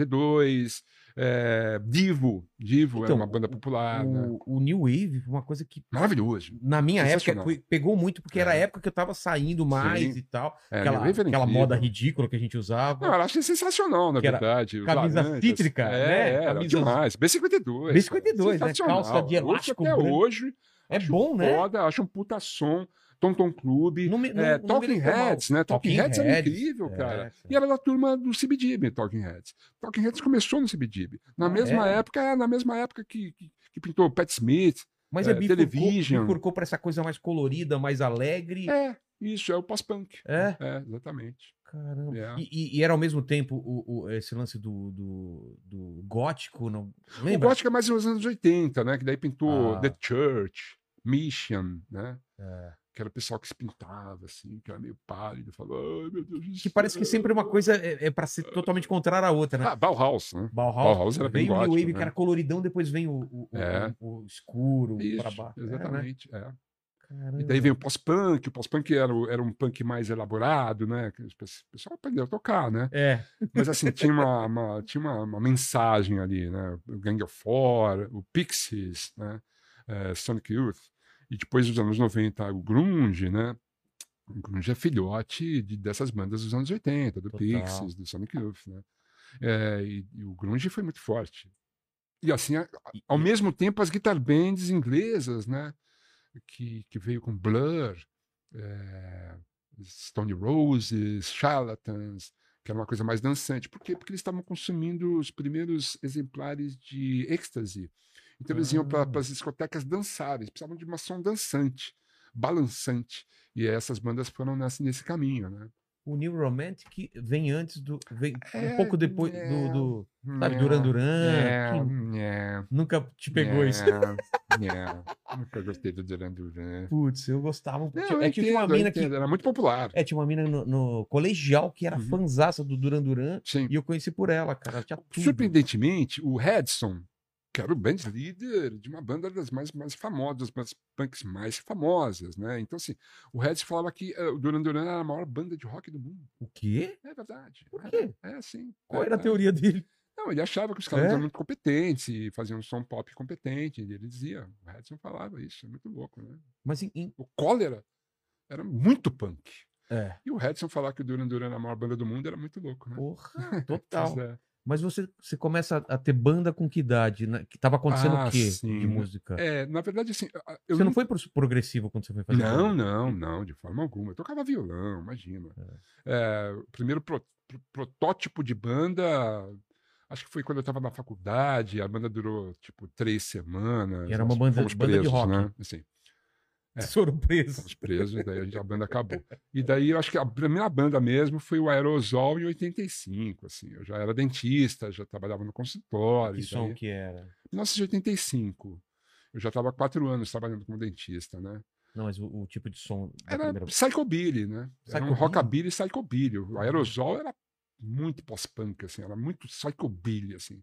S3: B52, é, Divo. Divo era
S1: Então,
S3: uma banda popular. né?
S1: o, o New Wave, foi uma coisa que
S3: Maravilhoso.
S1: na minha época
S3: Sensacional.
S1: foi- pegou muito, porque era a
S3: É.
S1: época que eu tava saindo mais
S3: Sim.
S1: e tal.
S3: É,
S1: aquela
S3: New Wave era
S1: aquela
S3: incrível. Ah,
S1: moda ridícula que a gente usava.
S3: Não, eu achei sensacional, na
S1: Que era
S3: verdade. os
S1: camisa
S3: laranjas.
S1: cítrica,
S3: é,
S1: né?
S3: Era
S1: Camisas-
S3: demais. B52.
S1: B52, né?
S3: sensacional.
S1: Calça de
S3: Eu ouço
S1: elástico
S3: Até
S1: branco.
S3: hoje,
S1: é
S3: Acho
S1: bom, né?
S3: Foda, acho um puta som. Tom Tom Clube.
S1: Não me- não-
S3: é,
S1: não me
S3: Talking
S1: lembro mal.
S3: Heads, né? Talking,
S1: Talking
S3: Heads era
S1: Heads,
S3: incrível,
S1: é,
S3: cara.
S1: cara.
S3: E era da turma do CBGB, Talking Heads. Talking Heads começou no CBGB. Na
S1: Ah,
S3: mesma
S1: é?
S3: época, é, na mesma época que, que, que pintou Pat Smith.
S1: Mas
S3: É,
S1: é, bifurcou,
S3: Television.
S1: bifurcou pra essa coisa mais colorida, mais alegre.
S3: É, isso, é o pós-punk.
S1: é.
S3: É, exatamente.
S1: Caramba.
S3: É.
S1: E, e- e era ao mesmo tempo o, o- esse lance do, do, do gótico, não
S3: O
S1: lembra?
S3: gótico é mais nos anos 80, né? Que daí pintou
S1: Ah.
S3: The Church, Mission, né?
S1: É.
S3: Que era o pessoal que se pintava, assim, que era meio pálido, falou, ai meu Deus do
S1: Que
S3: céu."
S1: parece que sempre uma coisa é, é para ser totalmente contrária à outra, né?
S3: Ah, Bauhaus, né?
S1: Bauhaus,
S3: Bauhaus era bem
S1: veio o New
S3: gótico,
S1: Wave,
S3: né?
S1: que era coloridão, depois vem o, o- o-
S3: É.
S1: o escuro,
S3: Isso,
S1: para baixo. É, né?
S3: exatamente. é.
S1: Caramba.
S3: E daí vem o pós-punk, o pós-punk era, o- era um punk mais elaborado, né? que os pe- O pessoal aprendeu a tocar, né?
S1: É,
S3: Mas assim, tinha uma, uma- tinha uma, uma mensagem ali, né? O Gang of Four, o Pixies, né? eh, Sonic Youth. E depois dos anos 90, o Grunge, né? O Grunge é filhote de- dessas bandas dos anos 80, do
S1: Total.
S3: Pixies, do Sonic Youth, né? Eh, e, e o Grunge foi muito forte. E assim, a- ao mesmo tempo, as guitar bands inglesas, né? Que, que veio com Blur, eh, Stone Roses, Charlatans, que era uma coisa mais dançante. Por quê? Porque eles estavam consumindo os primeiros exemplares de êxtase. Então eles iam
S1: Ah.
S3: para as discotecas dançar, eles precisavam de uma som dançante, balançante. E essas bandas foram nesse, nesse caminho, né?
S1: O New Romantic vem antes do. Vem
S3: É,
S1: um pouco depois
S3: é.
S1: do. do- sabe, Duran Duran. que nunca te pegou
S3: É.
S1: isso.
S3: Nunca gostei do Duran Duran.
S1: Putz, eu gostava.
S3: Não,
S1: Tinha-
S3: eu
S1: é que tinha uma
S3: entendo, eu
S1: mina que.
S3: entendo, Era muito popular.
S1: É, tinha uma mina no, no colegial que era
S3: Uhum.
S1: fanzaça do Duran Duran.
S3: Sim.
S1: E eu conheci por ela, cara. Ela tinha tudo.
S3: Surpreendentemente, o Hedson, que era o band leader de uma banda das mais, mais famosas, das bandas punks mais famosas, né? Então, assim, o Hedson falava que eh, o Duran Duran era a maior banda de rock do mundo.
S1: O quê?
S3: É verdade.
S1: Por quê?
S3: É, é sim.
S1: Qual
S3: É,
S1: era a
S3: é.
S1: teoria dele?
S3: Não, ele achava que os caras
S1: É?
S3: eram muito competentes e faziam um som pop competente. e Ele dizia, o Hedson falava isso, é muito louco, né?
S1: Mas em- em-
S3: O Cólera era muito punk.
S1: É.
S3: E o Hedson falar que o Duran Duran era a maior banda do mundo era muito louco, né?
S1: Porra,
S3: Pois
S1: total.
S3: é.
S1: Mas você, você começa a ter banda com que idade? né? Que tava acontecendo
S3: Ah,
S1: o quê
S3: sim.
S1: de música?
S3: É, na verdade, assim, a- a- eu
S1: você não foi pro- progressivo quando você foi fazer
S3: Não,
S1: banda?
S3: não, não, de forma alguma. Eu tocava violão, imagina. É, o primeiro pro- pro- protótipo de banda, acho que foi quando eu estava na faculdade, a banda durou tipo três semanas.
S1: E era uma
S3: nós
S1: banda-
S3: fomos
S1: banda de
S3: presos,
S1: rock.
S3: Né? Assim, É.
S1: Surpresa.
S3: fomos presos, daí a gente- a banda acabou. E daí eu acho que a primeira banda mesmo foi o Aerosol em 85, assim. Eu já era dentista, já trabalhava no consultório.
S1: Que
S3: e
S1: som
S3: daí-
S1: que era?
S3: 1985. Eu já estava quatro anos trabalhando como dentista, né?
S1: Não, mas o, o tipo de som da
S3: Era
S1: primeira...
S3: psychobilly, né? Era um
S1: Psychobilly? Uhum.
S3: rockabilly e psychobilly. O aerosol era muito pós-punk, assim. Era muito psychobilly, assim.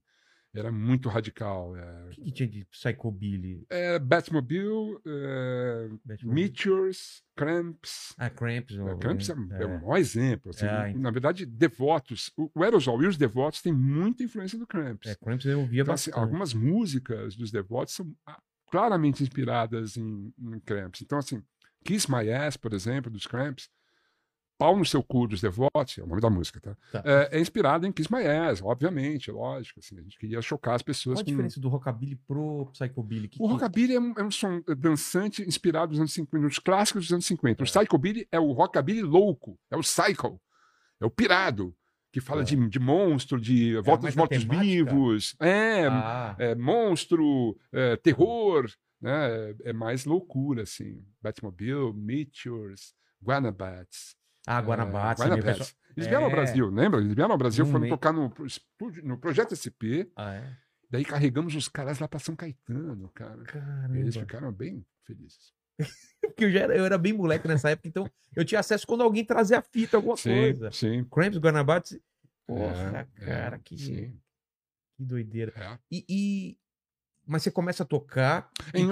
S3: Era muito radical. É,
S1: O que, que tinha de psychobilly?
S3: é Batmobile, é, Meteors, Cramps.
S1: Ah, Cramps.
S3: É,
S1: não,
S3: Cramps é,
S1: né?
S3: é o maior exemplo. assim.
S1: Ah,
S3: na verdade, Devotos. O, o Aerosol e os Devotos têm muita influência do Cramps.
S1: É, Cramps eu ouvia
S3: Então, assim,
S1: bastante.
S3: algumas músicas dos Devotos são ah, claramente inspiradas em, em Cramps. Então, assim, Kiss My Ass, por exemplo, dos Cramps, Pau no Seu Cu dos Devotos, é o nome da música, tá?
S1: Tá.
S3: É, é inspirada em Kiss My Ass, obviamente, lógico. Assim, a gente queria chocar as pessoas
S1: Qual a
S3: com-
S1: diferença do rockabilly pro psychobilly? Que,
S3: O rockabilly é um, é um som dançante inspirado nos anos 50, nos clássicos dos anos 50. O psychobilly é o rockabilly louco, é o psycho, é o pirado, que fala
S1: É.
S3: de, de monstro, de volta
S1: mais
S3: dos
S1: da temática?
S3: mortos-vivos. É,
S1: Ah,
S3: é, monstro, é, terror, né? É, é mais loucura, assim. Batmobile, Meteors, Guanabats.
S1: ah,
S3: Guanabats.
S1: Guanabara.
S3: Eles vieram ao
S1: É.
S3: Brasil, lembra? Eles vieram ao Brasil,
S1: Não
S3: foram
S1: me-
S3: tocar no, pro estúdio- no Projeto SP,
S1: Ah, é?
S3: daí carregamos os caras lá pra São Caetano, cara.
S1: Caramba.
S3: Eles ficaram bem felizes.
S1: Porque eu, já era, eu era bem moleque nessa época, então eu tinha acesso quando alguém trazia a fita, alguma coisa.
S3: sim.
S1: Cramps, Guanabates.
S3: É,
S1: Porra,
S3: é,
S1: cara, que,
S3: sim.
S1: que doideira.
S3: É.
S1: E, e- Mas você começa a tocar. e-
S3: Em
S1: e-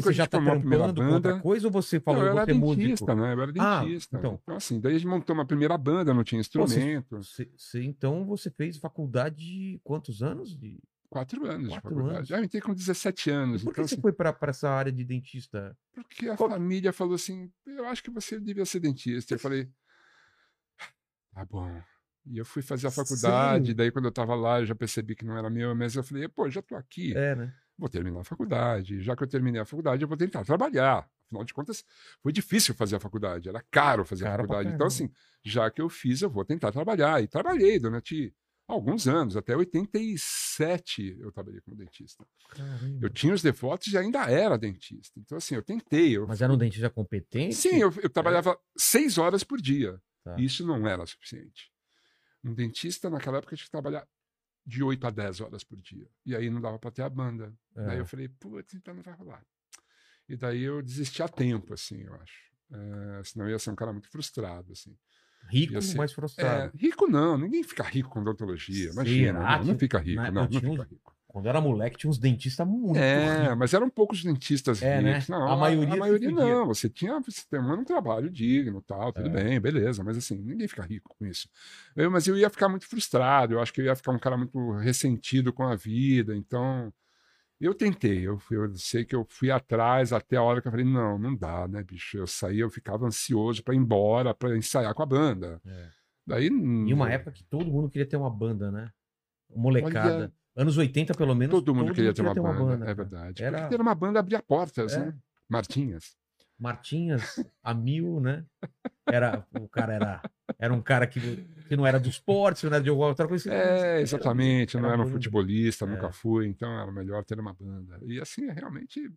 S1: e
S3: a
S1: você já
S3: gente
S1: tá
S3: formou a primeira
S1: trampando com outra
S3: banda.
S1: coisa ou você
S3: Não,
S1: falou,
S3: eu
S1: eu vou
S3: era
S1: ser músico?
S3: dentista, né? Eu era
S1: Ah,
S3: dentista.
S1: então.
S3: então. assim, daí a gente montou uma primeira banda, não tinha
S1: Pô, vocês-
S3: instrumento.
S1: Você- você- então você fez faculdade de quantos anos? De...
S3: Quatro anos
S1: Quatro
S3: de faculdade.
S1: anos?
S3: Ah, Eu entrei com 17
S1: E
S3: anos.
S1: por que
S3: então,
S1: você
S3: assim,
S1: foi pra pra essa área de dentista?
S3: porque a
S1: qual-
S3: família falou assim: eu acho que você devia ser dentista. Eu falei: tá bom. E eu fui fazer a faculdade.
S1: Sério?
S3: Daí, quando eu tava lá, eu já percebi que não era meu, mas eu falei: pô, já tô aqui,
S1: É, né?
S3: vou terminar a faculdade. Já que eu terminei a faculdade, eu vou tentar trabalhar. Afinal de contas, foi difícil fazer a faculdade, era caro fazer
S1: Caro
S3: a
S1: pra
S3: faculdade. Então, assim, já que eu fiz, eu vou tentar trabalhar. E trabalhei durante alguns anos, até 87 eu trabalhei como dentista.
S1: Caramba.
S3: Eu tinha os devotos e ainda era dentista. Então, assim, eu tentei. Eu...
S1: Mas era um dentista competente?
S3: Sim, eu, eu trabalhava seis horas por dia.
S1: né? Tá.
S3: E isso não era suficiente. Um dentista, naquela época, tinha que trabalhar de oito a dez horas por dia. E aí não dava para ter a banda.
S1: É.
S3: Daí eu falei, putz, então não vai rolar. E daí eu desisti a tempo, assim, eu acho. Eh, senão eu ia ser um cara muito frustrado, assim.
S1: Rico,
S3: ia ser-
S1: mas
S3: É,
S1: frustrado.
S3: rico não, ninguém fica rico com
S1: Será
S3: odontologia, imagina. Não, não
S1: que-
S3: fica rico,
S1: né? Ah, Mas
S3: não,
S1: eu
S3: não
S1: tinha
S3: fica
S1: uns-
S3: rico.
S1: Quando eu era moleque, tinha uns dentistas muito
S3: É,
S1: ricos.
S3: mas eram poucos dentistas
S1: É, né?
S3: ricos. Não,
S1: A
S3: a,
S1: maioria
S3: a
S1: se
S3: maioria
S1: fudia.
S3: não. Você tinha, você tem um trabalho digno, tal, tudo
S1: É.
S3: bem, beleza. Mas assim, ninguém fica rico com isso. Eu- mas eu ia ficar muito frustrado. Eu acho que eu ia ficar um cara muito ressentido com a vida. Então, eu tentei. Eu, fui- eu sei que eu fui atrás até a hora que eu falei, não, não dá, né, bicho? Eu saí, eu ficava ansioso para ir embora, para ensaiar com a banda.
S1: É.
S3: Daí, hum,
S1: Em uma época que todo mundo queria ter uma banda, né? Molecada.
S3: Olha,
S1: Anos 80, pelo menos.
S3: todo mundo queria ter uma, banda, É verdade.
S1: Era-
S3: Porque ter uma banda abria portas,
S1: É.
S3: né? Martinhas.
S1: Martinhas, a mil, né? Era, o cara era, era um cara que que não era do esporte, não era um de alguma outra coisa.
S3: É, exatamente. Eu não era um
S1: coisa-
S3: futebolista,
S1: É.
S3: nunca fui, então era melhor ter uma banda. E assim, realmente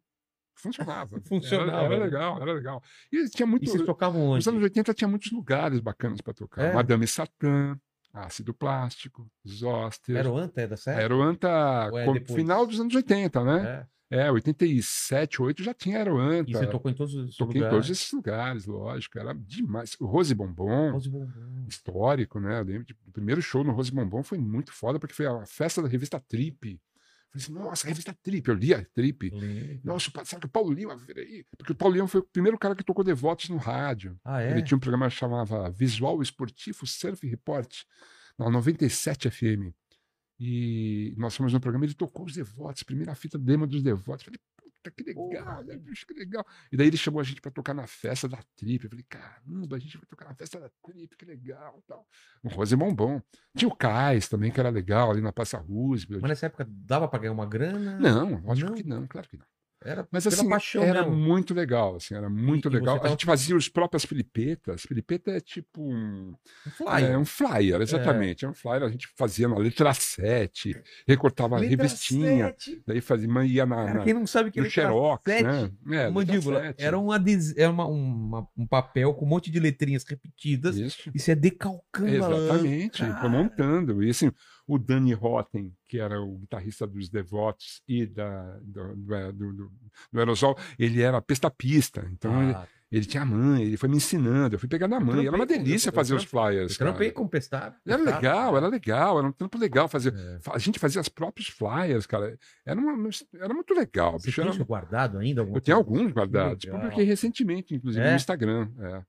S3: funcionava.
S1: Funcionava,
S3: Era,
S1: né?
S3: era legal, era legal. E tinha
S1: E
S3: muito.
S1: vocês tocavam onde?
S3: Nos anos 80 tinha muitos lugares bacanas para tocar.
S1: É.
S3: Madame Satã, Ácido Plástico, Zoster.
S1: Era o Anta, é da série?
S3: Aeroanta,
S1: Ou é
S3: com-
S1: depois?
S3: final dos anos 80, né?
S1: É.
S3: É, 87, 8 já tinha Aeroanta.
S1: E você tocou em todos os
S3: Toquei em
S1: lugares?
S3: todos esses lugares, lógico. Era demais. O Rose Bombom,
S1: Todos os bombons.
S3: histórico, né? Eu lembro de- do primeiro show no Rose Bombom foi muito foda, porque foi a festa da revista Trip. Falei assim, nossa, revista Trip, eu li a Trip.
S1: Lembro.
S3: Nossa, sabe que o Paulinho, peraí, porque o Paulinho foi o primeiro cara que tocou Devotos no rádio.
S1: Ah, é?
S3: Ele tinha um programa que chamava Visual Esportivo Surf Report, na 97 FM. E nós fomos no programa, ele tocou os devotos, primeira fita demo dos devotos. Falei, puta, que legal, né, bicho, que legal. E daí ele chamou a gente para tocar na festa da Trip. Eu falei, caramba, a gente vai tocar na festa da Trip, que legal. Tal. O Rose Bombom. Tinha o Cais também, que era legal, ali na Praça Roosevelt.
S1: Mas nessa época dava pra ganhar uma grana?
S3: Não, lógico
S1: Não?
S3: que não, claro que não.
S1: Era
S3: Mas
S1: pela
S3: assim,
S1: paixão
S3: era
S1: mesmo.
S3: muito legal, assim, era muito
S1: e você
S3: legal.
S1: tava-
S3: A gente fazia os próprias filipetas. Filipeta é tipo um...
S1: Um flyer.
S3: É um flyer, exatamente. É. um flyer, a gente fazia na letra 7, recortava a
S1: Letra
S3: revistinha,
S1: sete.
S3: daí fazia, mas ia na,
S1: Cara,
S3: na-
S1: quem não sabe que
S3: no
S1: letra
S3: xerox,
S1: sete,
S3: né? É, letra
S1: Mandíbula,
S3: sete.
S1: era, um ades- era uma, uma- um papel com um monte de letrinhas repetidas
S3: Isso,
S1: e você decalcando a lâmpada.
S3: exatamente,
S1: cara.
S3: foi montando. E assim, o Danny Rotten, que era o guitarrista dos Devotos e da, do, do, do, do- do Aerosol, ele era pestapista, então ele,
S1: Ah,
S3: ele tinha a mãe, ele foi me ensinando, eu fui pegar na mãe, era uma
S1: trampei com-
S3: delícia
S1: eu
S3: fazer os flyers.
S1: eu trampei
S3: cara.
S1: com o Pestap.
S3: Era legal, era legal, era um trampo legal fazer.
S1: É.
S3: A gente fazia as próprios flyers, cara. Era, uma- era muito legal.
S1: Você
S3: bicho,
S1: tem
S3: era-
S1: isso guardado ainda? alguma
S3: eu tenho
S1: coisa?
S3: alguns guardados.
S1: legal.
S3: Publiquei recentemente, inclusive,
S1: É?
S3: no Instagram. É.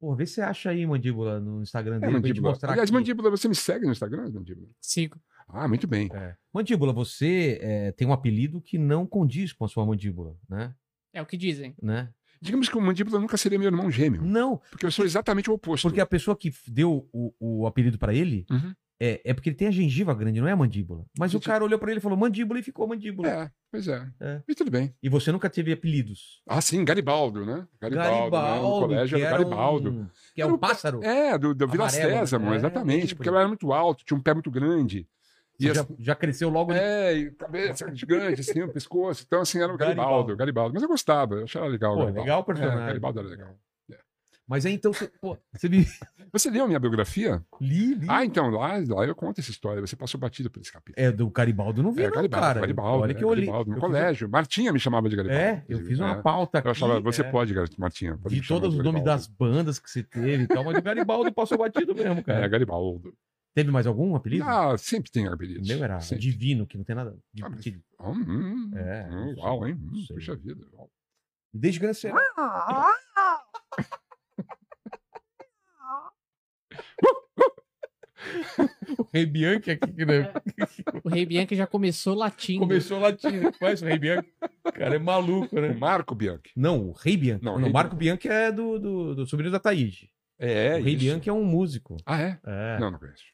S1: Pô, vê se você acha aí, Mandíbula, no Instagram
S3: É,
S1: dele pra gente
S3: mandíbula.
S1: mostrar
S3: Aliás,
S1: aqui.
S3: Mandíbula, você me segue no Instagram, Mandíbula?
S2: Sigo.
S3: Ah, muito bem.
S1: É. Mandíbula, você é, tem um apelido que não condiz com a sua mandíbula, né?
S2: É o que dizem.
S1: né?
S3: Digamos que o Mandíbula nunca seria meu irmão gêmeo,
S1: Não,
S3: porque eu sou exatamente o oposto.
S1: Hum, porque é a pessoa que deu o, o apelido pra ele
S3: Uhum.
S1: é, é porque ele tem a gengiva grande, não é a mandíbula. Mas o
S3: Gente-
S1: cara olhou pra ele e falou mandíbula e ficou mandíbula.
S3: É, pois é.
S1: É.
S3: E tudo bem.
S1: E você nunca teve apelidos.
S3: Ah, sim, Garibaldo, né? Garibaldo, né? No colégio
S1: que
S3: era
S1: era
S3: Garibaldo.
S1: Um, que é
S3: Era
S1: um
S3: um-
S1: pássaro.
S3: É, do, do Vila
S1: Amarelo, né?
S3: César,
S1: É,
S3: exatamente.
S1: lembro.
S3: Porque eu era muito alto, tinha um pé muito grande. E
S1: Você já,
S3: as-
S1: já cresceu logo. de-
S3: É, e cabeça gigante, assim, o pescoço. Então, assim, era o Garibaldo,
S1: Garibaldo.
S3: Garibaldo. Mas eu gostava, eu achava legal. o
S1: Pô,
S3: Garibaldo.
S1: legal o
S3: É,
S1: personagem. É.
S3: Garibaldo era legal.
S1: Mas aí então você, pô, você me.
S3: Você leu a minha biografia?
S1: li, li.
S3: Ah, então, lá, lá eu conto essa história. Você passou batido por esse capítulo.
S1: É, do Garibaldo não vi,
S3: É,
S1: não,
S3: Garibaldo,
S1: cara.
S3: Garibaldo,
S1: Olha
S3: né?
S1: que eu olhei.
S3: Garibaldo,
S1: eu
S3: no
S1: fiz- um-
S3: colégio. Martinha me chamava de Garibaldo.
S1: É, eu fiz uma
S3: É.
S1: pauta aqui.
S3: Eu achava, você
S1: é,
S3: pode, gar- Martinha. pode me
S1: De
S3: chamar
S1: todos os nomes
S3: Garibaldo.
S1: das bandas que você teve e tal, mas o Garibaldo passou batido mesmo, cara.
S3: É, Garibaldo.
S1: Teve mais algum apelido?
S3: Ah, sempre tem apelido.
S1: o meu era
S3: Sempre.
S1: Divino, que não tem nada. de-
S3: Ah, mas-
S1: de-
S3: Hum, hum,
S1: É,
S3: hum,
S1: não
S3: uau,
S1: sei,
S3: hein?
S1: não
S3: Hum,
S1: sei.
S3: puxa vida. uau.
S1: Desde que você o Rei Bianchi aqui, que né?
S2: O Rei Bianca já começou latindo.
S1: começou latindo. Conhece o Rei Bianchi? Cara, é maluco,
S3: O
S1: né?
S3: Marco Bianchi.
S1: Não, o Rei Bianchi.
S3: Não,
S1: Não,
S3: o Rei
S1: Marco Bianchi é do, do, do sobrinho da Taíde.
S3: É,
S1: o Rei
S3: isso.
S1: Bianchi é um músico.
S3: Ah, é?
S1: É.
S3: Não, não conheço.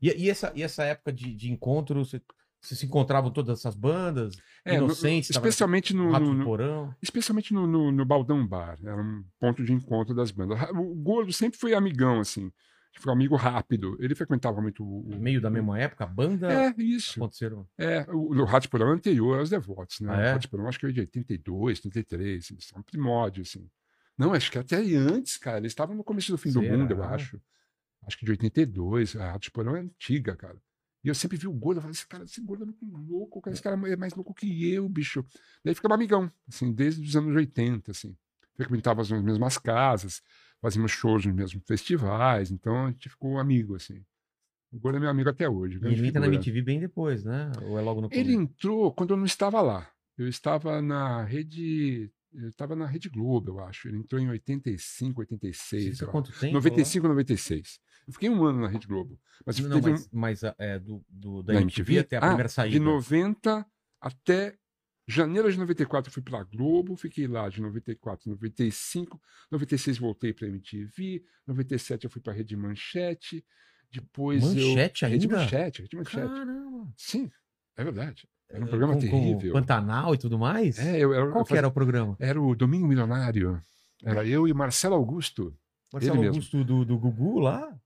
S1: E, e essa, e essa época de, de encontro, você- vocês se encontravam todas essas bandas?
S3: É, no-
S1: Inocentes, tava-
S3: especialmente no,
S1: Rato
S3: no-
S1: do
S3: no-
S1: Porão?
S3: especialmente no, no, no Baldão Bar. Era um ponto de encontro das bandas. Ra- O Gordo sempre foi amigão, assim. Foi um amigo rápido. Ele frequentava muito o. o-
S1: É Meio da mesma época, a banda?
S3: Uhum. É, isso.
S1: Aconteceram.
S3: É, o, o Rato de Porão é anterior aos Devotos, né?
S1: Ah, é?
S3: O Rato de Porão acho que é de 82, 83. Eles são primórdio, assim. Não, acho que até antes, cara. Eles estavam no começo do fim do
S1: Será?
S3: mundo, eu acho. Acho que de 82. A Rato de Porão é antiga, cara. E eu sempre vi o gordo, eu falei, esse cara, esse gordo é muito louco, cara, esse cara é mais louco que eu, bicho. Daí ficava amigão, assim, desde os anos 80, assim. Frequentava as mesmas casas, fazíamos shows nos mesmos festivais, então a gente ficou amigo, assim. O gordo é meu amigo até hoje.
S1: E
S3: grande
S1: ele entra na
S3: figura.
S1: MTV bem depois, né? Ou é logo no
S3: Ele
S1: começo?
S3: entrou quando eu não estava lá. Eu estava na rede. Eu estava na Rede Globo, eu acho. Ele entrou em 85,
S1: Você
S3: 86.
S1: fica
S3: eu acho.
S1: quanto tempo? lá?
S3: 95, 96. Eu fiquei um ano na Rede Globo. Mas
S1: Não,
S3: teve um
S1: mas, tá né? mas, é, do, do- da
S3: Na
S1: MTV,
S3: MTV?
S1: até a
S3: Ah,
S1: primeira
S3: um,
S1: saída.
S3: de 90 até janeiro de 94 eu fui para Globo, fiquei lá de 94, 95, 96 voltei para MTV, 97 eu fui para Rede Manchete, depois
S1: Manchete
S3: eu Rede
S1: ainda?
S3: Manchete, Rede Manchete.
S1: Caramba.
S3: Sim, é verdade. Era um programa
S1: Com- com
S3: terrível.
S1: Pantanal e tudo mais?
S3: É, eu, eu,
S1: Qual
S3: eu
S1: que era o programa?
S3: Era o Domingo Milionário. Era eu e Marcelo Augusto.
S1: Marcelo
S3: mesmo.
S1: Augusto do, do Gugu lá?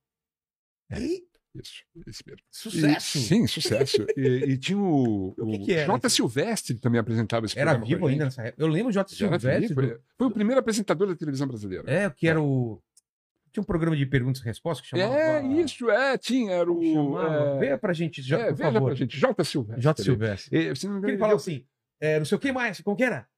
S1: Ih,
S3: Isso, esse mesmo.
S1: sucesso!
S3: E- sim, sucesso. E, e tinha o,
S1: O que
S3: o
S1: que era?
S3: Jota Silvestre também apresentava esse
S1: Era
S3: programa. com
S1: vivo
S3: a gente.
S1: ainda nessa época. Eu lembro o Jota
S3: Já era
S1: Silvestre.
S3: vivo,
S1: do-
S3: é. Foi o primeiro apresentador da televisão brasileira.
S1: É, o que era o. Tinha um programa de perguntas e respostas que chamava.
S3: É, isso, é, tinha, era
S1: Como
S3: o...
S1: chamava?
S3: é,
S1: Veja pra gente, já,
S3: é,
S1: por
S3: veja
S1: favor.
S3: pra gente, Jota Silvestre.
S1: Jota Silvestre.
S3: É, se não me
S1: Que
S3: engano,
S1: ele
S3: ele
S1: falava
S3: deu-
S1: assim, é, não sei o que mais, como que era?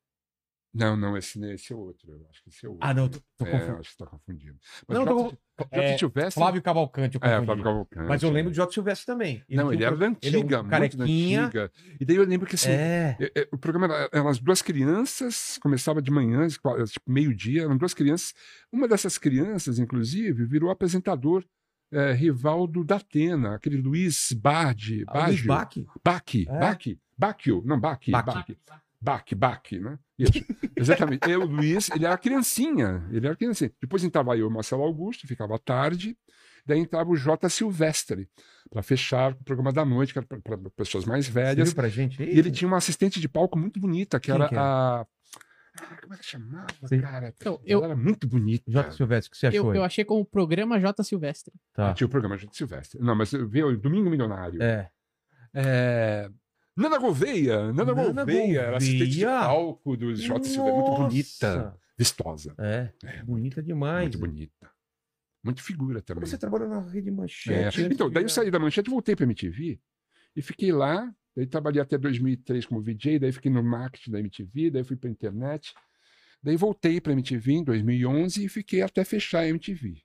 S3: Não, não, esse, esse é outro, eu acho que esse é outro.
S1: Ah, não, tô, tô
S3: É,
S1: confundindo.
S3: acho que tá confundindo.
S1: Não,
S3: Jota,
S1: tô confu-
S3: Jota
S1: É,
S3: Silvestre...
S1: Flávio Cavalcante, eu
S3: É,
S1: confundi.
S3: Flávio Cavalcante. é.
S1: Mas eu lembro do Jota Silvestre também.
S3: Não, ele
S1: tinha
S3: era
S1: um-
S3: da antiga,
S1: ele era um
S3: muito
S1: carequinha.
S3: da antiga. E daí eu lembro que assim...
S1: É.
S3: É, é, O programa era, eram as duas crianças, começava de manhã, às qua- tipo, meio-dia, eram duas crianças. Uma dessas crianças, inclusive, virou apresentador é, rival do Datena, aquele Luiz Bardi,
S1: Ah, Luiz
S3: Baggio,
S1: Bach.
S3: Baque,
S1: É.
S3: Baque, Baquio, não, Baque,
S1: Baque.
S2: Ah,
S3: Baque, Baque, Baque, né? Isso, exatamente. Eu, Luiz, ele era criancinha, ele era criancinha. Depois entrava eu, Marcelo Augusto, ficava à tarde, daí entrava o J. Silvestre, para fechar o programa da noite, que era para pessoas mais
S1: Você
S3: velhas.
S1: viu pra gente?
S3: E ele tinha uma assistente de palco muito bonita, que
S1: Quem
S3: era
S1: que era?
S3: a. Ah, como é que chamava,
S1: Sim.
S3: cara?
S2: Então, eu-
S3: Ela era muito bonita.
S1: Jota Silvestre, o que você achou?
S2: Eu,
S1: aí?
S2: eu achei como programa J. Silvestre.
S1: Tá.
S3: Tinha o programa de Silvestre. Não, mas veio Domingo Milionário.
S1: É.
S3: É, Nana Gouveia. Nana,
S1: Nana
S3: Gouveia, era assistente de
S1: Gouveia?
S3: palco do J. Silvestre. é Muito bonita. Vistosa.
S1: É, bonita demais.
S3: Muito bonita. Muito figura também.
S1: Você trabalhou na Rede
S3: É,
S1: Manchete. antes
S3: Então,
S1: de
S3: daí eu
S1: virar-
S3: saí da manchete, voltei para MTV e fiquei lá. Daí trabalhei até 2003 como VJ, daí fiquei no marketing da MTV, daí fui para internet. Daí voltei para MTV em 2011 e fiquei até fechar a MTV.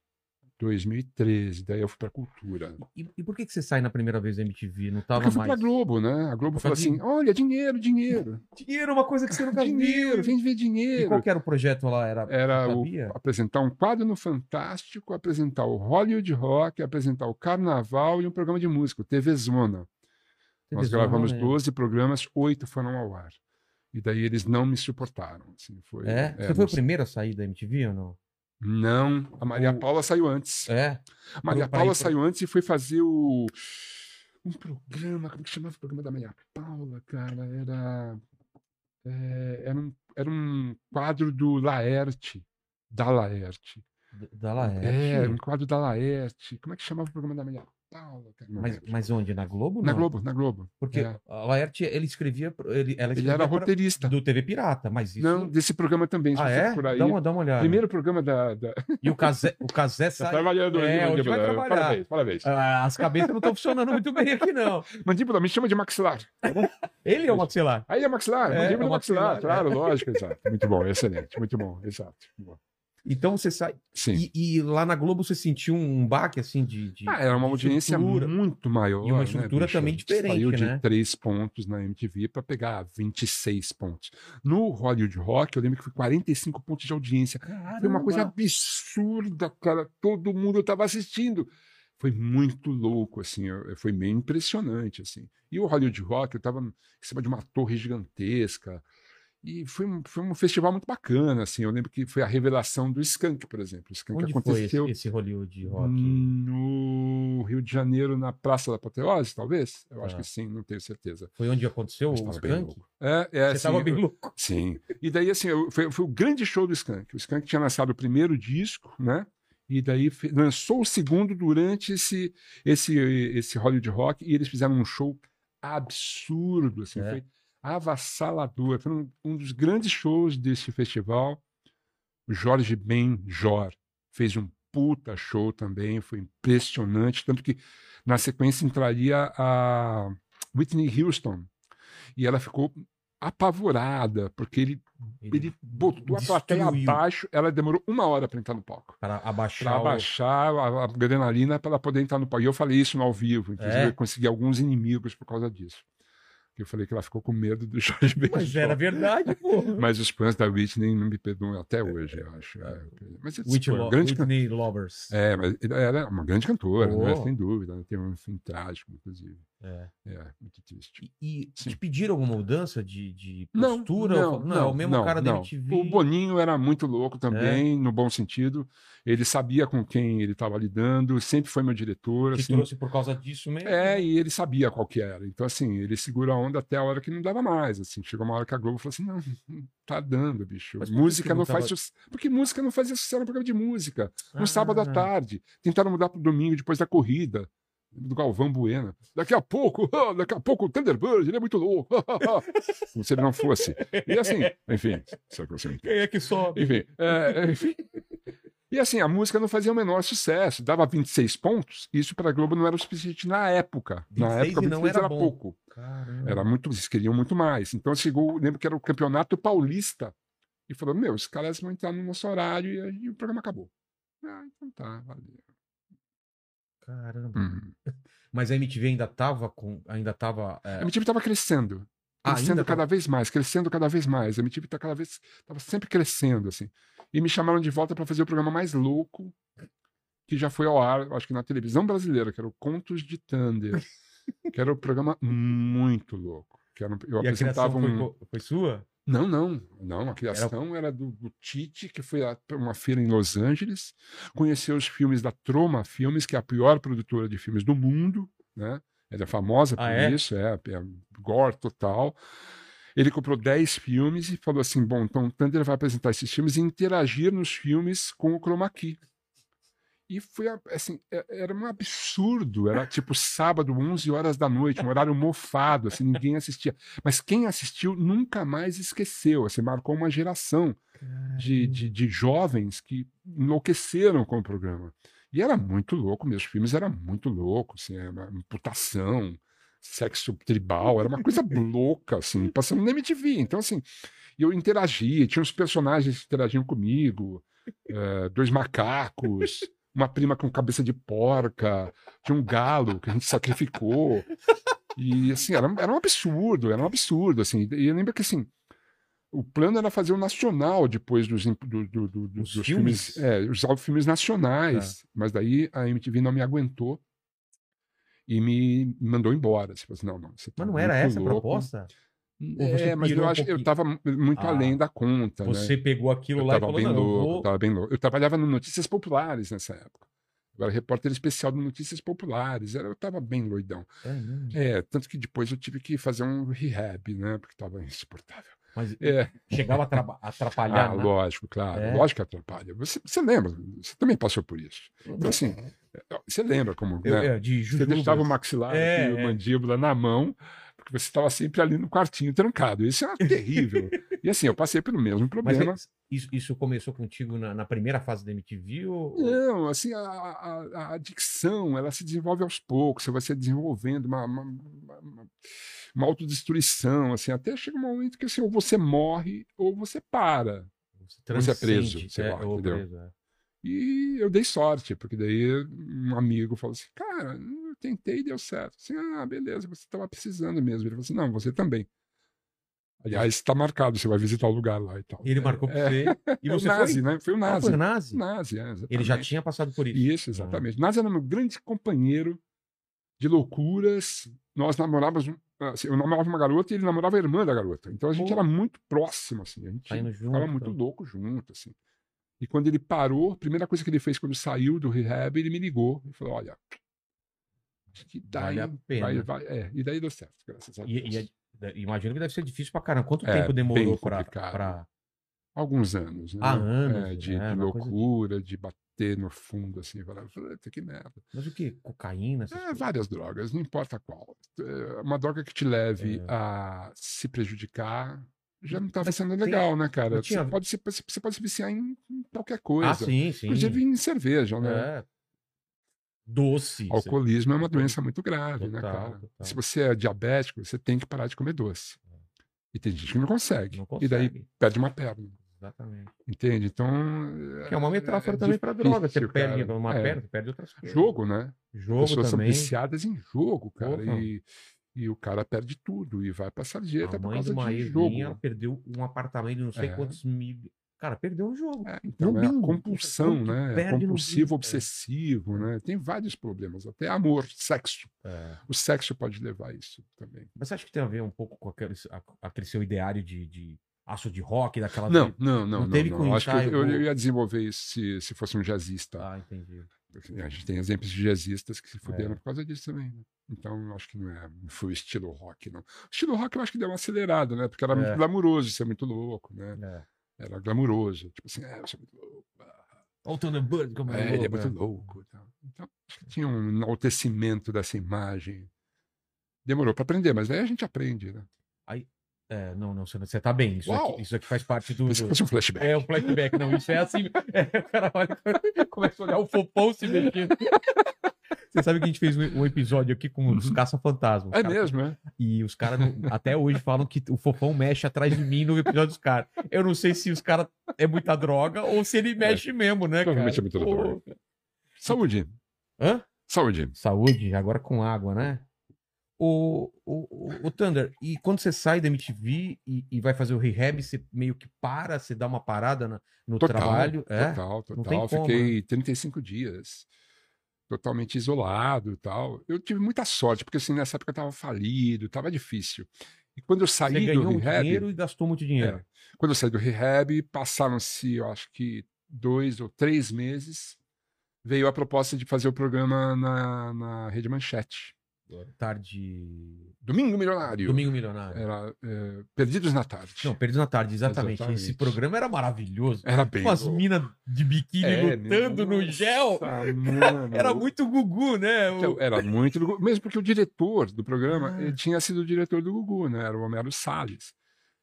S3: 2013, daí eu fui para cultura.
S1: E, e por que, que você sai na primeira vez da MTV? Não tava
S3: Porque eu
S1: mais.
S3: fui para Globo, né? A Globo
S1: Por
S3: falou
S1: causa de-
S3: assim: olha, dinheiro, dinheiro.
S1: Dinheiro, uma coisa que você nunca
S3: Dinheiro,
S1: viu.
S3: vem ver
S1: E qual
S3: dinheiro.
S1: que era o projeto lá? Era,
S3: Era o,
S1: sabia?
S3: apresentar um quadro no Fantástico, apresentar o Hollywood Rock, apresentar o Carnaval e um programa de música, o TV Zona. Nós
S1: Televisão,
S3: gravamos
S1: né?
S3: 12 programas, oito foram ao ar. E daí eles não me suportaram. assim, foi,
S1: É? Você
S3: é,
S1: foi
S3: não,
S1: o primeiro a sair da MTV ou não?
S3: não, a Maria
S1: O-
S3: Paula saiu antes.
S1: É.
S3: A Maria
S1: pra- pra
S3: Paula
S1: ir pra-
S3: saiu antes e foi fazer o. Um programa, como que chamava o programa da Maria Paula, cara? Era. é, era, um, era um quadro do Laerte. Da Laerte.
S1: D- Da Laerte.
S3: É, um quadro da Laerte. Como é que chamava o programa da Maria Paula, cara? Não
S1: Mas,
S3: lembro.
S1: mas onde? Na Globo?
S3: na
S1: não?
S3: Globo, na Globo.
S1: Porque
S3: é.
S1: a Laerte, ele escrevia. pro- Ele, ela
S3: Ele
S1: escrevia
S3: era
S1: pra-
S3: roteirista.
S1: do TV Pirata, mas isso.
S3: Não, desse programa também. Se
S1: ah,
S3: você
S1: é?
S3: procurar aí.
S1: Dá uma, dá uma olhada.
S3: Primeiro programa da. da...
S1: E o Casé o Casé
S3: Tá
S1: sai.
S3: trabalhando
S1: É,
S3: aí,
S1: hoje
S3: Mandíbula.
S1: vai trabalhar.
S3: Parabéns, parabéns.
S1: Ah, As cabeças não estão funcionando muito bem aqui, não.
S3: Mandíbula, me chama de maxilar.
S1: Ele é o maxilar.
S3: Aí é maxilar,
S1: É,
S3: mandíbula
S1: é
S3: é maxilar,
S1: maxilar,
S3: claro, lógico, exato. Muito bom, excelente, muito bom, exato. muito bom.
S1: Então você sai.
S3: Sim.
S1: E, e lá na Globo você sentiu um baque assim de. de-
S3: Ah, era uma audiência
S1: estrutura.
S3: muito maior.
S1: E uma
S3: né,
S1: estrutura
S3: bicho?
S1: também
S3: A gente
S1: diferente,
S3: Saiu
S1: né?
S3: de 3 pontos na MTV para pegar 26 pontos. No Hollywood Rock, eu lembro que foi 45 pontos de audiência. Foi uma coisa absurda, cara. Todo mundo estava assistindo. Foi muito louco, assim. eu- eu- Foi meio impressionante, assim. E o Hollywood Rock, eu estava em cima de uma torre gigantesca. E foi um, foi um festival muito bacana, assim. Eu lembro que foi a revelação do Skank, por exemplo. O Skank
S1: Onde foi esse,
S3: aconteceu Hum,
S1: esse Hollywood rock?
S3: no Hum, Rio de Janeiro, na Praça da Apoteose, talvez? Eu acho
S1: Tá.
S3: que sim, não tenho certeza.
S1: Foi onde aconteceu
S3: Mas
S1: o
S3: tava bem
S1: Skank?
S3: louco. É, é,
S1: Você
S3: assim,
S1: tava bem
S3: eu-
S1: louco.
S3: Sim. E daí, assim, eu- foi, foi o grande show do Skank. O Skank tinha lançado o primeiro disco, né? E daí fe- lançou o segundo durante esse, esse, esse Hollywood Rock e eles fizeram um show absurdo, assim,
S1: É.
S3: foi avassalador. Foi um, um dos grandes shows desse festival. O Jorge Ben Jor fez um puta show também, foi impressionante, tanto que na sequência entraria a Whitney Houston. E ela ficou apavorada, porque ele ele botou a plateia
S1: destruiu.
S3: abaixo, ela demorou uma hora para entrar no palco.
S1: Para
S3: Para
S1: abaixar. o-
S3: abaixar a a adrenalina para ela poder entrar no palco. E eu falei isso no ao vivo, inclusive
S1: É?
S3: eu consegui alguns inimigos por causa disso. Eu falei que ela ficou com medo do Jorge Ben.
S1: Mas era verdade, pô.
S3: Mas os fãs da Whitney não me perdoam até hoje, eu acho. É, mas eles
S1: Whitney, Oh.
S3: foram
S1: Lo-
S3: grandes can-
S1: Whitney Lovers.
S3: é, mas ela era uma grande cantora,
S1: Pô.
S3: né? sem dúvida. Ela teve um fim trágico, inclusive.
S1: É.
S3: É, muito triste.
S1: E, e
S3: Sim.
S1: te pediram alguma mudança de, de
S3: Não,
S1: postura?
S3: não,
S1: Ou-
S3: não,
S1: é o mesmo
S3: não,
S1: cara
S3: não.
S1: dele te É.
S3: O Boninho era muito louco também, no bom sentido. Ele sabia com quem ele estava lidando, sempre foi meu diretor.
S1: te
S3: assim.
S1: trouxe né? por causa disso mesmo?
S3: É, e ele sabia qual que era. Então, assim, ele segura a onda até a hora que não dava mais. Assim, chegou uma hora que a Globo falou assim: não, não tá dando, bicho.
S1: Mas por que
S3: música
S1: que não
S3: não faz
S1: tava-
S3: sucesso. Porque música não fazia sucesso no programa de música. No sábado à
S1: Ah.
S3: tarde. Tentaram mudar para o domingo depois da corrida. Do Galvão Bueno. Daqui a pouco, ah, daqui a pouco o Thunderbird, ele é muito louco. Como se ele não fosse. E assim, enfim, será que você me
S1: Quem é que sobe?
S3: enfim, é, enfim. E assim, a música não fazia o menor sucesso, dava 26 pontos, isso para a Globo não era o suficiente na época. Na
S1: 26
S3: época,
S1: e
S3: 26
S1: não era
S3: era,
S1: bom.
S3: pouco.
S1: Caramba.
S3: Era muito, eles queriam muito mais. Então chegou, lembro que era o campeonato paulista, e falou: Meu, os caras vão entrar no nosso horário e, aí o programa acabou. Ah, então tá, valeu.
S1: Caramba.
S3: Hum.
S1: Mas a MTV ainda tava com. Ainda tava. é,
S3: A MTV estava crescendo.
S1: Ah,
S3: crescendo
S1: ainda tá-
S3: cada vez mais, crescendo cada vez mais. A MTV tá cada vez tava sempre crescendo assim. E me chamaram de volta para fazer o programa mais louco que já foi ao ar, acho que na televisão brasileira, que era o Contos de Thunder, que era um programa muito louco. Que era um- eu
S1: E a criação
S3: apresentava
S1: foi,
S3: um...
S1: co- foi sua?
S3: Não, não, não. A criação era, do, do Tite, que foi a uma feira em Los Angeles, conheceu os filmes da Troma Filmes, que é a pior produtora de filmes do mundo, né? Ela é famosa por
S1: Ah, é?
S3: isso, é, é gore total. Ele comprou 10 filmes e falou assim: bom, então o Thunder vai apresentar esses filmes e interagir nos filmes com o chroma key. E foi a- assim, é- era um absurdo, era tipo sábado, 11 horas da noite, um horário mofado, assim, ninguém assistia. Mas quem assistiu nunca mais esqueceu, assim, marcou uma geração de, de, de jovens que enlouqueceram com o programa. E era muito louco, meus filmes eram muito loucos, assim, era imputação, sexo tribal, era uma coisa louca, assim, passando na MTV. Então, assim, eu interagia, tinha uns personagens que interagiam comigo, eh, dois macacos, uma prima com cabeça de porca, tinha um galo que a gente sacrificou. E, assim, era, era um absurdo, era um absurdo, assim. E eu lembro que, assim, o plano era fazer o nacional depois dos, imp- do- do- do- do-
S1: Os
S3: dos
S1: filmes?
S3: filmes, é, usar os filmes nacionais. Mas daí a MTV não me aguentou e me mandou embora. Assim, falou assim, não, não, você tá
S1: Mas não era
S3: muito
S1: essa a
S3: louco.
S1: proposta? Ou você
S3: É, mas
S1: pirou
S3: eu
S1: um
S3: acho que eu
S1: pouquinho?
S3: tava mu- muito
S1: Ah,
S3: além da conta, né?
S1: Você pegou aquilo
S3: Eu
S1: lá e
S3: tava
S1: falou:
S3: bem
S1: não, eu
S3: louco, tá."
S1: vou.
S3: eu tava bem louco. Eu trabalhava no Notícias Populares nessa época. Eu era repórter especial do Notícias Populares. era- Eu tava bem doidão.
S1: É, não.
S3: É, tanto que depois eu tive que fazer um rehab, né? Porque tava insuportável.
S1: Mas
S3: É,
S1: chegava a traba- atrapalhar.
S3: ah,
S1: né?
S3: lógico, claro.
S1: É.
S3: Lógico que atrapalha. Você, você lembra, você também passou por isso. Então, assim, é, você lembra como.
S1: Eu-
S3: né?
S1: é, de
S3: Você
S1: jujuba.
S3: deixava o maxilar
S1: É,
S3: e o
S1: é.
S3: mandíbula na mão, porque você estava sempre ali no quartinho trancado. Isso era terrível. e assim, eu passei pelo mesmo
S1: Mas é
S3: problema.
S1: isso, isso começou contigo na, na primeira fase da MTV? Ou...
S3: Não, assim, a, a- a adicção, ela se desenvolve aos poucos, você vai se desenvolvendo uma, uma, uma- uma- uma autodestruição, assim, até chega um momento que assim, ou você morre ou você para. Você é preso,
S1: transcende,
S3: sei
S1: é,
S3: lá,
S1: ou
S3: entendeu?
S1: preso, é.
S3: E eu dei sorte, porque daí um amigo falou assim: Cara, eu tentei e deu certo. Assim, ah, beleza, você estava precisando mesmo. Ele falou assim: Não, você também. Aliás, está marcado, você vai visitar o lugar lá e tal.
S1: E Ele marcou pra
S3: É,
S1: você. E
S3: é o
S1: você
S3: Nazi,
S1: foi?
S3: né? Foi o
S1: Ah,
S3: Nazi.
S1: foi o Nazi?
S3: Nazi, é,
S1: Ele já Ah.
S3: exatamente.
S1: tinha passado por isso.
S3: Isso, exatamente. Nós era meu grande companheiro de loucuras. Nós namorávamos. um- assim, eu namorava uma garota e ele namorava a irmã da garota. Então a gente
S1: Pô.
S3: era muito próximo, assim. A gente
S1: Saindo
S3: ficava
S1: Ah, junto,
S3: muito
S1: então.
S3: louco junto, assim. E quando ele parou, a primeira coisa que ele fez quando saiu do rehab, ele me ligou e falou: Olha, acho que dá,
S1: Vale a
S3: hein?
S1: pena.
S3: Vai, vai. É, e daí deu certo, graças a Deus.
S1: E, e é- imagino que deve ser difícil pra caramba. Quanto
S3: É,
S1: tempo
S3: bem
S1: demorou pra,
S3: complicado.
S1: pra-
S3: Alguns anos, né?
S1: Há anos,
S3: É, de,
S1: né?
S3: de
S1: Uma coisa de-
S3: loucura, de bater no fundo, assim, falar, puta que merda.
S1: Mas o que? Cocaína? essas
S3: É,
S1: coisas?
S3: várias drogas, não importa qual. É, Uma droga que te leve
S1: É.
S3: a se prejudicar já não estava
S1: Mas
S3: sendo
S1: tem-
S3: legal, né, cara?
S1: mas tinha-
S3: Você, pode se, você pode se viciar em em qualquer coisa.
S1: Ah, sim, sim.
S3: Inclusive em cerveja, né?
S1: É. Doce.
S3: Alcoolismo é uma doença muito grave, né,
S1: Total,
S3: cara?
S1: total.
S3: Se você é diabético, você tem que parar de comer doce. E tem gente que não consegue.
S1: Não
S3: E daí
S1: consegue.
S3: perde uma perna.
S1: Exatamente.
S3: Entende? Então.
S1: Que é uma metáfora
S3: é
S1: também pra droga. Você
S3: difícil,
S1: perde
S3: cara.
S1: uma
S3: É.
S1: perna, você perde outras coisas.
S3: Jogo, né? As
S1: Jogo
S3: pessoas
S1: também.
S3: são viciadas em jogo, cara.
S1: Porra.
S3: E, e o cara perde tudo e vai pra sarjeta
S1: A
S3: por
S1: mãe de
S3: causa
S1: uma
S3: de
S1: ex
S3: jogo. né?
S1: minha ela perdeu um apartamento de não sei
S3: É.
S1: quantos mil. Cara, perdeu o jogo.
S3: É, então,
S1: No
S3: é a
S1: bingo.
S3: compulsão,
S1: Quando
S3: né? É
S1: perde no bingo,
S3: compulsivo,
S1: é.
S3: obsessivo, né? Tem vários problemas, até amor, sexo. O sexo pode levar a isso também.
S1: Mas você acha que tem a ver um pouco com aquele, a- aquele seu ideário de, de aço de rock, daquela.
S3: Não, não, não.
S1: Não
S3: não,
S1: teve tá?
S3: não.
S1: com
S3: Acho que
S1: Hinkai,
S3: eu,
S1: o-
S3: eu ia desenvolver isso se, se fosse um jazzista.
S1: Ah, entendi.
S3: A gente tem exemplos de jazzistas que se fuderam
S1: É.
S3: por causa disso também. Né? Então, eu acho que não é, não foi o estilo rock, não. O estilo rock eu acho que deu uma acelerada, né? Porque era
S1: É.
S3: muito glamuroso, isso é muito louco, né?
S1: É.
S3: Era glamuroso. Tipo assim, é, eu sou muito louco.
S1: Olha o Bird, como
S3: É, ele é
S1: louco, né?
S3: muito louco. e tal. Então, acho que tinha um enaltecimento dessa imagem. Demorou para aprender, mas aí a gente aprende, né?
S1: É, não, não, você, não- você tá bem. Isso
S3: Uau!
S1: aqui, isso aqui faz parte do.
S3: Pensei que
S1: do-
S3: fosse um flashback.
S1: É, o flashback, não, isso é assim. É, o cara olha, começa a olhar o fopão se mexendo. Você sabe que a gente fez um, um episódio aqui com os caça-fantasmas.
S3: É
S1: cara.
S3: mesmo, é?
S1: E os caras não- até hoje falam que o fofão mexe atrás de mim no episódio dos caras. Eu não sei se os caras é muita droga ou se ele mexe mesmo, né, cara?
S3: Provavelmente é muita
S1: Pô.
S3: droga. Saúde.
S1: Hã?
S3: Saúde.
S1: Saúde, agora com água, né? O, o, o, o Thunder, e quando você sai da MTV e, e vai fazer o rehab, você meio que para, você dá uma parada na- no
S3: Total,
S1: trabalho. É?
S3: Total,
S1: Não tem
S3: total.
S1: como, né?
S3: Fiquei 35 dias totalmente isolado e tal. Eu tive muita sorte, porque assim, nessa época eu tava falido, tava difícil. E quando eu
S1: Você
S3: saí do
S1: ganhou um
S3: rehab,
S1: dinheiro e gastou muito dinheiro.
S3: Quando eu saí do rehab, passaram-se, eu acho que dois ou três meses, veio a proposta de fazer o programa na, na Rede Manchete.
S1: Tarde.
S3: Domingo É. Milionário.
S1: Domingo Milionário.
S3: Era é, Perdidos na Tarde.
S1: Não, perdido na tarde, exatamente.
S3: Exatamente.
S1: Esse programa era maravilhoso.
S3: Era bem.
S1: Com as
S3: louco.
S1: minas de biquíni
S3: É,
S1: lutando no
S3: nossa,
S1: gel.
S3: mano.
S1: Era muito Gugu, né? O-
S3: Então, era muito do Gugu, mesmo porque o diretor do programa
S1: Ah.
S3: ele tinha sido o diretor do Gugu, né? Era o Homero Salles.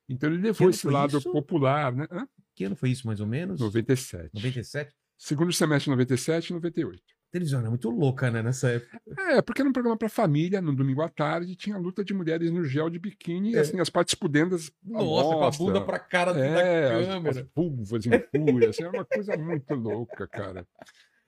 S3: Então ele levou
S1: ano
S3: esse
S1: foi
S3: lado
S1: isso?
S3: popular, né? Hã?
S1: Que ano foi isso, mais ou menos?
S3: 97.
S1: 97.
S3: Segundo semestre de 97 e 98.
S1: A televisão era muito louca, né, nessa época.
S3: É, porque era um programa para família, no domingo à tarde, tinha luta de mulheres no gel de biquíni, e, assim, as partes pudendas.
S1: É. Nossa, com a bunda pra cara
S3: Ah, é,
S1: da
S3: as-
S1: câmera.
S3: As vulvas em fúria, assim, era uma coisa muito louca, cara.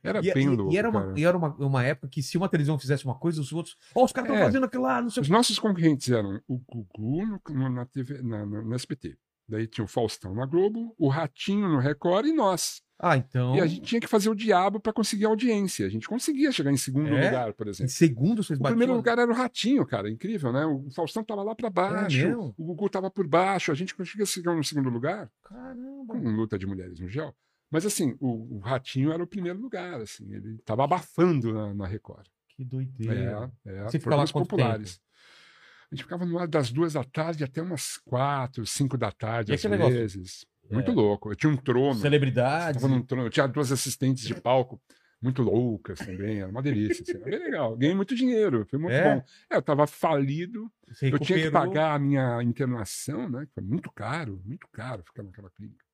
S3: Era
S1: E, é,
S3: bem
S1: e-
S3: louco.
S1: e era, uma,
S3: cara.
S1: e era uma, uma época que se uma televisão fizesse uma coisa, os outros. Ó, os caras estão
S3: É.
S1: fazendo aquilo lá, não sei o
S3: Os
S1: que.
S3: nossos concorrentes eram o Gugu no, no- na TV, na, na, na SBT. Daí tinha o Faustão na Globo, o Ratinho no Record e nós.
S1: Ah, então.
S3: E a gente tinha que fazer o diabo para conseguir audiência. A gente conseguia chegar em segundo
S1: É?
S3: lugar, por exemplo.
S1: Em segundo vocês
S3: O
S1: batiam.
S3: primeiro lugar era o Ratinho, cara. Incrível, né? O Faustão tava lá pra baixo.
S1: É mesmo?
S3: o Gugu tava por baixo. A gente conseguia chegar no segundo lugar com
S1: Caramba.
S3: luta de mulheres no gel. Mas assim, o, o Ratinho era o primeiro lugar, assim. Ele tava abafando na, na Record.
S1: Que doideira.
S3: É, é.
S1: Você ficava lá
S3: programas
S1: quanto
S3: A gente ficava no ar das duas da tarde até umas quatro, cinco da tarde,
S1: E
S3: às
S1: aquele negócio?
S3: vezes.
S1: É.
S3: Muito louco. Eu tinha um trono. Eu
S1: Celebridades.
S3: tava num trono, eu tinha duas assistentes de palco muito loucas também, era uma delícia. assim, era bem legal. Ganhei muito dinheiro, foi muito
S1: É?
S3: bom. É, eu tava falido,
S1: Você
S3: eu tinha que
S1: recuperou.
S3: pagar a minha internação, né? Que foi muito caro, muito caro ficar naquela clínica.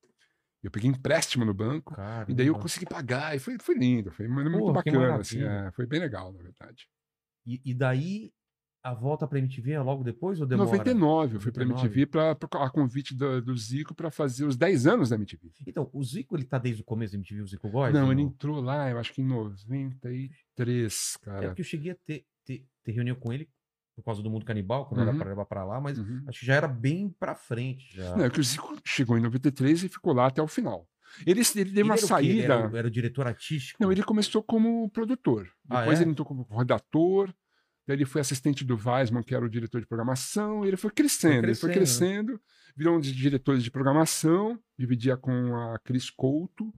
S3: Eu peguei empréstimo no banco,
S1: Caramba.
S3: e daí eu consegui pagar, e foi, foi lindo, foi muito
S1: Porra, que
S3: bacana. Assim,
S1: maravilha.
S3: é, foi bem legal, na verdade.
S1: E, e daí a volta pra MTV é logo depois ou demora?
S3: 99, eu fui pra
S1: 99.
S3: MTV pra, pra- a convite do, do Zico para fazer os 10 anos da MTV.
S1: Então, o Zico, ele tá desde o começo da MTV, o Zico Góes?
S3: Não,
S1: ou
S3: ele entrou lá, eu acho que em 93,
S1: É
S3: cara.
S1: porque eu cheguei a ter, ter, ter reunião com ele por causa do mundo canibal, quando era
S3: Uhum.
S1: pra levar pra lá, mas
S3: Uhum.
S1: acho que já era bem pra frente. Já.
S3: Não, é que o Zico chegou em 93 e ficou lá até o final. Ele, ele deu
S1: Ele
S3: uma
S1: era o quê? Ele
S3: saída.
S1: Era, o- era o diretor artístico.
S3: Não, ele começou como produtor.
S1: Ah,
S3: Depois
S1: é?
S3: ele entrou como redator. Daí ele foi assistente do Weisman, que era o diretor de programação. e Ele foi crescendo, ele foi
S1: crescendo, né?
S3: crescendo. Virou um dos diretores de programação. Dividia com a Cris Couto.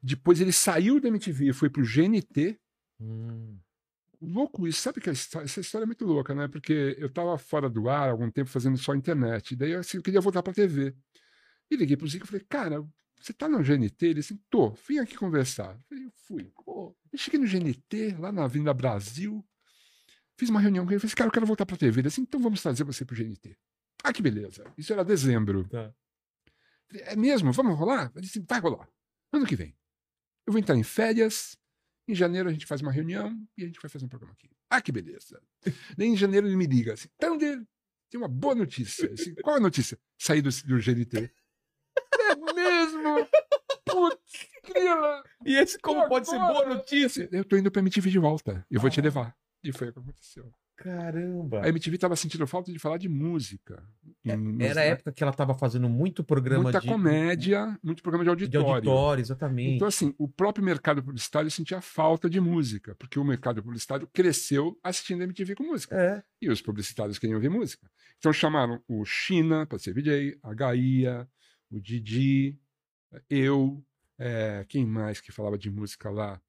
S3: Depois ele saiu da MTV e foi pro GNT.
S1: Hum,
S3: Louco isso, sabe que a histó- essa história é muito louca, né? Porque eu tava fora do ar há algum tempo fazendo só internet, daí assim, eu queria voltar pra TV. E liguei pro Zico e falei, cara, você tá no GNT? Ele assim, tô, vim aqui conversar. Eu falei, eu fui. Pô, eu cheguei no GNT, lá na Avenida Brasil, fiz uma reunião com ele, falei assim, cara, eu quero voltar pra TV. Ele assim, então vamos trazer você pro GNT. Ah, que beleza. Isso era dezembro.
S1: tá.
S3: Falei, é mesmo? Vamos rolar? Ele disse, vai rolar. Ano que vem. Eu vou entrar em férias. Em janeiro a gente faz uma reunião e a gente vai fazer um programa aqui. Ah, que beleza. Daí em janeiro ele me liga assim, Thunder, tem uma boa notícia. Eu disse, Qual a notícia? Saí do, do GNT. É mesmo? Putz, grila.
S1: E esse como
S3: E assim,
S1: pode ser
S3: agora?
S1: boa notícia? Ah.
S3: Eu tô indo pra MTV de volta. Eu vou te levar. E foi o que aconteceu.
S1: Caramba.
S3: A MTV estava sentindo falta de falar de música. Em-
S1: É, Era a época que ela tava fazendo muito programa
S3: muita
S1: de,
S3: comédia, muito programa de
S1: de
S3: auditório.
S1: auditório, exatamente.
S3: Então, assim, o próprio mercado publicitário sentia falta de música, porque o mercado publicitário cresceu assistindo MTV com música.
S1: É.
S3: E os publicitários queriam ouvir música. Então chamaram o China para ser DJ, a Gaia, o Didi, eu, eh, quem mais que falava de música lá?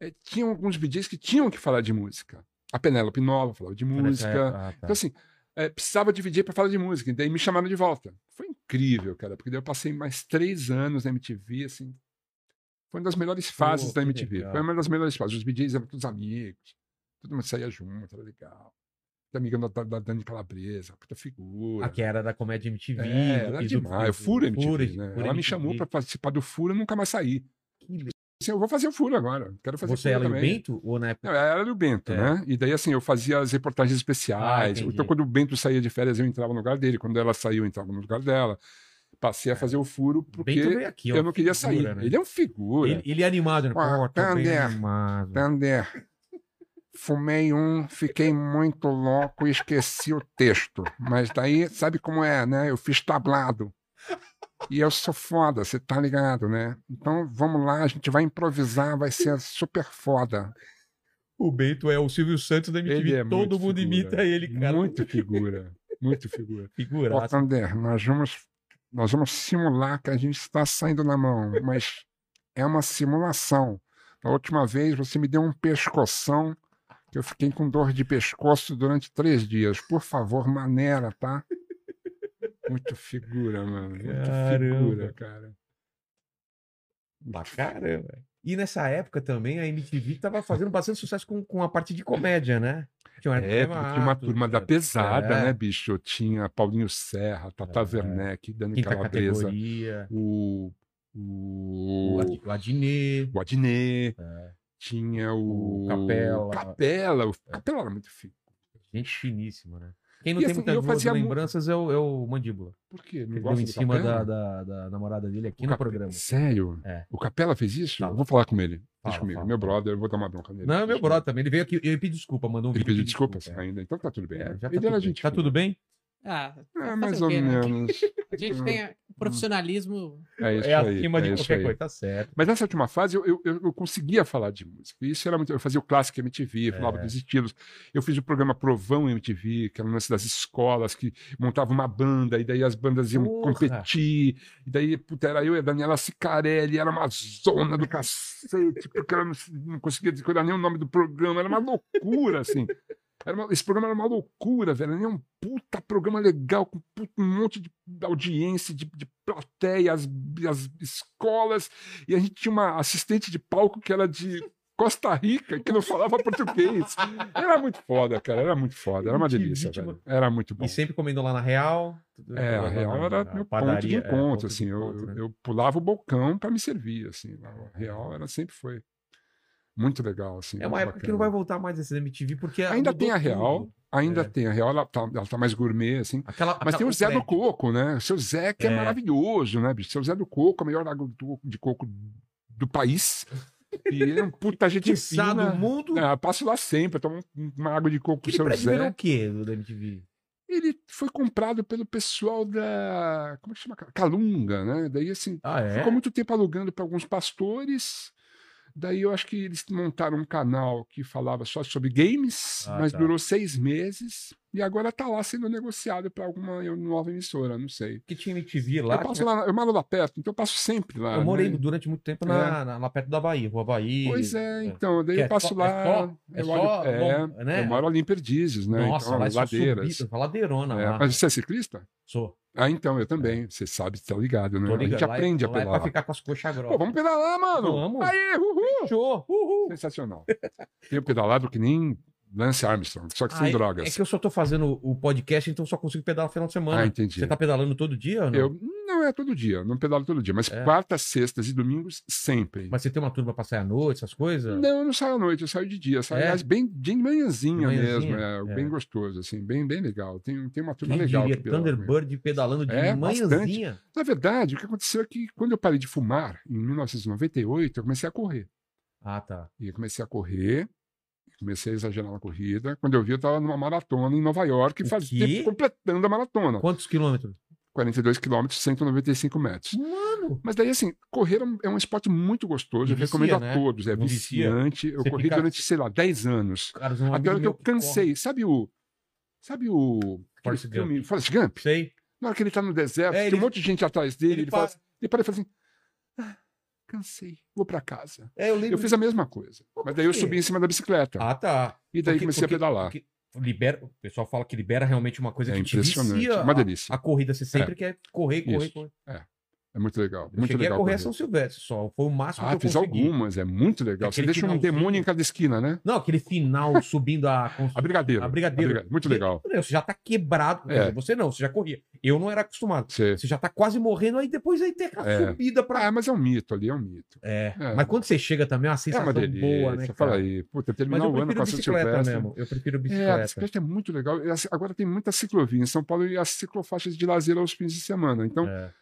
S3: Eh, tinham alguns DJs que tinham que falar de música. A Penélope Nova falava de
S1: Foi nessa
S3: música.
S1: época. Ah, tá.
S3: Então, assim, eh, precisava dividir para falar de música. E daí me chamaram de volta. Foi incrível, cara, porque daí eu passei mais três anos na MTV, assim. Foi uma das melhores fases
S1: Pô,
S3: da
S1: que
S3: MTV.
S1: legal.
S3: Foi uma das melhores fases. Os DJs eram todos amigos, todo mundo saía junto, era legal. Tinha amiga da, da Dani Calabresa, puta figura.
S1: Ah, que era da comédia MTV.
S3: É,
S1: do-
S3: era
S1: e do-
S3: demais.
S1: do-
S3: O Furo
S1: do-
S3: MTV,
S1: Fura- Fura
S3: né? Ela me
S1: MTV.
S3: chamou para participar do Furo e nunca mais saí.
S1: Que legal.
S3: Assim, eu vou fazer o Furo agora. Quero fazer
S1: Você, é
S3: Furo
S1: ela e o
S3: também.
S1: Bento? Ou né, na época?
S3: Não, era do Bento,
S1: É.
S3: né? E daí, assim, eu fazia as reportagens
S1: Ah,
S3: especiais.
S1: entendi.
S3: então, quando o Bento saía de férias, eu entrava no lugar dele. Quando ela saiu, eu entrava no lugar dela. Passei a fazer o
S1: É.
S3: furo
S1: O
S3: porque
S1: Bento veio aqui, ó.
S3: eu não queria
S1: figura,
S3: sair.
S1: né?
S3: Ele é um figura.
S1: Ele, ele é animado, né?
S3: Ah,
S1: Pô, tá bem
S3: Tander.
S1: animado.
S3: Tander, fumei um, fiquei muito louco e esqueci o texto. Mas daí, sabe como é, né? Eu fiz tablado. E eu sou foda, você tá ligado, né? Então vamos lá, a gente vai improvisar, vai ser super foda.
S1: O Bento é o Silvio Santos da MTV.
S3: Ele é
S1: Todo
S3: muito
S1: mundo
S3: figura.
S1: imita ele, cara.
S3: Muito figura. Muito figura. Ó,
S1: figuraço.
S3: Tander, nós vamos, nós vamos simular que a gente está saindo na mão, mas é uma simulação. Da última vez você me deu um pescoção que eu fiquei com dor de pescoço durante três dias. Por favor, maneira, tá? Muito figura, mano. Muito
S1: Caramba.
S3: figura, cara.
S1: Pra caramba. E nessa época também a MTV tava fazendo bastante sucesso com, com a parte de comédia, né? Tinha o
S3: É,
S1: Hermes
S3: porque tinha uma
S1: Renato,
S3: turma da
S1: né?
S3: pesada,
S1: É.
S3: né, bicho? Tinha Paulinho Serra, Tata
S1: É.
S3: Werneck, Dani
S1: Quinta
S3: Calabresa,
S1: categoria.
S3: o,
S1: O
S3: o,
S1: Ad- o Adnet.
S3: o Adnet,
S1: É.
S3: tinha o...
S1: O Capela. É.
S3: Capela, o Capela era muito fico.
S1: Gente finíssima, né? Quem não
S3: E
S1: tem
S3: assim,
S1: muitas
S3: eu
S1: boas
S3: fazia mu-
S1: lembranças é o, é o Mandíbula.
S3: Por quê? Não
S1: Ele
S3: gosta
S1: deu em
S3: do
S1: cima da,
S3: Capela?
S1: da, da namorada dele aqui
S3: O
S1: no
S3: Cape-
S1: programa.
S3: Sério?
S1: É.
S3: O Capela fez isso?
S1: Fala.
S3: Eu vou falar com ele. Deixa
S1: Fala,
S3: comigo.
S1: fala,
S3: meu
S1: fala.
S3: brother, eu vou dar uma bronca nele.
S1: Não, é meu
S3: Deixa
S1: brother também. Ele veio aqui, ele pediu desculpa, mandou um
S3: eu- Ele
S1: vídeo.
S3: pediu
S1: pedindo
S3: desculpas
S1: desculpa, é.
S3: ainda, então tá tudo bem.
S1: É, já tá
S3: ele era
S1: tudo bem.
S3: gente.
S1: Tá
S3: boa.
S1: tudo Tá bem?
S2: Ah,
S3: É,
S2: fazer
S3: mais
S2: o
S3: ou
S2: quê, né?
S3: menos.
S2: A gente tem a- o profissionalismo.
S3: É isso
S1: é
S3: aí.
S1: acima de
S3: é isso
S1: qualquer
S3: aí.
S1: coisa, tá certo.
S3: Mas nessa última fase eu, eu, eu- eu conseguia falar de música. E Isso era muito. Eu fazia o clássico MTV, falava
S1: É.
S3: dos estilos. Eu fiz o programa Provão MTV, que era o lance das escolas que montava uma banda, e daí as bandas iam
S1: Porra!
S3: competir. E daí, puta, era eu e a Daniela Sicarelli, era uma zona do cacete, porque ela não, se- não conseguia decorar nem o nome do programa, era uma loucura, assim. Era uma- esse programa era uma loucura, velho. Era um puta programa legal, com puta- um monte de audiência, de, de plateia, as, as escolas. E a gente tinha uma assistente de palco que era de Costa Rica, que não falava português. Era muito foda, cara. Era muito foda. Era uma
S1: MTV,
S3: delícia,
S1: tipo-
S3: velho. Era muito bom.
S1: E sempre comendo lá na Real.
S3: É, a
S1: lá
S3: real
S1: na-
S3: era
S1: na
S3: meu ponto de
S1: padaria, é,
S3: encontro,
S1: ponto de
S3: assim, eu-
S1: encontro,
S3: eu,
S1: né?
S3: eu pulava o balcão para me servir, assim, a real era sempre foi muito legal, assim.
S1: É uma
S3: muito
S1: época que
S3: bacana.
S1: não vai voltar mais esses MTV, porque.
S3: Ainda
S1: mudou
S3: tem a Real,
S1: tudo.
S3: Ainda
S1: É.
S3: tem, a real ela tá, ela tá mais gourmet, assim.
S1: Aquela,
S3: Mas
S1: aquela-
S3: tem o Zé do
S1: Fred.
S3: Coco, né? O seu Zé que é,
S1: tá, É.
S3: maravilhoso, né, bicho? Seu Zé do Coco, é o melhor água do- de coco do país. E ele é um puta gente
S1: Quiçá do
S3: fina.
S1: mundo.
S3: Ah, passo lá sempre, tomo um- uma água de coco com o
S1: Aquele
S3: seu
S1: prédio
S3: Zé.
S1: virou o quê do da MTV?
S3: ele foi comprado pelo pessoal da. Como é que chama? Calunga, né? Daí, assim,
S1: Ah, é?
S3: ficou muito tempo alugando para alguns pastores. Daí eu acho que eles montaram um canal que falava só sobre games,
S1: Ah,
S3: mas
S1: tá.
S3: durou seis meses. E agora tá lá sendo negociado para alguma nova emissora, não sei.
S1: Porque tinha MTV lá.
S3: Eu passo lá, eu moro lá perto, então eu passo sempre lá.
S1: Eu morei
S3: né?
S1: durante muito tempo na, na- lá perto da Bahia, Rua Bahia.
S3: Pois é, então, daí
S1: Que
S3: eu passo
S1: só-
S3: lá.
S1: só- é
S3: eu,
S1: só
S3: olho- é,
S1: bom, né?
S3: eu moro ali em Perdizes, né?
S1: Nossa,
S3: então,
S1: lá é só
S3: ladeiras.
S1: subida, ladeirona
S3: É,
S1: lá.
S3: mas você é ciclista?
S1: Sou.
S3: Ah, então, eu também. Você sabe, tá ligado, né?
S1: Tô ligado,
S3: A gente
S1: lá é-
S3: aprende a
S1: lá é
S3: pedalar.
S1: pra ficar com as coxas grossas.
S3: Pô, vamos pedalar, mano!
S1: Vamos.
S3: Aí, uhul!
S1: Show! Uhul!
S3: Sensacional. Tenho pedalado que nem Lance Armstrong, só que
S1: Ah,
S3: sem
S1: é-
S3: drogas.
S1: É que eu só tô fazendo o podcast, então só consigo pedalar no final de semana.
S3: Ah, entendi.
S1: Você tá pedalando todo dia ou não?
S3: Eu, não é todo dia, não pedalo todo dia, mas
S1: É.
S3: quartas, sextas e domingos sempre.
S1: Mas você tem uma turma pra sair à noite, essas coisas?
S3: Não, eu não saio à noite, eu saio de dia. Saio,
S1: É?
S3: aliás, bem de manhãzinha,
S1: De manhãzinha?
S3: mesmo. É,
S1: É.
S3: Bem gostoso, assim, bem, bem legal. Tem, tem uma turma
S1: Quem
S3: legal.
S1: diria
S3: que pedala comigo.
S1: Thunderbird pedalando de
S3: É,
S1: manhãzinha?
S3: Na verdade, o que aconteceu é que quando eu parei de fumar, em 1998, eu comecei a correr.
S1: Ah, tá.
S3: E eu comecei a correr. Comecei a exagerar na corrida. Quando eu vi, eu estava numa maratona em Nova York,
S1: O
S3: e faz
S1: quê?
S3: tempo completando a maratona.
S1: Quantos quilômetros?
S3: 42 quilômetros, 195 metros.
S1: Hum. Mano!
S3: Mas daí, assim, correr é um- é um esporte muito gostoso,
S1: E
S3: eu
S1: vicia,
S3: recomendo a
S1: né?
S3: todos. É
S1: Não vicia.
S3: viciante. Eu
S1: Você
S3: corri
S1: fica-
S3: durante, sei lá, 10 anos.
S1: Cara, um
S3: Até a
S1: amigo
S3: hora que
S1: meu
S3: eu cansei. Sabe o. Sabe o. aquele
S1: Forrest Gump.
S3: filme Forrest Gump?
S1: corre. Sei.
S3: Na hora que ele tá no deserto,
S1: É,
S3: tem
S1: ele-
S3: um monte de gente atrás dele,
S1: ele
S3: ele, fala
S1: para.
S3: assim- ele para e fala assim: "Ah, cansei, vou pra casa.
S1: É, eu lembro.
S3: Eu fiz a mesma coisa.
S1: Mas
S3: Mas
S1: por
S3: daí eu
S1: quê?
S3: subi em cima da bicicleta.
S1: Ah, tá.
S3: e daí
S1: Porque-
S3: comecei
S1: porque-
S3: a pedalar.
S1: porque libera, o pessoal fala que libera realmente uma coisa
S3: É
S1: que te
S3: impressionante,
S1: vicia
S3: é uma
S1: a-
S3: delícia. É.
S1: A, corrida, você sempre quer correr, correr,
S3: Isso.
S1: correr.
S3: É muito legal.
S1: Eu
S3: Muito
S1: cheguei
S3: legal.
S1: a correr a
S3: correr.
S1: São Silvestre só, foi o máximo
S3: Ah,
S1: que eu
S3: fiz
S1: consegui.
S3: algumas, é muito legal. Você
S1: Aquele
S3: deixa um
S1: finalzinho.
S3: demônio em cada esquina, né?
S1: Não, aquele final subindo a...
S3: A brigadeiro.
S1: A brigadeiro.
S3: Muito
S1: Que-
S3: legal.
S1: Meu, Você já tá quebrado. Quer
S3: É.
S1: dizer, Você não, você já corria. Eu não era acostumado.
S3: Você...
S1: Você já tá quase morrendo, aí depois aí tem aquela
S3: É.
S1: subida pra.
S3: Ah, mas é um mito ali, é um mito.
S1: É.
S3: É.
S1: Mas quando você chega também é uma
S3: É
S1: sensação
S3: uma delícia.
S1: boa, né?
S3: Fala
S1: Cara?
S3: aí. Puta,
S1: Mas
S3: terminar
S1: eu
S3: o ano com
S1: prefiro
S3: a São
S1: bicicleta
S3: Silvestre.
S1: mesmo. Eu prefiro
S3: É, a
S1: bicicleta.
S3: bicicleta é muito legal. E assim, Agora tem muita ciclovia em São Paulo e as ciclofaixas de lazer aos fins de semana. Então,
S1: É.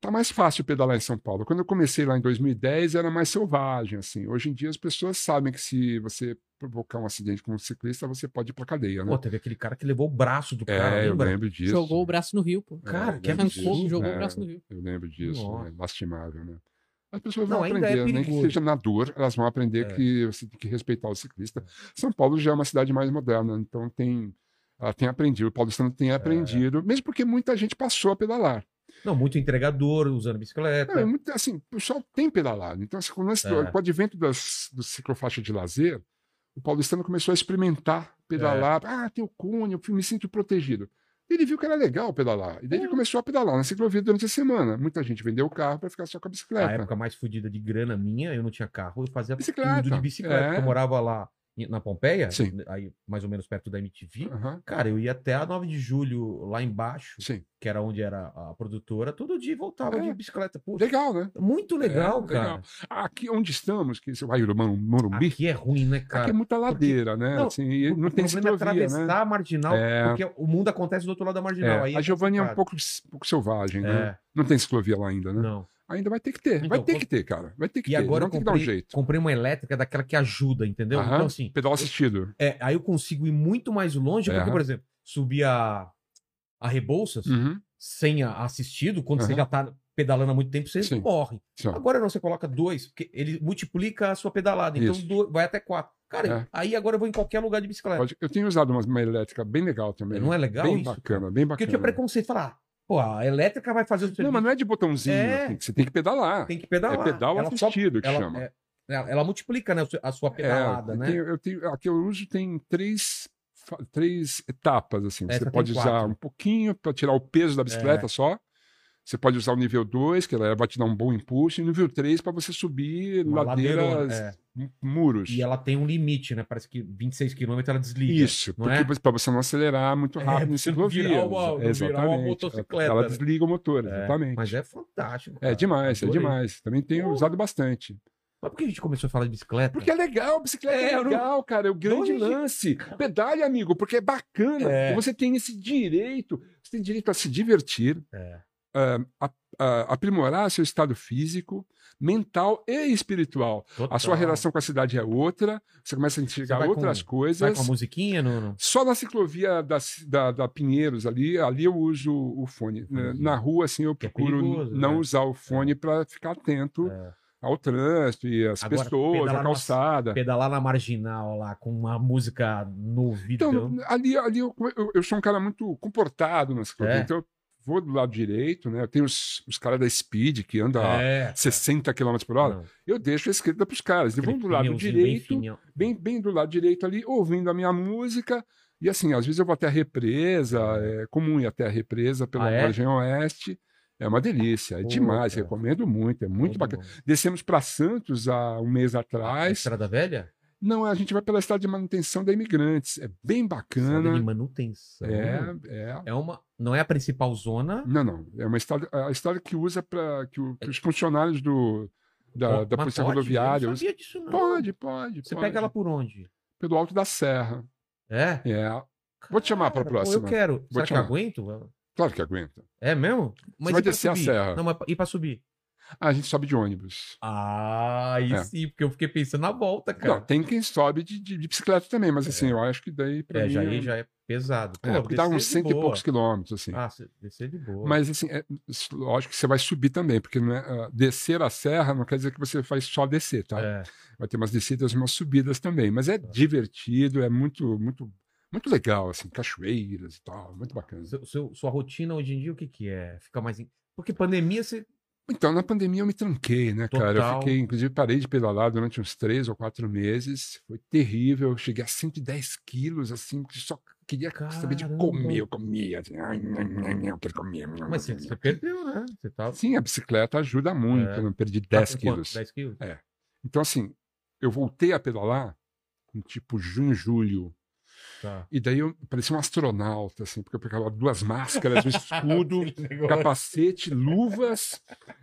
S3: tá mais fácil pedalar em São Paulo. Quando eu comecei lá em 2010, era mais selvagem, assim. Hoje em dia as pessoas sabem que se você provocar um acidente com um ciclista, você pode ir pra cadeia, né?
S1: Pô, teve aquele cara que levou o braço do cara,
S3: é, eu
S1: lembra?
S3: lembro disso.
S2: Jogou o braço no rio, pô.
S3: É,
S1: Cara,
S3: eu
S1: que
S3: lembro
S2: Arrancou,
S1: absurdo,
S2: jogou
S3: É,
S2: o braço no rio.
S3: Eu lembro disso,
S1: Nossa.
S3: né? lastimável, né? As pessoas
S1: Não,
S3: vão
S1: ainda é
S3: aprender, nem que
S1: perigoso.
S3: seja na dor, elas vão aprender
S1: É.
S3: que você tem que respeitar o ciclista. São Paulo já é uma cidade mais moderna, então tem, ela tem aprendido, o paulistano
S1: É.
S3: tem aprendido, mesmo porque muita gente passou a pedalar.
S1: Não, muito entregador usando
S3: Não,
S1: bicicleta.
S3: é muito, assim, o pessoal tem pedalado. Então, assim, com, o lance do-
S1: né? É.
S3: com o advento das, do ciclofaixa de lazer, o paulistano começou a experimentar
S1: É.
S3: pedalar. Ah, tem o cunho, eu me sinto protegido. Ele viu que era legal pedalar. E daí
S1: É.
S3: ele começou a pedalar na ciclovia durante a semana. Muita gente vendeu o carro para ficar só com a
S1: A
S3: bicicleta.
S1: época mais fodida de grana minha, eu não tinha carro, eu fazia
S3: Bicicleta,
S1: tudo de bicicleta.
S3: é.
S1: porque Eu morava lá em- na Pompeia,
S3: Sim.
S1: aí mais ou menos perto da MTV.
S3: Aham,
S1: Cara, eu ia até a 9 de julho lá embaixo,
S3: Sim.
S1: que era onde era a produtora, todo dia e voltava
S3: É.
S1: de bicicleta. Pô,
S3: Legal, né?
S1: muito legal,
S3: É,
S1: cara.
S3: legal. Aqui onde estamos, que esse vai Morumbi, aqui,
S1: Aqui é ruim, né, cara?
S3: é muita ladeira, né?
S1: Não,
S3: Assim, e não
S1: o
S3: tem
S1: problema é
S3: ciclovia,
S1: atravessar
S3: né?
S1: a marginal,
S3: É.
S1: porque o mundo acontece do outro lado da marginal.
S3: É,
S1: aí
S3: a Giovanni é um
S1: complicado.
S3: pouco, um pouco selvagem, né?
S1: É,
S3: Não tem ciclovia lá ainda, né?
S1: não.
S3: Ainda vai ter que ter. vai
S1: Então,
S3: ter
S1: quando-
S3: que ter, cara. Vai ter que
S1: E
S3: ter.
S1: agora eu
S3: Vamos ter que dar um
S1: comprei,
S3: jeito.
S1: comprei uma elétrica daquela que ajuda, entendeu?
S3: Aham.
S1: Então, assim,
S3: Pedal assistido.
S1: é, aí eu consigo ir muito mais longe, porque,
S3: Aham.
S1: por exemplo, subir a, a Rebouças
S3: Uhum.
S1: sem a- assistido, quando você
S3: Aham.
S1: já tá pedalando há muito tempo, você
S3: Sim. Tá.
S1: morre.
S3: Só.
S1: Agora não, você coloca dois, porque ele multiplica a sua pedalada, então
S3: Isso.
S1: do- vai até quatro. Cara,
S3: É.
S1: aí agora eu vou em qualquer lugar de bicicleta.
S3: Pode- Eu tenho usado uma, uma elétrica bem legal também.
S1: Não é legal
S3: Bem
S1: isso?
S3: bacana, bem
S1: Porque eu
S3: bacana.
S1: tinha preconceito falar, pô, a elétrica vai fazer o serviço,
S3: Não, mas não é de botãozinho.
S1: É.
S3: assim, que você tem que pedalar.
S1: tem que pedalar.
S3: É pedal
S1: só-
S3: assistido que
S1: ela-
S3: chama.
S1: é- ela, ela multiplica né, o seu- a sua
S3: É,
S1: pedalada,
S3: eu
S1: né?
S3: tenho- eu tenho- a que eu uso tem três, fa- três etapas. assim.
S1: Essa
S3: você
S1: tem
S3: pode usar
S1: quatro. É.
S3: um pouquinho para tirar o peso da bicicleta só. Você pode usar o nível 2, que ela vai te dar um bom impulso, e o nível 3 para você subir
S1: Uma
S3: ladeiras,
S1: ladeirona, é.
S3: m- muros.
S1: E ela tem um limite, né? Parece que 26 km ela desliga.
S3: Isso,
S1: não
S3: porque
S1: é?
S3: para você não acelerar muito
S1: É,
S3: rápido
S1: pra
S3: em
S1: você não
S3: ciclovia.
S1: virar uma- não virar uma
S3: Exatamente.
S1: motocicleta,
S3: Ela
S1: né?
S3: desliga o motor,
S1: É,
S3: exatamente.
S1: Mas é fantástico.
S3: É
S1: cara.
S3: demais, é
S1: Adorei. Uh!
S3: demais. Também tenho
S1: Porra.
S3: usado bastante.
S1: Mas por que a gente começou a falar de bicicleta?
S3: Porque é legal, bicicleta é,
S1: É, eu não-
S3: legal, cara. É o grande
S1: Não, gente.
S3: lance. Pedale, amigo, porque é bacana.
S1: É.
S3: Você tem esse direito. Você tem direito a se divertir,
S1: É.
S3: a- a- a- aprimorar seu estado físico, mental e espiritual. A sua
S1: Total.
S3: relação com a cidade é outra. Você começa a enxergar
S1: vai com-
S3: outras
S1: Vai com a
S3: coisas.
S1: musiquinha, Nuno?
S3: Só na ciclovia da, ci- da, da Pinheiros ali, ali eu uso o fone. Na- Na rua, assim, eu
S1: Que é
S3: procuro
S1: perigoso,
S3: não
S1: né?
S3: usar o fone para ficar atento
S1: É.
S3: ao trânsito e às
S1: Agora,
S3: pessoas, à
S1: pedalar numa-
S3: calçada.
S1: Pedalar na marginal lá com uma música no ouvido.
S3: Então, ali, ali eu, eu, eu sou um cara muito comportado nas ciclovia.
S1: É.
S3: Então, eu vou do lado direito, né? Eu tenho os, os caras da Speed que andam a
S1: é.
S3: 60 km por hora.
S1: Não,
S3: Eu deixo a esquerda para os caras. Eles vão
S1: aquele
S3: do lado
S1: pneuzinho Bem
S3: direito,
S1: fininho.
S3: bem, bem do lado direito ali, ouvindo a minha música. E assim, às vezes eu vou até a represa, é comum ir até a represa pela
S1: Uhum. Ah, é?
S3: região oeste. É uma delícia, é
S1: Pô,
S3: demais,
S1: cara.
S3: recomendo muito, é muito bacana.
S1: bom.
S3: Descemos para Santos há um mês
S1: A
S3: atrás.
S1: Estrada Velha?
S3: Não, a gente vai pela estrada de manutenção da imigrantes, é bem
S1: Estrada de
S3: bacana.
S1: manutenção.
S3: É, é.
S1: É uma... Não é a principal zona.
S3: Não, não, é uma estrada, a estrada que usa para que, o- que os funcionário do, da,
S1: Pô,
S3: da
S1: mas
S3: Polícia
S1: pode? Eu
S3: Rodoviária
S1: não
S3: usam.
S1: sabia disso, não.
S3: Pode, pode.
S1: Você
S3: pode.
S1: pega ela por onde?
S3: pelo alto da serra.
S1: É?
S3: É, Vou te chamar
S1: Cara,
S3: pra
S1: pô,
S3: próxima.
S1: Eu quero.
S3: Vou
S1: Será
S3: te
S1: que eu
S3: chamar.
S1: aguento?
S3: claro que aguenta.
S1: É mesmo?
S3: vai
S1: e pra
S3: descer a
S1: subir?
S3: serra.
S1: Não, mas e pra subir?
S3: Ah, a gente sobe de ônibus.
S1: Ah, aí
S3: É.
S1: sim, porque eu fiquei pensando na volta,
S3: Não,
S1: cara.
S3: tem quem sobe de, de- de bicicleta também, mas assim, eu acho que daí pra
S1: é,
S3: mim...
S1: já, aí já é pesado.
S3: é, porque dá uns
S1: descer de
S3: cento e
S1: boa.
S3: poucos quilômetros, assim.
S1: Ah, cê- descer de boa.
S3: Mas assim, é, s- lógico que você vai subir também, porque não é, ah, descer a serra não quer dizer que você faz só descer, tá?
S1: É. Tá.
S3: Vai ter umas descidas e umas subidas também. Mas é divertido, é muito, muito, muito legal, assim, cachoeiras e tal, muito bacana.
S1: Seu- seu- sua rotina hoje em dia, o que que é? Fica mais... em- Porque pandemia, você...
S3: Então, na pandemia eu me tranquei, né, cara?
S1: Total.
S3: Eu fiquei, inclusive, parei de pedalar durante uns três ou quatro meses. Foi terrível. Eu cheguei a 110 quilos, assim, que só queria saber de
S1: Caramba.
S3: comer. Eu comia, assim, ai, ai, ai, eu quero comer.
S1: Mas você, você perdeu, né? Você tá...
S3: Sim, a bicicleta ajuda muito. né?
S1: É.
S3: Eu não perdi
S1: tá
S3: 10
S1: com quanto?
S3: quilos.
S1: 10 quilos?
S3: Então, assim, eu voltei a pedalar em, tipo, junho, julho.
S1: Tá.
S3: E daí eu parecia um astronauta, assim, porque eu pegava duas máscaras, um escudo, capacete, luvas.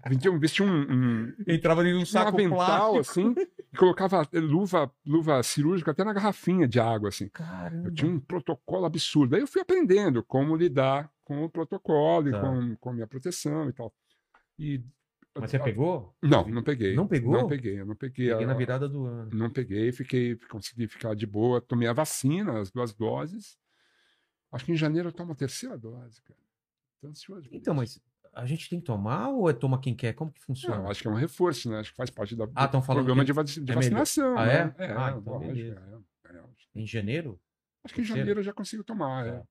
S3: Vendia um- Vestia um- um,
S1: Entrava ali num
S3: saco
S1: saco
S3: um avental,
S1: plástico.
S3: assim, e colocava eh, luva, luva cirúrgica até na garrafinha de água, assim.
S1: Caramba.
S3: Eu tinha um protocolo absurdo. Aí eu fui aprendendo como lidar com o protocolo
S1: Tá.
S3: e com, com a minha proteção e tal. E...
S1: Mas você pegou?
S3: Não, não peguei.
S1: Não pegou?
S3: Não peguei, eu não peguei.
S1: Peguei
S3: a-
S1: na virada do ano.
S3: Não peguei, fiquei, consegui ficar de boa. Tomei a vacina, as duas doses. Acho que em janeiro eu tomo a terceira dose, cara. Tô ansioso. por
S1: Então,
S3: isso.
S1: mas a gente tem que tomar ou é toma quem quer? Como que funciona?
S3: Não, acho que é um reforço, né? Acho que faz parte da,
S1: Ah,
S3: do
S1: tão falando
S3: programa
S1: que
S3: de, vaci- de
S1: é melhor.
S3: vacinação.
S1: Ah,
S3: né?
S1: é?
S3: É,
S1: Ah, então
S3: lógico,
S1: beleza.
S3: é, é.
S1: Em janeiro?
S3: Acho que em
S1: Terceiro?
S3: janeiro eu já consigo tomar. é.
S1: Tá.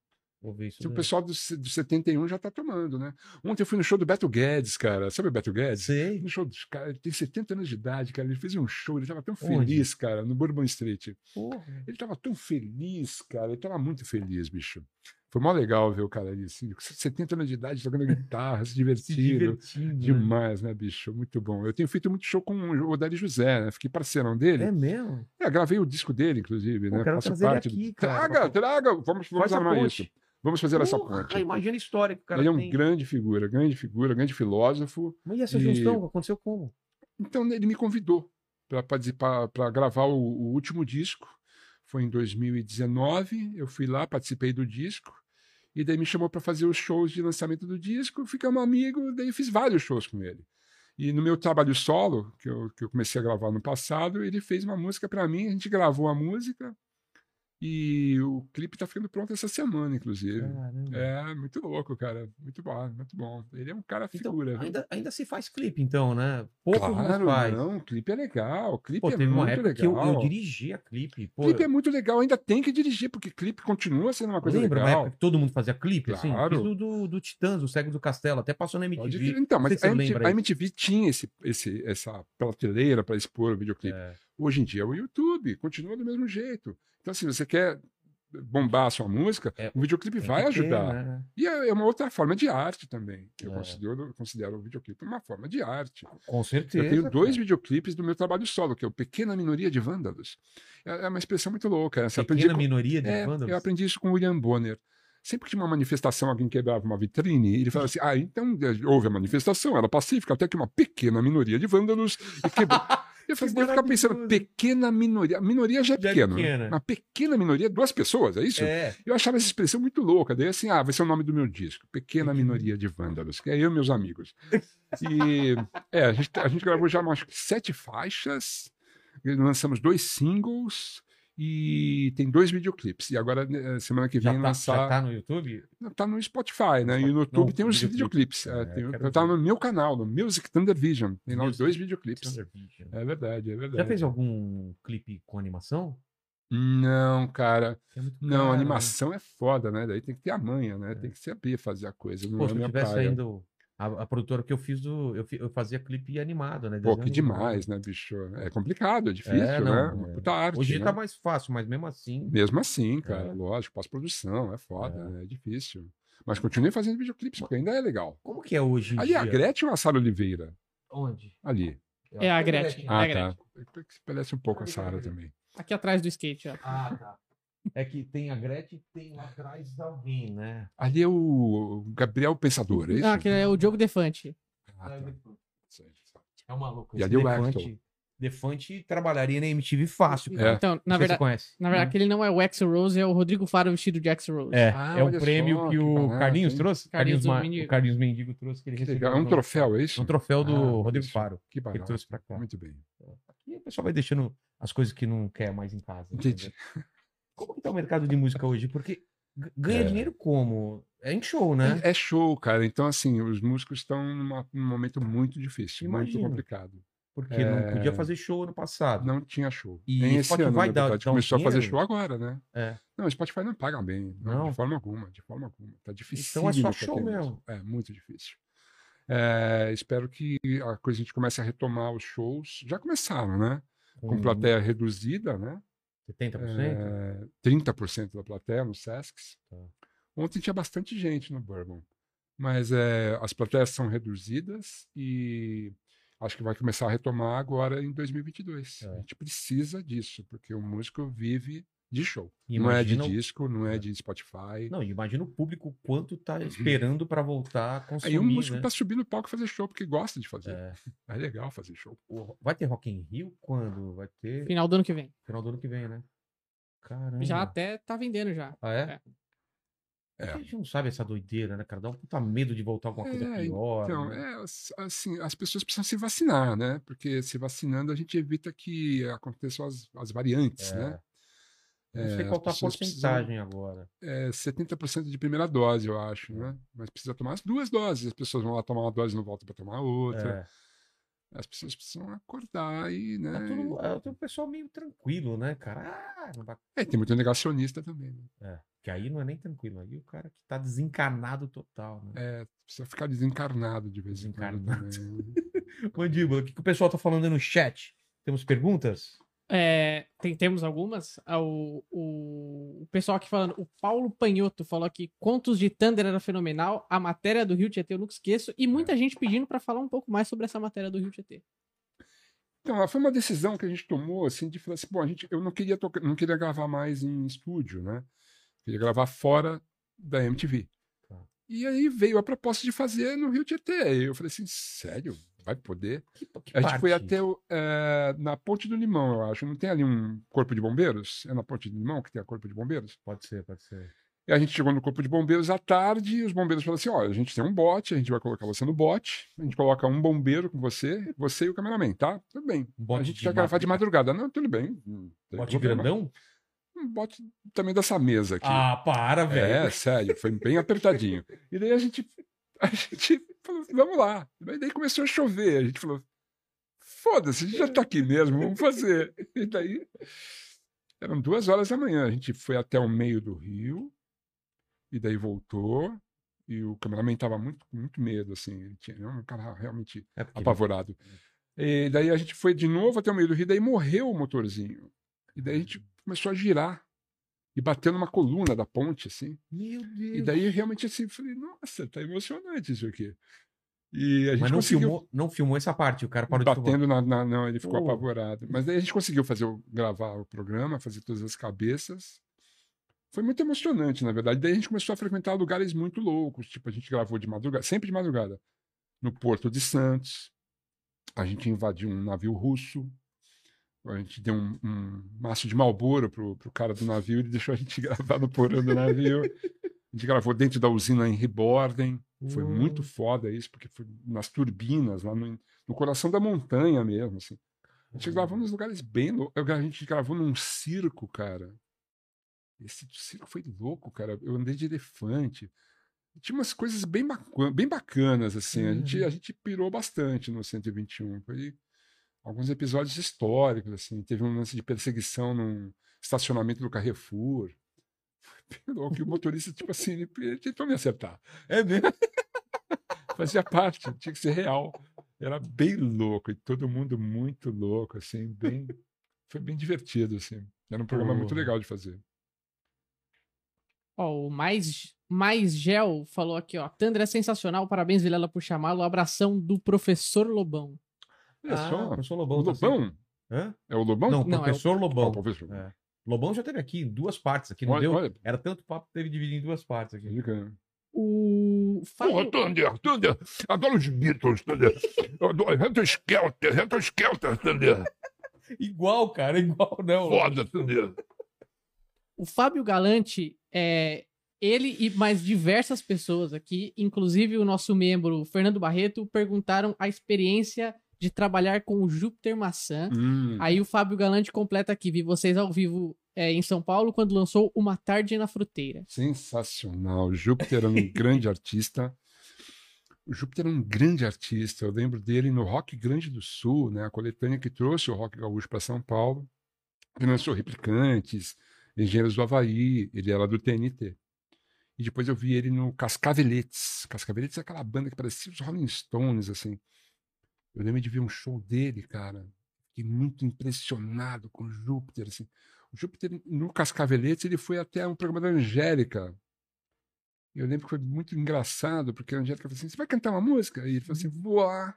S1: Vou ver isso.
S3: Se o
S1: daí.
S3: pessoal do, se- do 71 já tá tomando, né? Ontem eu fui no show do Beto Guedes, cara. Sabe o Beto Guedes?
S1: Sei.
S3: No show dos caras, ele tem 70 anos de idade, cara. Ele fez um show, ele tava tão
S1: Onde?
S3: feliz, cara, no Bourbon Street.
S1: Porra.
S3: Ele tava tão feliz, cara. Ele tava muito feliz, bicho. Foi mó legal ver o cara ali, assim, com 70 anos de idade, tocando guitarra, se
S1: Se
S3: divertindo.
S1: divertindo. né?
S3: Demais, né, bicho? Muito bom. Eu tenho feito muito show com o Odair José, né? Fiquei parceirão dele.
S1: É mesmo?
S3: É, gravei o disco dele, inclusive,
S1: Pô,
S3: né?
S1: quero
S3: Faço
S1: trazer ele
S3: parte do-
S1: aqui, cara.
S3: Traga, traga! Vamos, vamos
S1: Faz a
S3: armar
S1: ponte.
S3: isso. Vamos fazer essa
S1: Porra,
S3: ponte.
S1: Imagina a história que o cara
S3: Ele é um
S1: tem.
S3: grande figura, grande figura, grande filósofo.
S1: Mas e essa
S3: e-
S1: junção? Aconteceu como?
S3: Então ele me convidou para participar, para gravar o, o último disco. Foi em 2019. Eu fui lá, participei do disco. E daí me chamou para fazer os shows de lançamento do disco. Ficamos amigos, daí eu fiz vários shows com ele. E no meu trabalho solo, que eu, que eu comecei a gravar no passado, ele fez uma música para mim. A gente gravou a música. E o clipe tá ficando pronto essa semana, inclusive.
S1: Caramba.
S3: É, muito louco, cara. Muito bom, muito bom. Ele é um cara
S1: Então,
S3: figura. viu?
S1: ainda, ainda se faz clipe, então, né? Pouco
S3: claro,
S1: faz.
S3: não. O clipe é legal. O clipe
S1: Pô,
S3: é
S1: teve
S3: muito
S1: uma época
S3: legal.
S1: que eu, eu dirigia clipe. Pô,
S3: clipe é muito legal. Ainda tem que dirigir, porque clipe continua sendo uma coisa
S1: lembra uma
S3: legal.
S1: época que todo mundo fazia clipe, assim?
S3: Claro.
S1: Fiz do, do, do Titãs, do Cego do Castelo, até passou na
S3: Pode
S1: MTV.
S3: crer. Então,
S1: Não sei
S3: mas
S1: se
S3: a
S1: você
S3: MTV,
S1: lembra
S3: a
S1: isso.
S3: MTV tinha esse, esse, essa prateleira para expor o videoclipe.
S1: É.
S3: Hoje em dia é o YouTube, continua do mesmo jeito. Então, assim, você quer bombar a sua música,
S1: É,
S3: o videoclipe
S1: Tem
S3: vai
S1: que ter,
S3: ajudar.
S1: né?
S3: E é é uma outra forma de arte também. Eu
S1: É.
S3: considero, considero o videoclipe uma forma de arte.
S1: Com certeza.
S3: Eu tenho dois
S1: cara.
S3: videoclipes do meu trabalho solo, que é o Pequena Minoria de Vândalos. É é uma expressão muito louca. né? Você aprendi
S1: Pequena
S3: com-
S1: minoria de
S3: É,
S1: vândalos.
S3: eu aprendi isso com o William Bonner. Sempre que tinha uma manifestação, alguém quebrava uma vitrine, ele falava assim: ah, então eh, houve a manifestação, era pacífica, até que uma pequena minoria de vândalos. E quebrou. Eu falei,
S1: Que
S3: eu ficava
S1: maravilhoso.
S3: pensando, pequena minoria. A minoria já é
S1: Já é
S3: pequena.
S1: pequena.
S3: né? Uma pequena minoria, duas pessoas, é isso?
S1: É,
S3: Eu achava essa expressão muito louca. Daí assim, ah, vai ser o nome do meu disco. Pequena
S1: Pequena.
S3: Minoria de Vândalos, que é eu e meus amigos. E é, a gente, a gente gravou já umas sete faixas, lançamos dois singles e tem dois videoclipes. E agora, né, semana que
S1: já,
S3: vem,
S1: tá, já
S3: lançar.
S1: tá no YouTube?
S3: tá... no Spotify,
S1: No
S3: né? E no
S1: Spotify.
S3: YouTube tem os
S1: Não,
S3: videoclipes. É,
S1: É,
S3: tem-
S1: quero
S3: tá
S1: ver.
S3: no meu canal, no Music Thunder Vision. Tem lá os dois videoclipes.
S1: Thunder Vision.
S3: É verdade, é verdade.
S1: Já fez algum clipe com animação? um
S3: Não, cara.
S1: É muito
S3: Não,
S1: caro, né?
S3: animação é foda, né? Daí tem que ter a manha, né? Tem que saber fazer a coisa. Não
S1: É. Pô,
S3: é
S1: se eu
S3: minha
S1: tivesse
S3: praia.
S1: ainda o- a, a produtora que eu fiz do. Eu, fi- eu fazia clipe animado, né?
S3: Pô,
S1: desenho
S3: que
S1: animado.
S3: demais, né, bicho? É complicado, é difícil,
S1: É, não,
S3: né? Uma
S1: é.
S3: puta arte.
S1: Hoje
S3: né?
S1: tá mais fácil, mas mesmo assim.
S3: Mesmo assim, cara,
S1: É.
S3: lógico, pós-produção, é foda,
S1: É.
S3: né? É difícil. Mas continue fazendo videoclipes, porque ainda é legal.
S1: Como que é hoje em
S3: Ali,
S1: dia?
S3: a Gretchen ou a Sara Oliveira?
S1: Onde?
S3: Ali.
S1: Eu
S2: É
S1: acho
S2: a
S1: que
S2: Gretchen.
S3: Ah,
S2: É a
S3: tá. Parece um pouco a
S1: é
S3: Sara também.
S2: Aqui atrás do skate, ó.
S1: Ah, tá. É que tem a Gretchen e tem lá atrás alguém, né?
S3: Ali é o Gabriel Pensador,
S1: Ah,
S3: é isso?
S2: Ah, aquele é o Diogo Defante.
S3: Ah, tá.
S1: É o maluco.
S3: E ali o
S1: Defante,
S3: Hector.
S1: Defante trabalharia na MTV fácil, cara.
S3: É.
S2: Então, na
S1: Não sei se
S2: verdade,
S1: conhece.
S2: na verdade, aquele não é o Axel Rose, é o Rodrigo Faro vestido de Axel Rose.
S1: Hum. É,
S3: Ah,
S1: é o
S3: olha
S1: prêmio
S3: só,
S1: que
S3: que
S1: o
S3: barato,
S1: Carlinhos
S3: hein?
S1: trouxe. Carlinhos
S2: Carlinhos do
S1: Ma-
S2: Mendigo.
S1: O Carlinhos Mendigo trouxe que ele
S3: Que
S1: recebeu.
S3: legal. É um troféu, é isso?
S1: Um troféu do
S3: Ah,
S1: Rodrigo
S3: isso.
S1: Faro.
S3: Que
S1: Que ele
S3: barato.
S1: trouxe pra cá.
S3: Muito bem.
S1: E o pessoal vai deixando as coisas que não quer mais em casa.
S3: Entendi.
S1: entendeu? Como que tá o mercado de música hoje? Porque g- ganha
S3: É.
S1: dinheiro como? É em show, né?
S3: É show, cara. Então, assim, os músicos estão numa- num momento muito difícil,
S1: Imagino.
S3: muito complicado.
S1: Porque não podia fazer show no passado.
S3: É. Não tinha show.
S1: E
S3: Nem esse
S1: Spotify
S3: ano, na
S1: dá-
S3: verdade.
S1: dá um
S3: Começou a fazer
S1: dinheiro?
S3: show agora, né?
S1: É.
S3: Não, o Spotify não paga bem. Não,
S1: Não?
S3: De forma alguma, de forma alguma. Tá difícil.
S1: Então é só show mesmo.
S3: É, muito difícil. É, espero que a coisa a gente comece a retomar os shows. Já começaram, né?
S1: Uhum.
S3: Com plateia reduzida, né?
S1: 70%?
S3: É, 30% da plateia no Sescs.
S1: Tá.
S3: Ontem tinha bastante gente no Bourbon, mas é, as plateias são reduzidas e acho que vai começar a retomar agora em 2022.
S1: É.
S3: A gente precisa disso, porque o músico vive de show.
S1: Imagina
S3: Não é
S1: o-
S3: de disco, não é,
S1: É.
S3: de Spotify.
S1: Não, imagina o público quanto tá esperando pra voltar a consumir,
S3: Aí o músico tá
S1: né?
S3: para subir no palco e fazer show porque gosta de fazer.
S1: É.
S3: É, legal fazer show.
S1: O- Vai ter Rock in Rio quando? Vai ter
S2: Final do ano que vem.
S1: final do ano que vem, né? Caramba.
S2: Já até tá vendendo já.
S1: Ah, é?
S3: É.
S1: A gente não sabe essa doideira, né, cara? Dá um puta medo de voltar alguma coisa
S3: É,
S1: pior.
S3: Então,
S1: né?
S3: é, as- assim, as pessoas precisam se vacinar, né? Porque se vacinando a gente evita que aconteçam as, as variantes,
S1: É.
S3: né?
S1: Não sei
S3: É,
S1: qual
S3: as
S1: tá a
S3: pessoas
S1: porcentagem agora.
S3: É 70% de primeira dose, eu acho,
S1: Hum.
S3: né? Mas precisa tomar as duas doses. As pessoas vão lá tomar uma dose e não voltam para tomar outra.
S1: É.
S3: As pessoas precisam acordar e, né?
S1: Tá tudo, é, tem um pessoal meio tranquilo, né, cara? Ah, não vai-
S3: É, tem muito negacionista também. Né?
S1: é, que aí não é nem tranquilo. Aí o cara que tá desencanado total, né?
S3: É, precisa ficar desencarnado de vez em quando.
S1: Desencarnado.
S3: também. né?
S1: Mandíbula, o que, que o pessoal tá falando aí no chat? Temos perguntas?
S2: É, tem, temos algumas. Ah, O, o, o pessoal aqui falando, o Paulo Panhoto falou que Contos de Thunder era fenomenal, a matéria do Rio Tietê eu nunca esqueço, e muita gente pedindo pra falar um pouco mais sobre essa matéria do Rio Tietê.
S3: Então, ela foi uma decisão que a gente tomou, assim, de falar assim, bom, a gente, eu não queria, tocar, não queria gravar mais em estúdio, né? Queria gravar fora da MTV.
S1: Tá.
S3: E aí veio a proposta de fazer no Rio Tietê. E Eu falei assim, sério? Vai poder?
S1: Que, que
S3: A gente foi
S1: parte?
S3: até o, eh, na Ponte do Limão, eu acho. Não tem ali um corpo de bombeiros? É na Ponte do Limão que tem a corpo de bombeiros?
S1: Pode ser, pode ser.
S3: E a gente chegou no corpo de bombeiros à tarde e os bombeiros falaram assim, olha, a gente tem um bote, a gente vai colocar você no bote, a gente coloca um bombeiro com você, você e o cameraman, tá? Tudo bem.
S1: Um bote
S3: a gente
S1: de
S3: quer gravar de
S1: madruga-
S3: madrugada. Não, tudo bem. não tem
S1: Bote
S3: problema.
S1: grandão?
S3: Um bote também dessa mesa aqui.
S1: Ah, para,
S3: é,
S1: velho.
S3: sério, foi bem apertadinho. E daí a gente, a gente falou, vamos lá. E daí começou a chover, a gente falou, foda-se, a gente já tá aqui mesmo, vamos fazer. E daí, eram duas horas da manhã, a gente foi até o meio do rio, e daí voltou, e o cameraman tava muito, com muito medo, assim, ele tinha, era um cara realmente
S1: É, porque-
S3: apavorado.
S1: Hum.
S3: E daí a gente foi de novo até o meio do rio, daí morreu o motorzinho. E daí a
S1: Hum.
S3: gente começou a girar e bateu numa coluna da ponte, assim.
S1: Meu Deus.
S3: E daí realmente assim, falei, nossa, tá emocionante isso aqui. E a gente
S1: Mas não
S3: conseguiu
S1: filmou, não filmou essa parte, o cara parou de filmar.
S3: batendo na, na- Não, ele ficou
S1: Oh.
S3: apavorado. Mas daí a gente conseguiu fazer o- gravar o programa, fazer todas as cabeças. Foi muito emocionante, na verdade. Daí a gente começou a frequentar lugares muito loucos. Tipo, a gente gravou de madrugada, sempre de madrugada, no Porto de Santos. A gente invadiu um navio russo. A gente deu um, um maço de malboro pro, pro cara do navio. Ele deixou a gente gravar no porão do navio. A gente gravou dentro da usina em Reborden. Foi
S1: Hum.
S3: muito foda isso, porque foi nas turbinas, lá no, no coração da montanha mesmo, assim. A gente gravou nos lugares bem loucos. A gente gravou num circo, cara. Esse circo foi louco, cara. Eu andei de elefante. Tinha umas coisas bem, bacu- bem bacanas, assim. A, gente, a gente pirou bastante no 121. Foi alguns episódios históricos, assim. Teve um lance de perseguição num estacionamento do Carrefour. Foi bem louco. E o motorista, tipo assim, ele, ele tentou me acertar
S1: É mesmo?
S3: fazia parte, tinha que ser real. Era bem louco, e todo mundo muito louco, assim, bem. Foi bem divertido, assim. Era um programa muito
S1: Porra.
S3: legal de fazer.
S2: Ó, o mais, mais Gel falou aqui, ó, Thunder é sensacional, parabéns Vilela por chamá-lo, abração do professor Lobão.
S3: Olha
S1: Ah,
S3: só.
S1: o professor
S3: O
S1: Lobão. tá sempre-
S3: Lobão?
S1: Hã?
S3: É o Lobão?
S1: Não,
S2: Não, é o-
S1: professor
S3: Ah,
S1: Lobão.
S3: o professor.
S1: É. Lobão já teve aqui em duas partes aqui, não
S3: Olha-
S1: deu?
S3: olha.
S1: Era tanto papo que teve dividido em duas partes aqui.
S3: Diga.
S2: O
S4: Porra,
S2: Fábio,
S4: Thunder, Thunder, adoro os Beatles, Thunder. Eu Adoro Helter Skelter, Helter Skelter, Thunder.
S1: Igual, cara, igual não.
S3: Foda, entendeu?
S2: O Fábio Galante é ele e mais diversas pessoas aqui, inclusive o nosso membro Fernando Barreto, perguntaram a experiência de trabalhar com o Júpiter Maçã.
S3: Hum.
S2: Aí o Fábio Galante completa aqui, vi vocês ao vivo é, em São Paulo quando lançou Uma Tarde na Fruteira.
S3: Sensacional. O Júpiter era um grande artista. O Júpiter era um grande artista. Eu lembro dele no Rock Grande do Sul, né? a coletânea que trouxe o Rock Gaúcho para São Paulo. Ele lançou Replicantes, Engenheiros do Havaí, ele era do TNT. E depois eu vi ele no Cascaveletes. Cascaveletes é aquela banda que parecia os Rolling Stones, assim. Eu lembro de ver um show dele, cara. Fiquei muito impressionado com o Júpiter, assim. O Júpiter, no Cascaveletes, ele foi até um programa da Angélica. Eu lembro que foi muito engraçado, porque a Angélica falou assim: Você vai cantar uma música? E ele falou assim: Voar.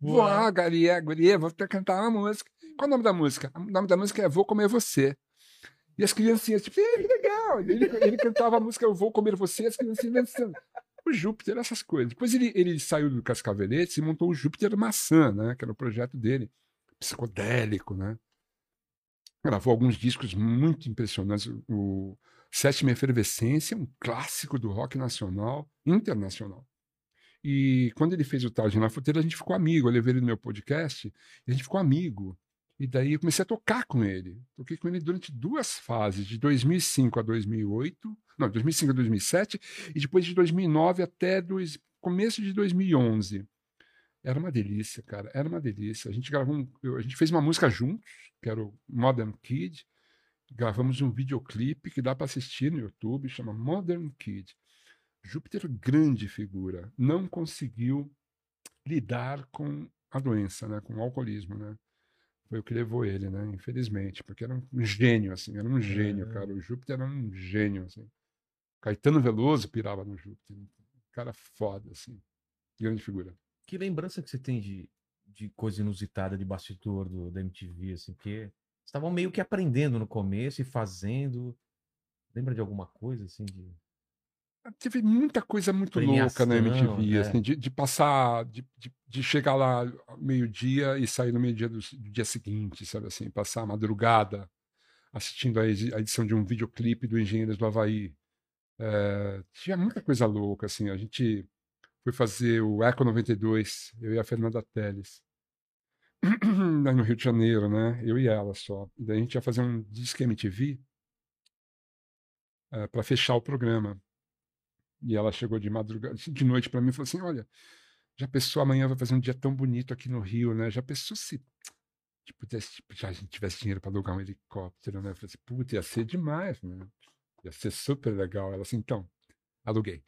S3: Voar, Garia, Guria, vou até cantar uma música. Qual o nome da música? O nome da música é Vou Comer Você. E as criancinhas, tipo, "Ih, que legal! Ele, ele cantava a música Eu Vou Comer Você, as criancinhas dançando. O Júpiter, essas coisas. Depois ele, ele saiu do Cascaveletes e montou o Júpiter Maçã, né? Que era o projeto dele. Psicodélico, né? Gravou alguns discos muito impressionantes. O Sétima Efervescência, um clássico do rock nacional, internacional. E quando ele fez o Tarde na Futeira, a gente ficou amigo. Eu levei ele no meu podcast e a gente ficou amigo. E daí eu comecei a tocar com ele. Toquei com ele durante duas fases, de 2005 a 2008, não, 2005 a 2007, e depois de 2009 até dois, começo de 2011. Era uma delícia, cara, era uma delícia. A gente gravou, um, eu- a gente fez uma música juntos, que era o Modern Kid. Gravamos um videoclipe que dá para assistir no YouTube, chama Modern Kid. Júpiter, grande figura, não conseguiu lidar com a doença, né, com o alcoolismo, né? Foi o que levou ele, né? Infelizmente, porque era um gênio, assim, era um gênio,
S1: Ah.
S3: cara. O Júpiter era um gênio, assim. Caetano Veloso pirava no Júpiter. um Cara foda, assim. Grande figura.
S1: Que lembrança que você tem de, de coisa inusitada de bastidor do, da MTV, assim, porque vocês estavam meio que aprendendo no começo e fazendo. Lembra de alguma coisa, assim? De...
S3: Teve muita coisa muito louca
S1: Premiação,
S3: na MTV,
S1: né?
S3: assim, de, de passar, de, de, de chegar lá ao meio-dia e sair no meio-dia do, do dia seguinte, sabe assim, passar a madrugada assistindo a edi- a edição de um videoclipe do Engenheiros do Havaí. Eh, tinha muita coisa louca, assim, a gente foi fazer o Eco 92, eu e a Fernanda Teles, lá no Rio de Janeiro, né, eu e ela só. E daí a gente ia fazer um Disque MTV para eh, fechar o programa. E ela chegou de madrugada, de noite para mim e falou assim: Olha, já pensou amanhã vai fazer um dia tão bonito aqui no Rio, né? Já pensou se tipo, desse- tipo, já a gente tivesse dinheiro para alugar um helicóptero, né? Eu falei assim: Puta, ia ser demais, né? Ia ser super legal. Ela assim: Então, aluguei.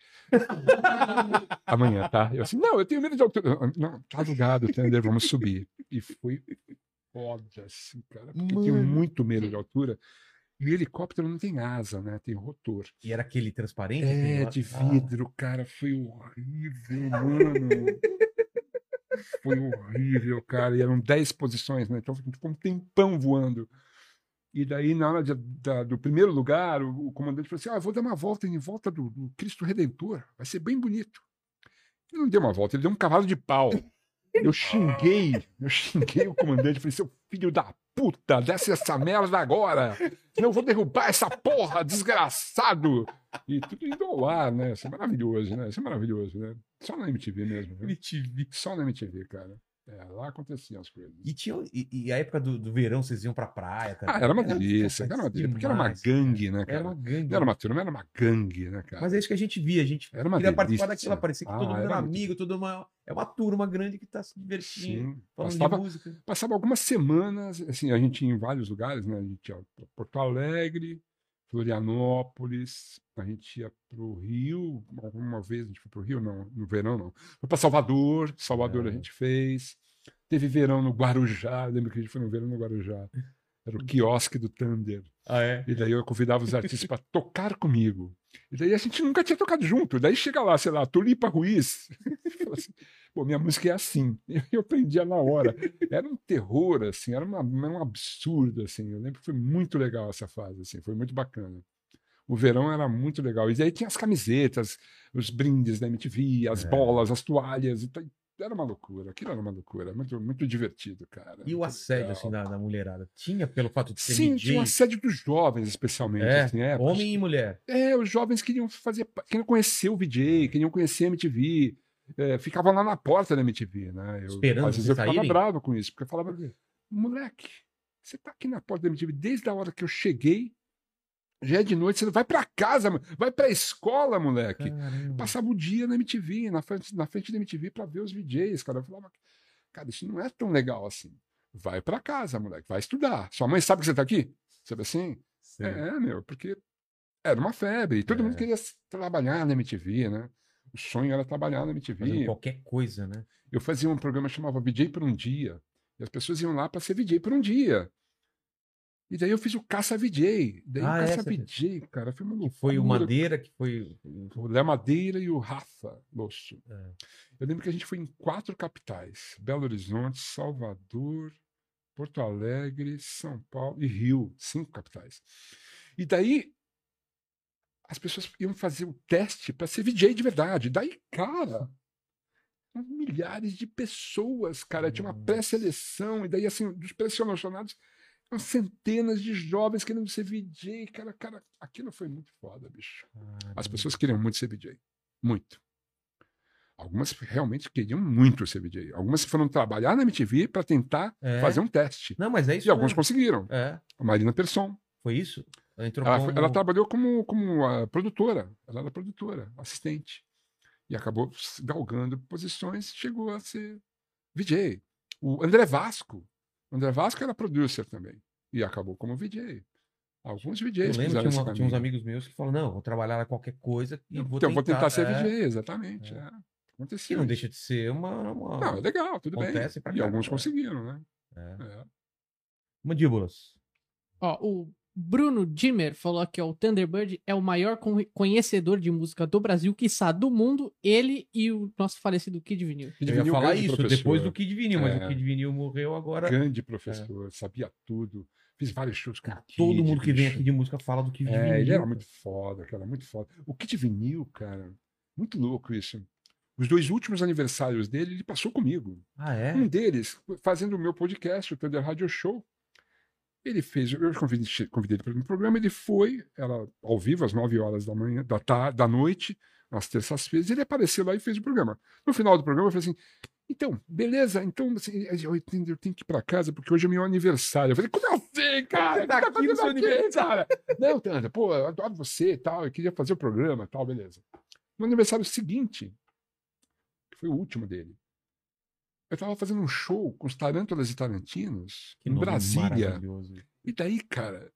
S3: amanhã, tá? Eu assim: Não, eu tenho medo de altura. Não, tá alugado, entendeu? Vamos subir. E foi foda, assim, cara. Porque eu tenho
S1: Mano.
S3: muito medo de altura. E helicóptero não tem asa, né? Tem rotor.
S1: E era aquele transparente?
S3: É,
S1: aquele lá-
S3: de
S1: Ah,
S3: vidro, cara. Foi horrível, mano. foi horrível, cara. E eram 10 posições, né? Então a gente ficou um tempão voando. E daí, na hora de- da- do primeiro lugar, o, o comandante falou assim: ah, eu vou dar uma volta em volta do, do Cristo Redentor. Vai ser bem bonito. Ele não deu uma volta, ele deu um cavalo de pau. Eu xinguei, eu xinguei o comandante. Falei, seu filho da puta, desce essa merda agora. Senão eu vou derrubar essa porra, desgraçado. E tudo indo ao ar, né? Isso é maravilhoso, né? Isso é maravilhoso, né? Só na MTV mesmo. Né?
S1: MTV.
S3: Só na MTV, cara. É, lá aconteciam as coisas.
S1: E, tinha, e, e a época do, do verão, vocês iam pra praia também.
S3: Ah, era uma delícia, era uma delícia. Porque era uma
S1: demais,
S3: gangue, né,
S1: Era
S3: cara?
S1: uma gangue.
S3: Não era uma turma, era uma gangue, né, cara?
S1: Mas é isso que a gente via, a gente
S3: Era uma
S1: queria
S3: delícia.
S1: participar daquilo, parecia que
S3: Ah,
S1: todo mundo era,
S3: era muito
S1: amigo, todo uma, é uma turma grande que tá se divertindo,
S3: Sim.
S1: falando
S3: Passava-
S1: de música.
S3: passava algumas semanas, assim, a gente ia em vários lugares, né? A gente ia para Porto Alegre, Florianópolis, a gente ia para o Rio, alguma vez a gente foi para o Rio, não, no verão não. Foi para Salvador, Salvador a
S1: É.
S3: gente fez. Teve verão no Guarujá, eu lembro que a gente foi no verão no Guarujá. Era o quiosque do Thunder.
S1: Ah, é?
S3: E daí eu convidava os artistas para tocar comigo. E daí a gente nunca tinha tocado junto. Daí chega lá, sei lá, Tulipa Ruiz. Fala assim, Pô, minha música é assim. E Eu aprendia na hora. Era um terror, assim, era, uma, era um absurdo, assim. Eu lembro que foi muito legal essa fase, assim, foi muito bacana. O verão era muito legal. E daí tinha as camisetas, os brindes da MTV, as
S1: É.
S3: bolas, as toalhas. E tal. Era uma loucura, aquilo era uma loucura, muito, muito divertido, cara.
S1: E o
S3: muito
S1: assédio,
S3: legal.
S1: assim, da, da mulherada? Tinha pelo fato de ser
S3: Sim,
S1: DJ?
S3: tinha um assédio dos jovens, especialmente.
S1: É,
S3: assim, é,
S1: Homem e mulher.
S3: É, os jovens queriam fazer, pa- queriam conhecer o VJ, queriam conhecer a MTV, é, ficavam lá na porta da MTV, né? Eu,
S1: Esperando
S3: às vezes
S1: vocês
S3: eu ficava
S1: saírem?
S3: bravo com isso, porque eu falava, moleque, você tá aqui na porta da MTV desde a hora que eu cheguei, já é de noite, você não vai pra casa, mo- vai pra escola, moleque.
S1: Caramba.
S3: Passava o dia na MTV, na frente, na frente da MTV pra ver os VJs, cara. Eu falava, cara, isso não é tão legal assim. Vai pra casa, moleque, vai estudar. Sua mãe sabe que você tá aqui? Sabe assim?
S1: Sim.
S3: É, meu, porque era uma febre. e Todo
S1: É.
S3: mundo queria s- trabalhar na MTV, né? O sonho era trabalhar na
S1: Fazendo
S3: MTV.
S1: qualquer coisa, né?
S3: Eu fazia um programa que chamava VJ por um dia. E as pessoas iam lá para ser VJ por um dia. E daí eu fiz o Caça VJ. Daí
S1: Ah,
S3: o
S1: é,
S3: Caça
S1: você fez.
S3: VJ, cara, foi uma
S1: Que
S3: loucura.
S1: foi o Madeira, que foi...
S3: O Léo Madeira e o Rafa Losso.
S1: É.
S3: Eu lembro que a gente foi em quatro capitais: Belo Horizonte, Salvador, Porto Alegre, São Paulo e Rio. Cinco capitais. E daí as pessoas iam fazer o teste para ser VJ de verdade. Daí, cara, eram milhares de pessoas, cara. Tinha uma
S1: Nossa.
S3: pré-seleção. E daí, assim, dos pré-selecionados. eram Centenas de jovens querendo ser VJ, cara, cara, aquilo foi muito foda, bicho.
S1: Ah,
S3: As pessoas queriam muito ser VJ. Muito. Algumas realmente queriam muito ser VJ. Algumas foram trabalhar na MTV para tentar
S1: É?
S3: fazer um teste.
S1: Não, mas é isso
S3: E alguns
S1: mesmo.
S3: conseguiram.
S1: É,
S3: A Marina Persson.
S1: foi isso? Ela entrou
S3: Ela,
S1: como...
S3: foi- ela trabalhou como, como ah, produtora. Ela era produtora, assistente. E acabou s- galgando posições chegou a ser VJ. O André Vasco. O André Vasco era producer também. E acabou como VJ. Alguns
S1: Eu
S3: VJs
S1: lembro,
S3: fizeram
S1: tinha,
S3: esse assim
S1: uma- tinha uns
S3: caminho.
S1: amigos meus que falaram, não, vou trabalhar a qualquer coisa e vou
S3: então,
S1: tentar.
S3: vou tentar ser
S1: é.
S3: VJ, exatamente.
S1: É.
S3: É.
S1: Que
S3: Aconteceu.
S1: não deixa de ser uma... uma...
S3: Não, é legal, tudo
S1: Acontece pra
S3: bem. E alguns
S1: caramba, é.
S3: conseguiram, né?
S1: É.
S3: É.
S1: Mandíbulas.
S2: Ó, o Bruno Dimmer falou aqui, ó, o Thunderbird é o maior con- conhecedor de música do Brasil, quiçá do mundo, ele e o nosso falecido Kid Vinil.
S3: Kid
S1: Eu ia
S3: Vinil,
S1: falar
S3: grande
S1: isso
S3: professor,
S1: depois do Kid Vinil, mas o
S3: É.
S1: Kid Vinil morreu agora.
S3: Grande professor, sabia tudo. Fiz vários shows com
S1: Cara,
S3: o Kid,
S1: todo mundo que vem
S3: bicho.
S1: aqui de música fala do Kid Vinil.
S3: É, ele era
S1: cara.
S3: muito foda, cara, muito foda. O Kid Vinil, cara, muito louco isso. Os dois últimos aniversários dele, ele passou comigo.
S1: Ah, é?
S3: Um deles, fazendo o meu podcast, o Thunder Radio Show, ele fez, eu convidei, convidei ele para o programa, ele foi, era ao vivo, às 9 horas da manhã, da, ta- da noite, nas terças-feiras, ele apareceu lá e fez o programa. No final do programa, eu falei assim, então, beleza, então, assim, eu, entendo, eu tenho que ir para casa, porque hoje é meu aniversário. Eu falei, como assim, cara?
S1: Você tá
S3: O que
S1: aqui no seu
S3: cara? Não, Tanda, pô, eu adoro você e tal, eu queria fazer o programa e tal, beleza. No aniversário seguinte, que foi o último dele, eu estava fazendo um show com os Tarântulas e Tarantinos
S1: Que
S3: em
S1: nome
S3: Brasília.
S1: maravilhoso.
S3: E daí, cara,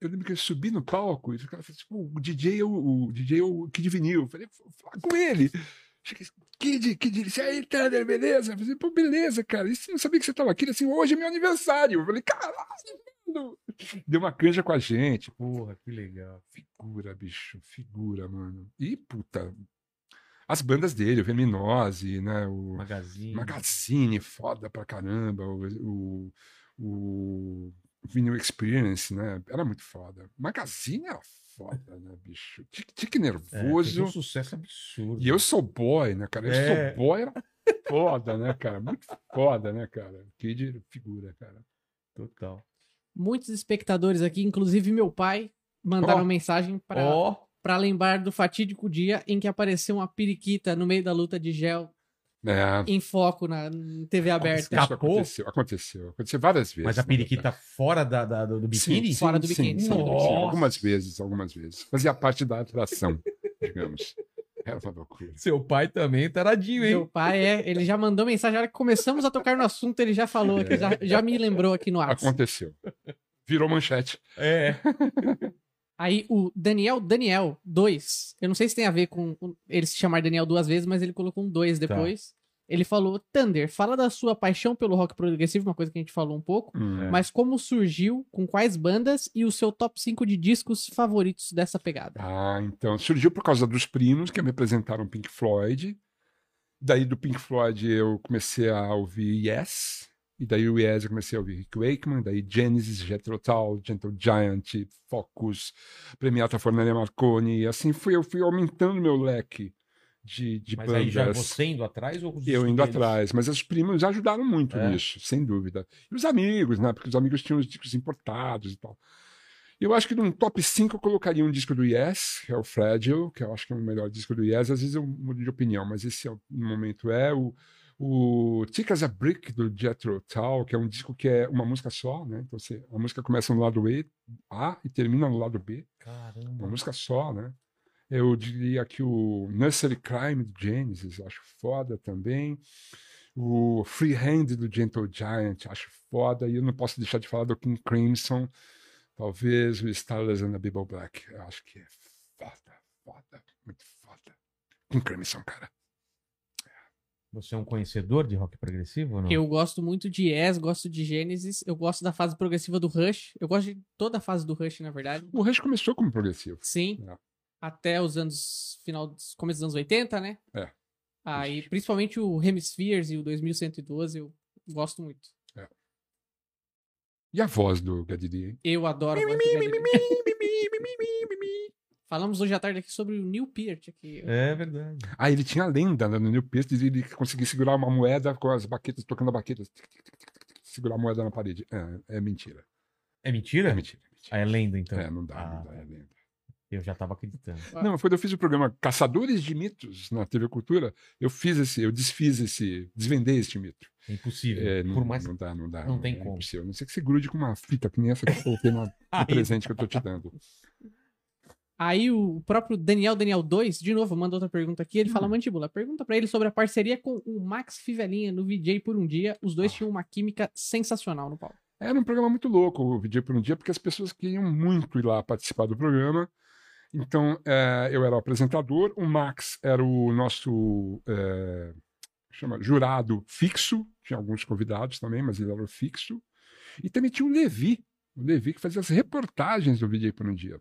S3: eu lembro que eu subi no palco e o cara falou assim, "Pô, o DJ é o, o DJ é o Kid Vinil. Eu falei, vou falar com ele. Cheguei assim, Kid, Kid, ele disse, aí, Thunder, beleza? Eu falei, assim, pô, beleza, cara. E você não sabia que você tava aqui? Ele assim, hoje é meu aniversário. Eu falei, caralho, mano. Deu uma canja com a gente.
S1: Porra, que legal.
S3: Figura, bicho, figura, mano. E, puta, as bandas dele, o Verminose, né, o...
S1: Magazine.
S3: Magazine, foda pra caramba, o, o, o Vinyl Experience, né? Era muito foda. Magazine era foda, né, bicho? Tique, tique
S1: É, fez
S3: nervoso.
S1: um sucesso absurdo.
S3: E eu sou boy, né, cara? Eu
S1: É.
S3: sou boy, era foda, né, cara? Muito foda, né, cara? Kid figura, cara.
S1: Total.
S2: Muitos espectadores aqui, inclusive meu pai, mandaram
S3: Ó.
S2: mensagem pra.
S1: Ó,
S2: Pra lembrar do fatídico dia em que apareceu uma periquita no meio da luta de gel
S3: É.
S2: em foco na em TV aberta.
S3: Isso
S1: Escapou?
S3: aconteceu, aconteceu. Aconteceu várias vezes. né,
S1: mas a
S3: na verdade.
S1: periquita fora da, da- do do biquíni?
S3: Sim, sim,
S2: Fora do
S3: sim,
S2: biquíni,
S3: sim,
S1: fora do
S3: sim,
S1: biquíni.
S3: Algumas vezes, algumas vezes. Fazia parte da atração, digamos. Era uma loucura.
S1: Seu pai
S3: é
S1: também, taradinho, hein?
S2: Meu pai é, ele já mandou mensagem, a hora que começamos a tocar no assunto, ele já falou aqui, já, já me lembrou aqui no WhatsApp.
S3: Aconteceu. Virou manchete.
S1: É.
S2: Aí o Daniel Daniel 2, eu não sei se tem a ver com com ele se chamar Daniel duas vezes, mas ele colocou um 2
S1: Tá.
S2: depois. Ele falou: Thunder, fala da sua paixão pelo rock progressivo, uma coisa que a gente falou um pouco,
S1: É.
S2: mas como surgiu, com quais bandas e o seu top 5 de discos favoritos dessa pegada.
S3: Ah, então. Surgiu por causa dos primos que me apresentaram Pink Floyd. Daí do Pink Floyd eu comecei a ouvir Yes. E daí o Yes eu comecei a ouvir Rick Wakeman, daí Genesis, Jethro Tull, Gentle Giant, Focus, Premiata Fornaria Marconi. E assim fui, eu fui aumentando meu leque de, de
S1: Mas aí já
S3: bandas.
S1: você indo atrás ou os
S3: Eu indo
S1: primeiros?
S3: atrás, mas os primos ajudaram muito
S1: É?
S3: nisso, sem dúvida. E os amigos, né? Porque os amigos tinham os discos importados e tal. Eu acho que num top 5 eu colocaria um disco do Yes, que é o Fragile, que eu acho que é o melhor disco do Yes. Às vezes eu mudo de opinião, mas esse é o- no momento é o, o Tick as a Brick do Jethro Tull, que é um disco que é uma música só, né? Então você, a música começa no lado E, A e termina no lado B uma
S1: Caramba.
S3: música só, né? Eu diria que o Nursery Crime do Genesis, eu acho foda também. O Free Hand do Gentle Giant, acho foda. E eu não posso deixar de falar do King Crimson. Talvez o Starless and the Bible Black. Eu acho que é foda, foda, muito foda. King Crimson, cara.
S1: Você é um conhecedor de rock progressivo
S3: Hum.
S1: ou não?
S2: Eu gosto muito de Yes, gosto de Genesis, eu gosto da fase progressiva do Rush, eu gosto de toda a fase do Rush, na verdade.
S3: O Rush começou como progressivo.
S2: Sim.
S3: É.
S2: Até os anos. Final. dos- Começo dos anos 80, né?
S3: É.
S2: Aí, principalmente o Hemispheres e o 2112, eu gosto muito.
S3: E a voz do Gadiri, hein?
S2: Eu adoro. a voz do Gadilha. Falamos hoje à tarde aqui sobre o Neil Peart. Aqui.
S1: É verdade.
S3: Ah, ele tinha a lenda né, no New Pierce de ele conseguir segurar uma moeda com as baquetas, tocando a baqueta. tic, tic, tic, tic, tic, Segurar a moeda na parede. É, é mentira.
S1: É mentira?
S3: É
S1: É,
S3: mentira. é mentira.
S1: Ah, é lenda, então.
S3: É, não dá,
S1: Ah,
S3: não dá, é lenda.
S1: Eu já tava acreditando.
S2: Ah.
S3: Não, quando eu fiz o programa Caçadores de Mitos na TV Cultura, eu fiz esse, eu desfiz esse, desvendei este mito.
S1: É impossível.
S3: É, não,
S1: Por mais
S3: não dá, não dá.
S1: não tem
S3: é
S1: como.
S3: impossível. A não ser que você grude com uma fita que nem essa que eu coloquei na-
S1: Aí-
S3: no presente que eu tô te dando.
S2: Aí o próprio Daniel Daniel 2, de novo, manda outra pergunta aqui. Ele fala,
S3: Hum.
S2: Mandíbula, pergunta pra ele sobre a parceria com o Max Fivelinha no VJ por um dia. Os
S3: Ah.
S2: dois tinham uma química sensacional no palco.
S3: Era um programa muito louco, o Vidia por um dia, porque as pessoas queriam muito ir lá participar do programa. Então, eh, eu era o apresentador, o Max era o nosso eh, chama, jurado fixo, tinha alguns convidados também, mas ele era o fixo. E também tinha o Levi, o Levi que fazia as reportagens do Vidia por um dia.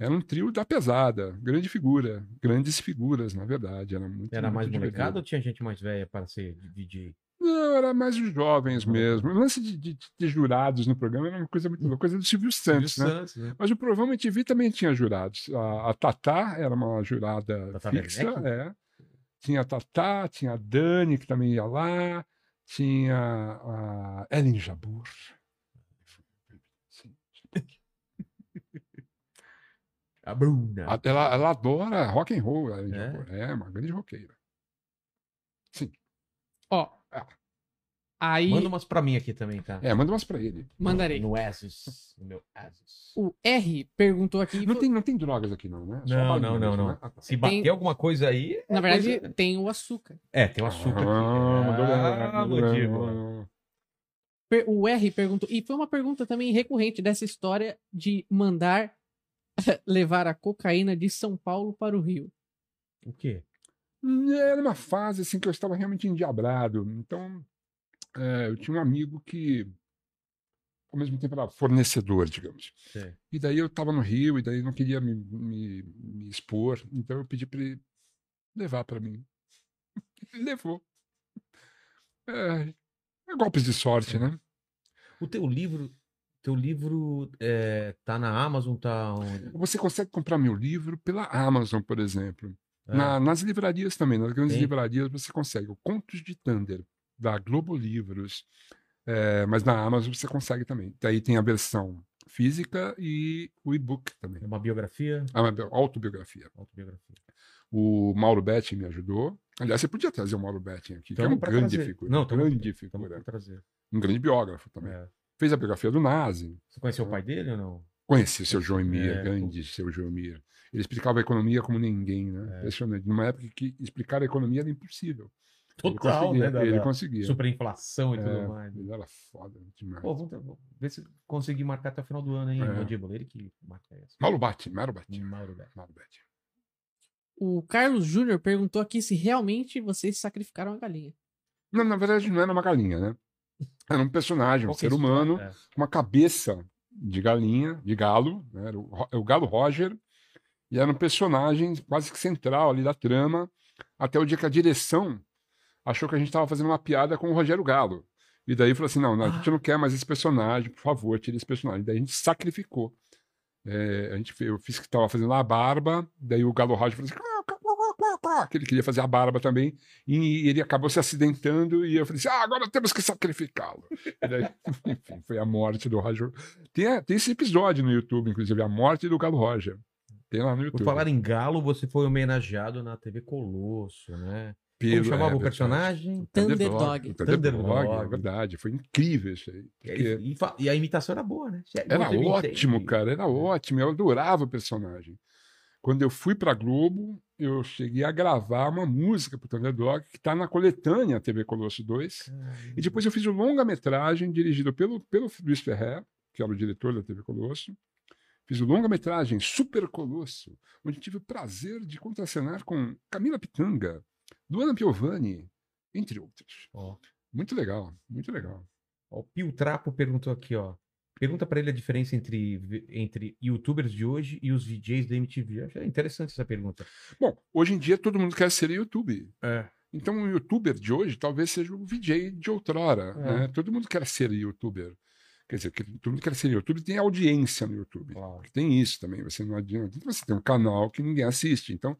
S3: Era um trio da pesada, grande figura, grandes figuras, na verdade. Era, muito,
S1: Era
S3: muito
S1: mais
S3: divertido.
S1: molecada ou tinha gente mais velha para ser DJ?
S3: Não, era mais os jovens mesmo. O lance de, de- de ter jurados no programa era uma coisa muito louca, coisa do Silvio Santos, né?
S1: Santos, né?
S3: Mas o programa MTV também tinha jurados. A, a Tatá era uma jurada
S1: Tatá
S3: fixa,
S1: Werneck?
S3: é. Tinha a Tatá, tinha a Dani, que também ia lá, tinha a Ellen Jabur. Sim.
S1: A Bruna.
S3: A- Ela, ela adora rock and roll, a Ellen
S1: É?
S3: Jabur. É, uma grande roqueira.
S2: Ó.
S3: Ah.
S2: Aí
S1: Manda umas pra mim aqui também, tá?
S3: É, manda umas pra ele.
S2: mandarei.
S1: No Asus. No meu Asus.
S2: O R perguntou aqui.
S3: Não tem, não tem drogas aqui, não, né? Só
S1: Não,
S3: balinha
S1: não, não,
S3: mesmo,
S1: não.
S3: né? Ah, tá.
S1: Se bater
S2: Tem-
S1: alguma coisa aí. é
S2: Na verdade,
S1: coisa-
S2: tem o açúcar.
S1: É, tem o açúcar aqui.
S3: Ah, mandou bem,
S1: Ah,
S3: mandou bem,
S1: Mandíbula.
S3: mandou bem.
S2: Per- O R perguntou. E foi uma pergunta também recorrente dessa história de mandar levar a cocaína de São Paulo para o Rio.
S1: O quê?
S3: Hum, Era uma fase assim que eu estava realmente endiabrado. Então, eh, eu tinha um amigo que, ao mesmo tempo, era fornecedor, digamos.
S1: Sei.
S3: E daí eu estava no Rio, e daí eu não queria me, me- me expor. Então, eu pedi para ele levar para mim. Ele levou. É, é golpes de sorte, né?
S1: O teu livro. Teu livro é, tá na Amazon, tá onde?
S3: Você consegue comprar meu livro pela Amazon, por exemplo.
S1: É.
S3: Na- nas livrarias também, nas grandes
S1: Sim.
S3: livrarias você consegue o Contos de Thunder, da Globo Livros, eh, mas na Amazon você consegue também. Daí tem a versão física e o e-book também.
S1: É uma biografia.
S3: Ah, mas autobiografia.
S1: Autobiografia.
S3: O Mauro Betting me ajudou. Aliás, você podia trazer o Mauro Betting aqui, que é
S1: Tamo
S3: um
S1: Então, pra
S3: grande
S1: trazer.
S3: figura.
S1: Não, um tamo-
S3: grande
S1: Tamo
S3: figura.
S1: pra trazer.
S3: Um grande biógrafo também.
S1: É.
S3: Fez a biografia do Nazi.
S1: Você conheceu o pai dele ou não?
S3: Conheci o seu Joemir,
S1: É,
S3: grande seu Joemir. Ele explicava a economia como ninguém, né?
S1: É.
S3: Impressionante. Numa época que explicar a economia era impossível. Ele conseguia,
S1: né, da-
S3: Ele
S1: da
S3: conseguia.
S1: Superinflação e
S3: É,
S1: tudo mais.
S3: Ele era um foda demais.
S1: Pô, vamos ter- vamos ver se conseguir marcar até o final do ano, hein,
S3: É.
S1: Mandíbula? Ele que marca essa.
S3: Mauro Batti, Mauro Batti.
S1: Mauro Betti.
S3: Mauro Batti.
S2: O Carlos Júnior perguntou aqui se realmente vocês sacrificaram a galinha.
S1: É
S3: Não, na verdade não era uma galinha, né? Era um personagem, um
S1: Qual que é
S3: ser
S1: a
S3: humano,
S1: história?
S3: com uma cabeça de galinha, de galo, né? Era o, Ro- o galo Roger, e era um personagem quase que central ali da trama, até o dia que a direção achou que a gente estava fazendo uma piada com o Rogério Galo. E daí falou assim: não, não, a gente não quer mais esse personagem, por favor, tira esse personagem. Daí a gente sacrificou. É, a gente, fe- eu fiz que estava fazendo lá a barba, daí o Galo Roger falou assim: "Ah, pá, pá, que ele queria fazer a barba também, e ele acabou se acidentando, e eu falei assim, ah, agora temos que sacrificá-lo. E daí, Né? Enfim, foi a morte do Roger. Tem, a- tem esse episódio no YouTube, inclusive, a morte do Galo Roger. Tem lá no YouTube.
S1: Por falar em galo, você foi homenageado na TV Colosso, né?
S3: Pelo-
S1: Como chamava
S3: é,
S1: o
S3: verdade.
S1: personagem?
S2: Thunderdog.
S3: O Thunderdog,
S1: Thunderdog.
S3: é verdade. Foi incrível isso aí. Porque-
S1: E, e fa- e a imitação era boa, né? Você é
S3: Era
S1: muito imitante.
S3: ótimo, cara,
S1: Ah,
S3: era ótimo. Eu adorava o personagem. Quando eu fui pra Globo, eu cheguei a gravar uma música pro Thunderdog, que tá na coletânea TV Colosso 2. E depois eu fiz uma longa-metragem dirigido pelo, pelo Luiz Ferrer, que era o diretor da TV Colosso. Fiz uma longa-metragem Super Colosso, onde tive o prazer de contracenar com Camila Pitanga, Luana Piovani, entre outros.
S1: Ó.
S3: Muito legal, muito legal.
S1: Ó, O Pio Trapo perguntou aqui, ó. Pergunta pra ele a diferença entre, vi- entre youtubers de hoje e os VJs da MTV. Eu achei interessante essa pergunta.
S3: Bom, hoje em dia todo mundo quer ser YouTube.
S1: É.
S3: Então, o youtuber de hoje talvez seja o VJ de
S1: É.
S3: outrora. né? Todo mundo quer ser youtuber. Quer dizer, que todo mundo quer ser youtuber e tem audiência no YouTube.
S1: Claro.
S3: Tem isso também. Você não adianta. Você tem um canal que ninguém assiste. Então,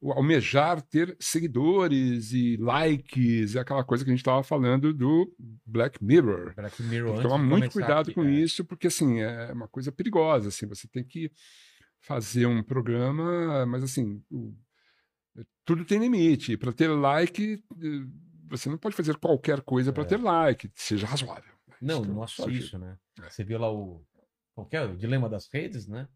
S3: o- almejar ter seguidores e likes é aquela coisa que a gente estava falando do Black Mirror.
S1: Pra que Mirror
S3: Tem que
S1: antes
S3: tomar
S1: de
S3: muito
S1: começar
S3: cuidado
S1: aqui,
S3: com
S1: é.
S3: isso, porque assim, é uma coisa perigosa, assim, você tem que fazer um programa, mas assim, o- tudo tem limite. Para ter like, eh, você não pode fazer qualquer coisa para
S1: É.
S3: ter like, seja razoável.
S1: Não,
S3: Isso que eu
S1: não é só
S3: sugiro.
S1: isso, né?
S3: É.
S1: Você viu lá o. Qual que é? O dilema das redes, né?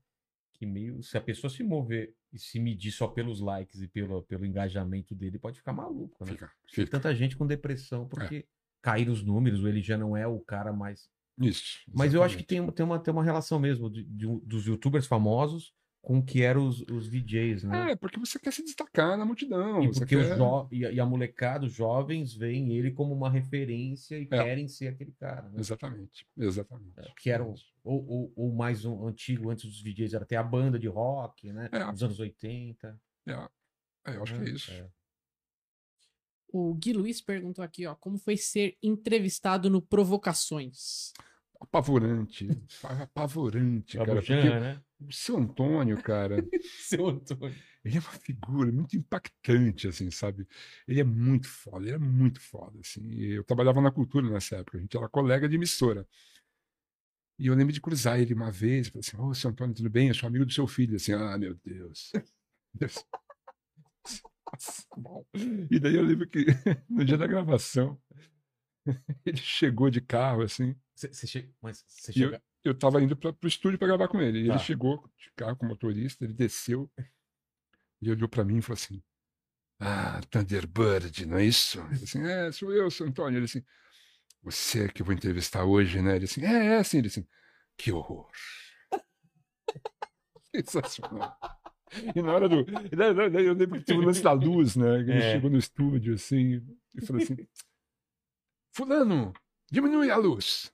S1: Que meio. Se a pessoa se mover e se medir só pelos likes e pelo, pelo engajamento dele, pode ficar maluco, né?
S3: Fica,
S1: Tem
S3: fica.
S1: tanta gente com depressão porque
S3: É.
S1: caíram os números, ou ele já não é o cara mais.
S3: Isso.
S1: Mas eu acho que
S3: exatamente.
S1: tem, tem, uma, tem uma relação mesmo de- de um- dos youtubers famosos com o que eram os, os VJs, né?
S3: É, então, porque você quer se destacar na multidão.
S1: e
S3: você
S1: porque os
S3: quer-
S1: jo- e, a, e a molecada, os jovens, veem ele como uma referência
S3: É.
S1: e querem ser aquele cara, né?
S3: Exatamente, exatamente.
S1: É, que era o- Ou, ou, ou mais um antigo, antes dos VJs, era até a banda de rock, né?
S3: É.
S1: Dos anos 80.
S3: É, eu acho que
S1: né?
S3: é isso.
S2: O Gui Luiz perguntou aqui, ó, como foi ser entrevistado no Provocações?
S3: Apavorante. Apavorante, cara.
S1: Jabujan,
S3: porque
S1: né?
S3: o seu Antônio, cara.
S1: Seu Antônio.
S3: Ele é uma figura muito impactante, assim, sabe? Ele é muito foda, ele é muito foda, assim. E Eu trabalhava na cultura nessa época, a gente era colega de emissora. E eu lembro de cruzar ele uma vez, falei assim, ô, seu Antônio, tudo bem? Eu sou amigo do seu filho. Assim, ah, meu Deus. Deus. Nossa, mal. E daí eu lembro que no dia da gravação, ele chegou de carro, assim,
S1: Cê- cê che- Mas você
S3: E eu-
S1: chega.
S3: eu estava indo para o estúdio para gravar com ele. E
S1: Tá.
S3: ele chegou de carro com o motorista, ele desceu e olhou para mim e falou assim: Ah, Thunderbird, não é isso? Eu assim, é, sou eu, sou Antônio. Ele assim, você é que eu vou entrevistar hoje, né? Ele assim, é, é, sim. Ele assim, que horror. Sensacional. E na hora do. e daí- daí- daí Eu lembro que teve o lance da luz, né? que Ele
S1: É.
S3: chegou no estúdio assim e falou assim: Fulano, diminui a luz.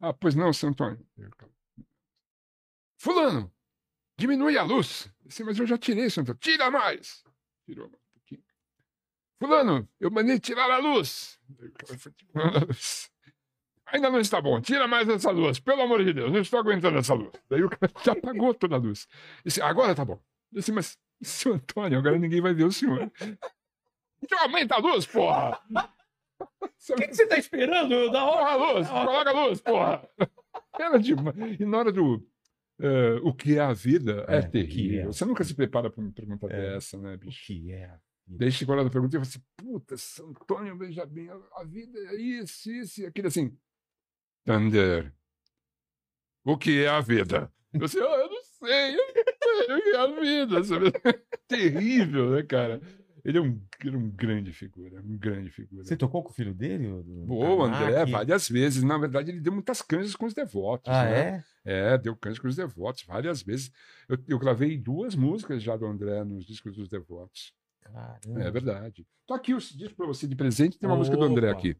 S3: Ah, pois não, seu Antônio. Eu, Fulano, diminui a luz. Assim, mas eu já tirei, seu Antônio. Tira mais. Tirou mais um pouquinho. Fulano, eu mandei tirar a luz. Eu, cara, foi tirando a luz. Ainda não está bom, tira mais essa luz, pelo amor de Deus, não estou aguentando essa luz. Daí o cara já apagou toda a luz. Disse, agora tá bom. Eu disse, mas, seu Antônio, agora ninguém vai ver o senhor. Então aumenta a luz, porra!
S1: O que que você tá esperando? Da hora!
S3: Coloca a luz, coloca a luz, porra! Era demais. E na hora do eh, o que é a vida, é,
S1: É, o que
S3: terrível.
S1: é.
S3: Você nunca se prepara para uma pergunta
S1: É.
S3: dessa, né,
S1: O
S3: bicho?
S1: que é?
S3: Daí chegou lá na pergunta e eu falei assim: Puta, São Antônio, veja bem, a- a vida é isso, isso e aquilo assim. Thunder. O que é a vida? Eu assim, "Ah, eu não sei, eu não sei o que é a vida. sabe? Terrível, né, cara? Ele é um, ele é um grande figura, um grande figura.
S1: Você tocou com o filho dele? o- o
S3: Boa, André,
S1: Tanaka?
S3: várias vezes. Na verdade, ele deu muitas canjas com os devotos.
S1: Ah,
S3: né?
S1: é?
S3: É, deu cânticos dos devotos várias vezes. Eu, eu gravei duas músicas já do André nos discos dos devotos.
S1: Caramba.
S3: É verdade. Tô aqui os discos para você de presente. Tem uma música do André
S1: Opa.
S3: aqui.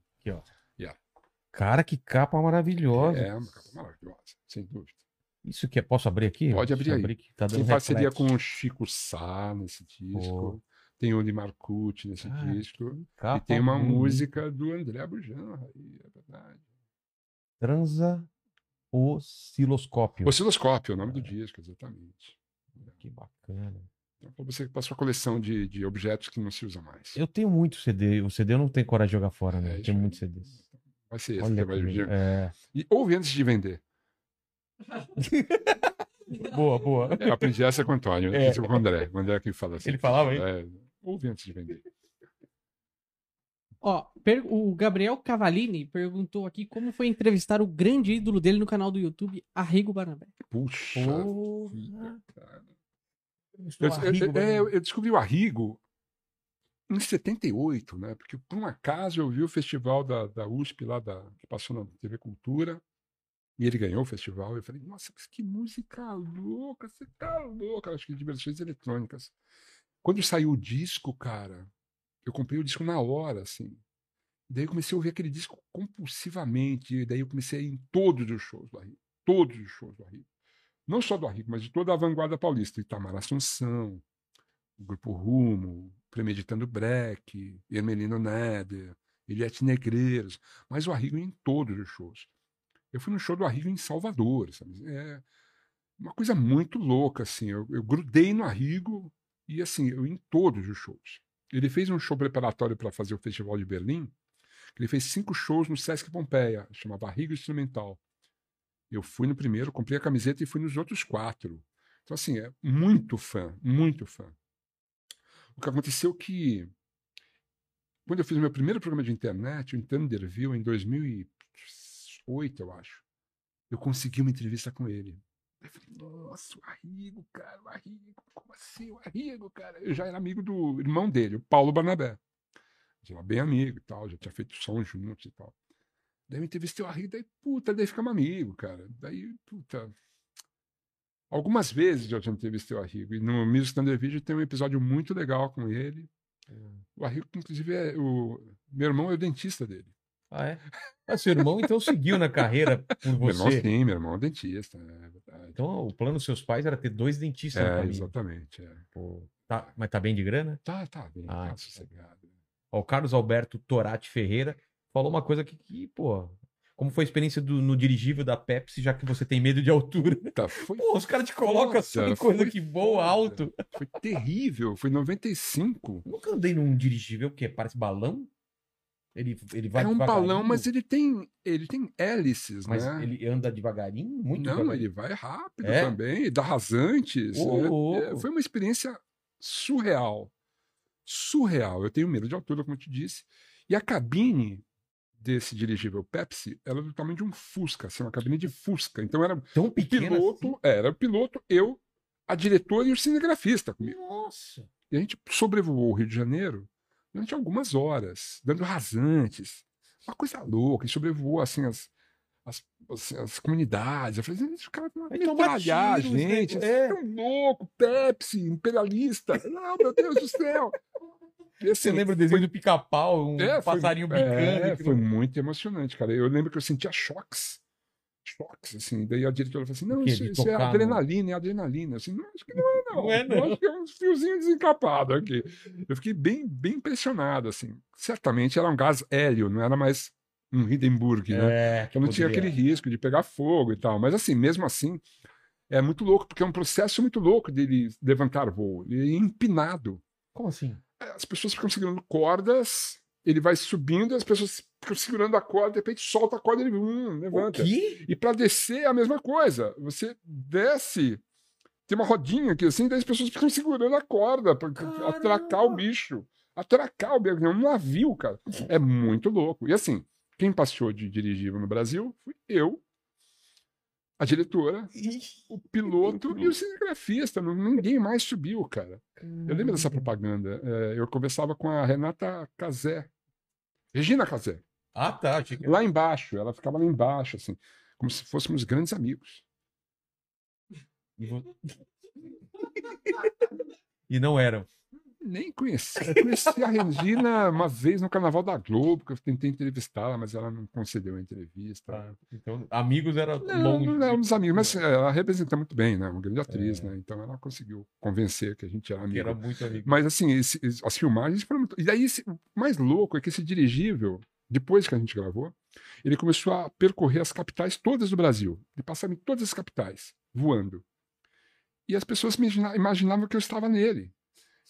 S1: Cara, que capa maravilhosa.
S3: É uma capa maravilhosa, sem dúvida.
S1: Isso que é. Posso abrir aqui?
S3: Pode abrir
S1: Deixa eu
S3: aí.
S1: aqui, Tá dando
S3: Tem parceria
S1: reflexo.
S3: com o Chico Sá nesse disco. Tem o Limar Kut nesse
S1: Cara,
S3: disco. E
S1: Capa
S3: tem uma
S1: bonita.
S3: música do André Bujan. aí, É verdade.
S1: Transa osciloscópio. É.
S3: Osciloscópio é o nome do disco, exatamente.
S1: Que bacana.
S3: Então, para você, para sua coleção de, de objetos que não se usa mais.
S1: Eu tenho muito CD. O CD eu não tenho coragem de jogar fora,
S3: É,
S1: né?
S3: isso
S1: tenho
S3: aí.
S1: muitos CDs.
S3: Vai ser esse.
S1: Olha
S3: que vai
S1: comigo.
S3: vir.
S1: é.
S3: E ouve antes de vender.
S1: Boa, boa.
S3: É, Eu aprendi essa com o Antônio.
S1: É.
S3: É. Com o André. O André que fala assim.
S1: Ele falava aí?
S3: É, ouve antes de vender.
S2: Ó, per- o Gabriel Cavalini perguntou aqui como foi entrevistar o grande ídolo dele no canal do YouTube, Arrigo Barnabé.
S3: Puxa.
S1: Porra.
S3: Eu,
S1: Estou
S3: É eu-
S1: arrigo,
S3: eu-
S1: Gabriel.
S3: eu descobri o Arrigo em 78, né? Porque por um acaso eu vi o festival da, da USP lá da, que passou na TV Cultura. E ele ganhou o festival. Eu falei, nossa, mas que música louca, você tá louca. Acho que diversões eletrônicas. Quando saiu o disco, cara, eu comprei o disco na hora, assim. Daí eu comecei a ouvir aquele disco compulsivamente. E daí eu comecei a ir em todos os shows do Arrigo. Todos os shows do Arrigo não só do Arrigo, mas de toda a vanguarda paulista, Itamar Assunção, o Grupo Rumo, Premeditando Breck, Hermelino Neder, Eliette Negreiros, mas o Arrigo em todos os shows. Eu fui no show do Arrigo em Salvador, sabe? É uma coisa muito louca, assim, eu, eu grudei no Arrigo e, assim, eu em todos os shows. Ele fez um show preparatório para fazer o Festival de Berlim, que ele fez cinco shows no Sesc Pompeia, chamava Arrigo Instrumental. Eu fui no primeiro, comprei a camiseta e fui nos outros quatro. Então, assim, é muito fã, muito fã. O que aconteceu é que, quando eu fiz meu primeiro programa de internet, o Thunderview, em 2008, eu acho, eu consegui uma entrevista com ele. Eu falei, nossa, o Arrigo, cara, o Arrigo, como assim o Arrigo, cara? Eu já era amigo do irmão dele, o Paulo Barnabé. Já era bem amigo e tal, já tinha feito som juntos e tal. Daí eu entrevistei o Arrigo, daí, puta, daí ficamos amigos, cara. Daí, puta. Algumas vezes eu já entrevistei o Arrigo. E no Music Thunder Video tem um episódio muito legal com ele.
S1: É.
S3: O Arrigo, inclusive, é o... meu irmão é o dentista dele.
S1: Ah, é? Ah, seu irmão então seguiu na carreira por
S3: Meu irmão,
S1: você.
S3: sim, meu irmão é o dentista. É verdade.
S1: Então o plano dos seus pais era ter dois dentistas na
S3: É,
S1: família.
S3: exatamente. é.
S1: Pô, tá- mas tá bem de grana?
S3: Tá, tá bem,
S1: Ah,
S3: tá
S1: então.
S3: sossegado.
S1: Ó, o Carlos Alberto Torati Ferreira falou uma coisa que, que, pô, como foi a experiência do- no dirigível da Pepsi, já que você tem medo de altura?
S3: Tá, foi,
S1: Pô, os caras te colocam assim,
S3: Nossa,
S1: coisa
S3: foi
S1: que voa
S3: foda.
S1: alto.
S3: foi terrível. Foi em 95.
S1: Nunca andei num dirigível que parece balão? Ele, ele vai
S3: é um
S1: devagarinho,
S3: balão, mas ele tem, ele tem hélices,
S1: mas
S3: né?
S1: ele anda devagarinho, muito
S3: Não,
S1: devagarinho.
S3: ele vai rápido
S1: É?
S3: também, dá rasantes.
S1: Ô,
S3: né?
S1: louco.
S3: É, Foi uma experiência surreal. Surreal. Eu tenho medo de altura, como eu te disse. E a cabine desse dirigível Pepsi, ela é do tamanho de um Fusca, assim, uma cabine de Fusca. Então era
S1: Tão
S3: o
S1: pequeno assim.
S3: piloto, é, era o piloto, eu, a diretora e o cinegrafista comigo.
S1: assim? Nossa.
S3: E a gente sobrevoou o Rio de Janeiro durante algumas horas, dando rasantes. Uma coisa louca. E sobrevoou, assim, as, as, assim, as comunidades. Eu falei, "Gente, os caras vão
S1: Aí toma
S3: metralhar a
S1: Então, tiro, os nego-
S3: gente. Eles
S1: é.
S3: é um louco, Pepsi, imperialista. Não, meu Deus do céu. E,
S1: Você
S3: assim,
S1: lembra o desenho do pica-pau, um
S3: é, foi-
S1: passarinho
S3: é,
S1: bicando? que
S3: foi
S1: não-
S3: muito emocionante, cara. Eu lembro que eu sentia choques. Choques, assim. Daí a diretora falou assim: não,
S1: quê?
S3: isso,
S1: De
S3: isso é
S1: tocar no-
S3: adrenalina, é adrenalina. Eu assim, não, acho que não é, não.
S1: Não é, não.
S3: Eu Acho que é um fiozinho desencapado aqui. Eu fiquei bem, bem impressionado, assim. Certamente era um gás hélio, não era mais um Hindenburg, né?
S1: É, que
S3: Então não tinha
S1: poderia-
S3: aquele risco de pegar fogo e tal. Mas assim, mesmo assim, é muito louco, porque é um processo muito louco dele levantar voo. Ele é empinado
S1: Como assim?
S3: as pessoas ficam segurando cordas, ele vai subindo, as pessoas ficam segurando a corda, de repente solta a corda e ele hum,
S1: O
S3: levanta.
S1: quê?
S3: E para descer é a mesma coisa. Você desce, tem uma rodinha aqui assim, daí as pessoas ficam segurando a corda para
S1: Caramba!
S3: atracar o bicho. Atracar o bicho, é um navio, cara. É muito louco. E assim, quem passeou de dirigível no Brasil fui eu, a diretora, o piloto e o cinegrafista. Ninguém mais subiu, cara. Eu lembro dessa propaganda. É, eu conversava com a Renata Casé. Regina Casé.
S1: Ah, tá. Achei que...
S3: Lá embaixo. Ela ficava lá embaixo, assim. Como se fôssemos grandes amigos.
S1: E vo- E não eram.
S3: Nem conheci. Eu Conheci a Regina uma vez no Carnaval da Globo, que eu tentei entrevistá-la, mas ela não concedeu a entrevista.
S1: Tá. Então, amigos era
S3: Não,
S1: longe.
S3: Ah, não éramos amigos, mas ela representa muito bem, né? Uma grande atriz, né? Então ela conseguiu convencer que a gente era
S1: que
S3: amigo.
S1: era muito amigo.
S3: Mas assim, esse- esse- as filmagens foram muito. E daí, esse- o mais louco é que esse dirigível, depois que a gente gravou, ele começou a percorrer as capitais todas do Brasil. Ele passava em todas as capitais, voando. E as pessoas me imagina- imaginavam que eu estava nele.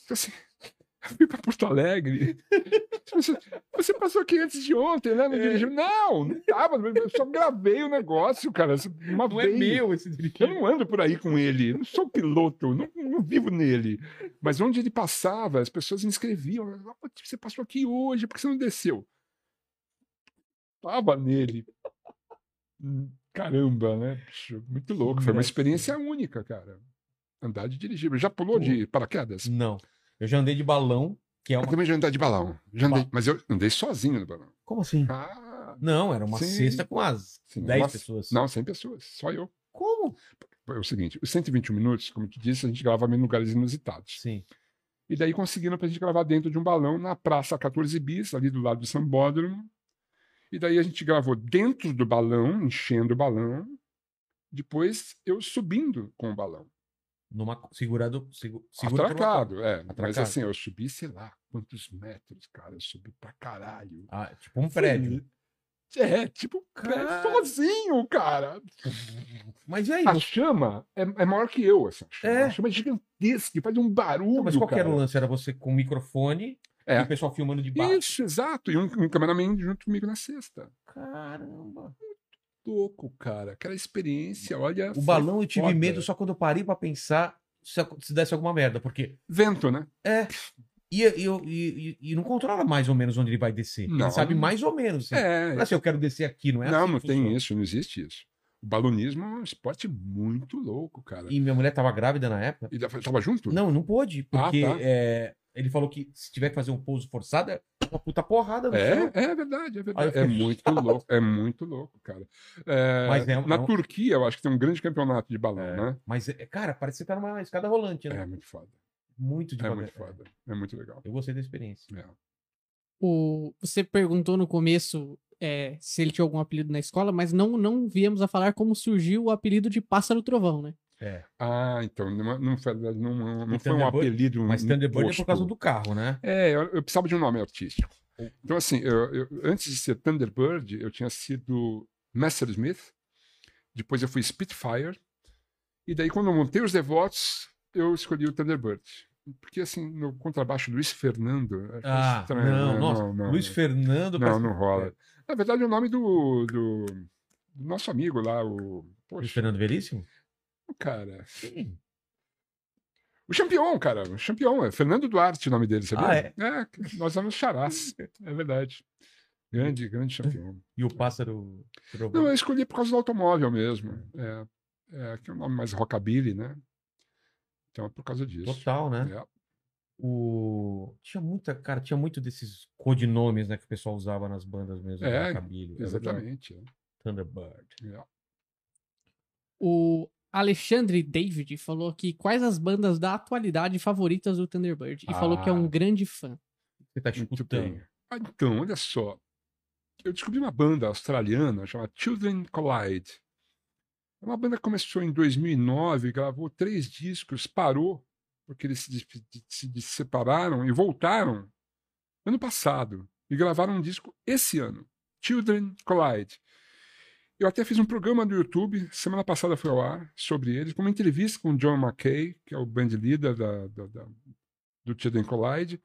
S3: Então, assim, eu fui para Porto Alegre. Você, você passou aqui antes de ontem,
S4: É.
S3: né? Não dirigiu. Não, não estava. Eu só gravei o negócio, cara. assim, Uma
S4: Não é
S3: vez.
S4: meu esse dirigente.
S3: Eu não ando por aí com ele, eu não sou piloto, não, não vivo nele. Mas onde ele passava, as pessoas me escreviam: "Ah, você passou aqui hoje, por que você não desceu? Tava nele. Hum, Caramba, né? bicho? Muito louco. Foi uma experiência única, cara. Andar de dirigível. Já pulou de paraquedas?
S1: Não. Eu já andei de balão, que é
S3: Eu
S1: uma.
S3: também já andei de balão. Já andei, mas eu andei sozinho no balão.
S1: Como assim?
S3: Ah,
S1: Não, era uma
S3: Sim.
S1: cesta com as
S3: Sim,
S1: 10
S3: uma-
S1: pessoas.
S3: não, 100 pessoas, só eu.
S1: Como?
S3: É o seguinte: os 121 minutos, como eu te disse, a gente grava em lugares inusitados.
S1: Sim.
S3: E daí conseguiram pra gente gravar dentro de um balão na Praça 14 Bis, ali do lado do Sambódromo. E daí a gente gravou dentro do balão, enchendo o balão. Depois eu subindo com o balão.
S1: Numa... Segurado. Segu...
S3: Ah,
S1: segura por uma
S3: atracado, é. Mas
S1: Atracado.
S3: assim, eu subi, sei lá, quantos metros, cara. Eu subi pra caralho.
S1: corda. Ah, tipo um prédio.
S3: É, tipo, um prédio
S1: Cara.
S3: sozinho, cara.
S1: Mas e aí?
S3: A
S1: você-
S3: chama é, é maior que eu, essa chama.
S1: É.
S3: A chama é gigantesca, faz um barulho,
S1: Não, mas qual que era
S3: cara.
S1: o lance? Era você com o microfone
S3: É.
S1: e o pessoal filmando de baixo.
S3: Isso, exato. E um, um cameraman junto comigo na sexta.
S1: Caramba.
S3: louco, cara. Aquela experiência, olha.
S1: O
S3: foi
S1: balão eu tive
S3: foda.
S1: medo só quando eu parei pra pensar se, ac- se desse alguma merda, porque. é,
S3: Vento, né?
S1: E, e, eu- e, e- e não controla mais ou menos onde ele vai descer.
S3: Não.
S1: Ele sabe mais ou menos. Assim.
S3: É.
S1: Não é se eu quero descer aqui, não é
S3: não,
S1: assim
S3: não
S1: que
S3: tem
S1: funciona.
S3: isso, não existe isso. O balonismo é um esporte muito louco, cara. E,
S1: E minha mulher tava grávida na época.
S3: da- tava junto?
S1: Não, não pôde,
S3: Ah,
S1: porque
S3: tá.
S1: é, ele falou que se tiver que fazer um pouso forçado, é uma puta porrada no chão.
S3: É, é verdade, é
S1: Aí eu
S3: verdade.
S1: fiquei
S3: É muito louco, é muito louco, cara. É,
S1: Mas é um-
S3: na
S1: é um-
S3: Turquia, eu acho que tem um grande campeonato de balão, né?
S1: Mas, é, cara, parece que você tá numa escada rolante, né?
S3: É muito foda.
S1: Muito
S3: É
S1: devagar.
S3: muito foda. É muito legal.
S1: Eu gostei da experiência.
S3: É.
S2: O, você perguntou no começo é, se ele tinha algum apelido na escola, mas não, não viemos a falar como surgiu o apelido de Pássaro Trovão, né?
S1: É.
S3: Ah, então, não, não foi, não, não- não
S1: E
S3: foi um
S1: Thunderbird-
S3: apelido.
S1: Mas
S3: um
S1: Thunderbird é
S3: posto.
S1: por causa do carro, né?
S3: É, eu, eu precisava de um nome artístico. Então, assim, eu- eu- antes de ser Thunderbird, eu tinha sido Master Smith, depois eu fui Spitfire, e daí quando eu montei os Devotos, eu escolhi o Thunderbird. Porque, assim, no contrabaixo, Luiz Fernando... eu acho
S1: Ah,
S3: estranho,
S1: não,
S3: né?
S1: nossa, Luiz Fernando.
S3: não,
S1: parece-
S3: não rola. Na verdade, é o nome do, do, do nosso amigo lá, o...
S1: Luiz
S3: Poxa,
S1: Fernando Veríssimo?
S3: cara...
S1: Sim.
S3: O campeão, cara, o campeão. É Fernando Duarte o nome dele, sabia?
S1: Ah, é? Hum.
S3: nós éramos charás. É verdade. Grande, grande campeão.
S1: E o pássaro. trovão.
S3: Não, eu escolhi por causa do automóvel mesmo. É, é que é um nome mais rockabilly, né? Então é por causa disso.
S1: Total, né?
S3: É.
S1: O... Tinha muita, cara, tinha muito desses codinomes, né, que o pessoal usava nas bandas mesmo.
S3: É,
S1: rockabilly, é verdade.
S3: Exatamente. é.
S1: Thunderbird.
S3: É.
S2: O Alexandre David falou aqui quais as bandas da atualidade favoritas do Thunderbird. E falou que é um
S1: Ah.
S2: grande fã.
S1: Você tá
S3: Muito
S1: escutando.
S3: bem. Ah, então, olha só. Eu descobri uma banda australiana chamada Children Collide. É uma banda que começou em 2009, gravou três discos, parou, porque eles se, des- se des- separaram e voltaram ano passado. E gravaram um disco esse ano, Children Collide. Eu até fiz um programa no YouTube, semana passada foi ao ar, sobre eles, com uma entrevista com o John McKay, que é o band leader da, da- da- do Children Collide.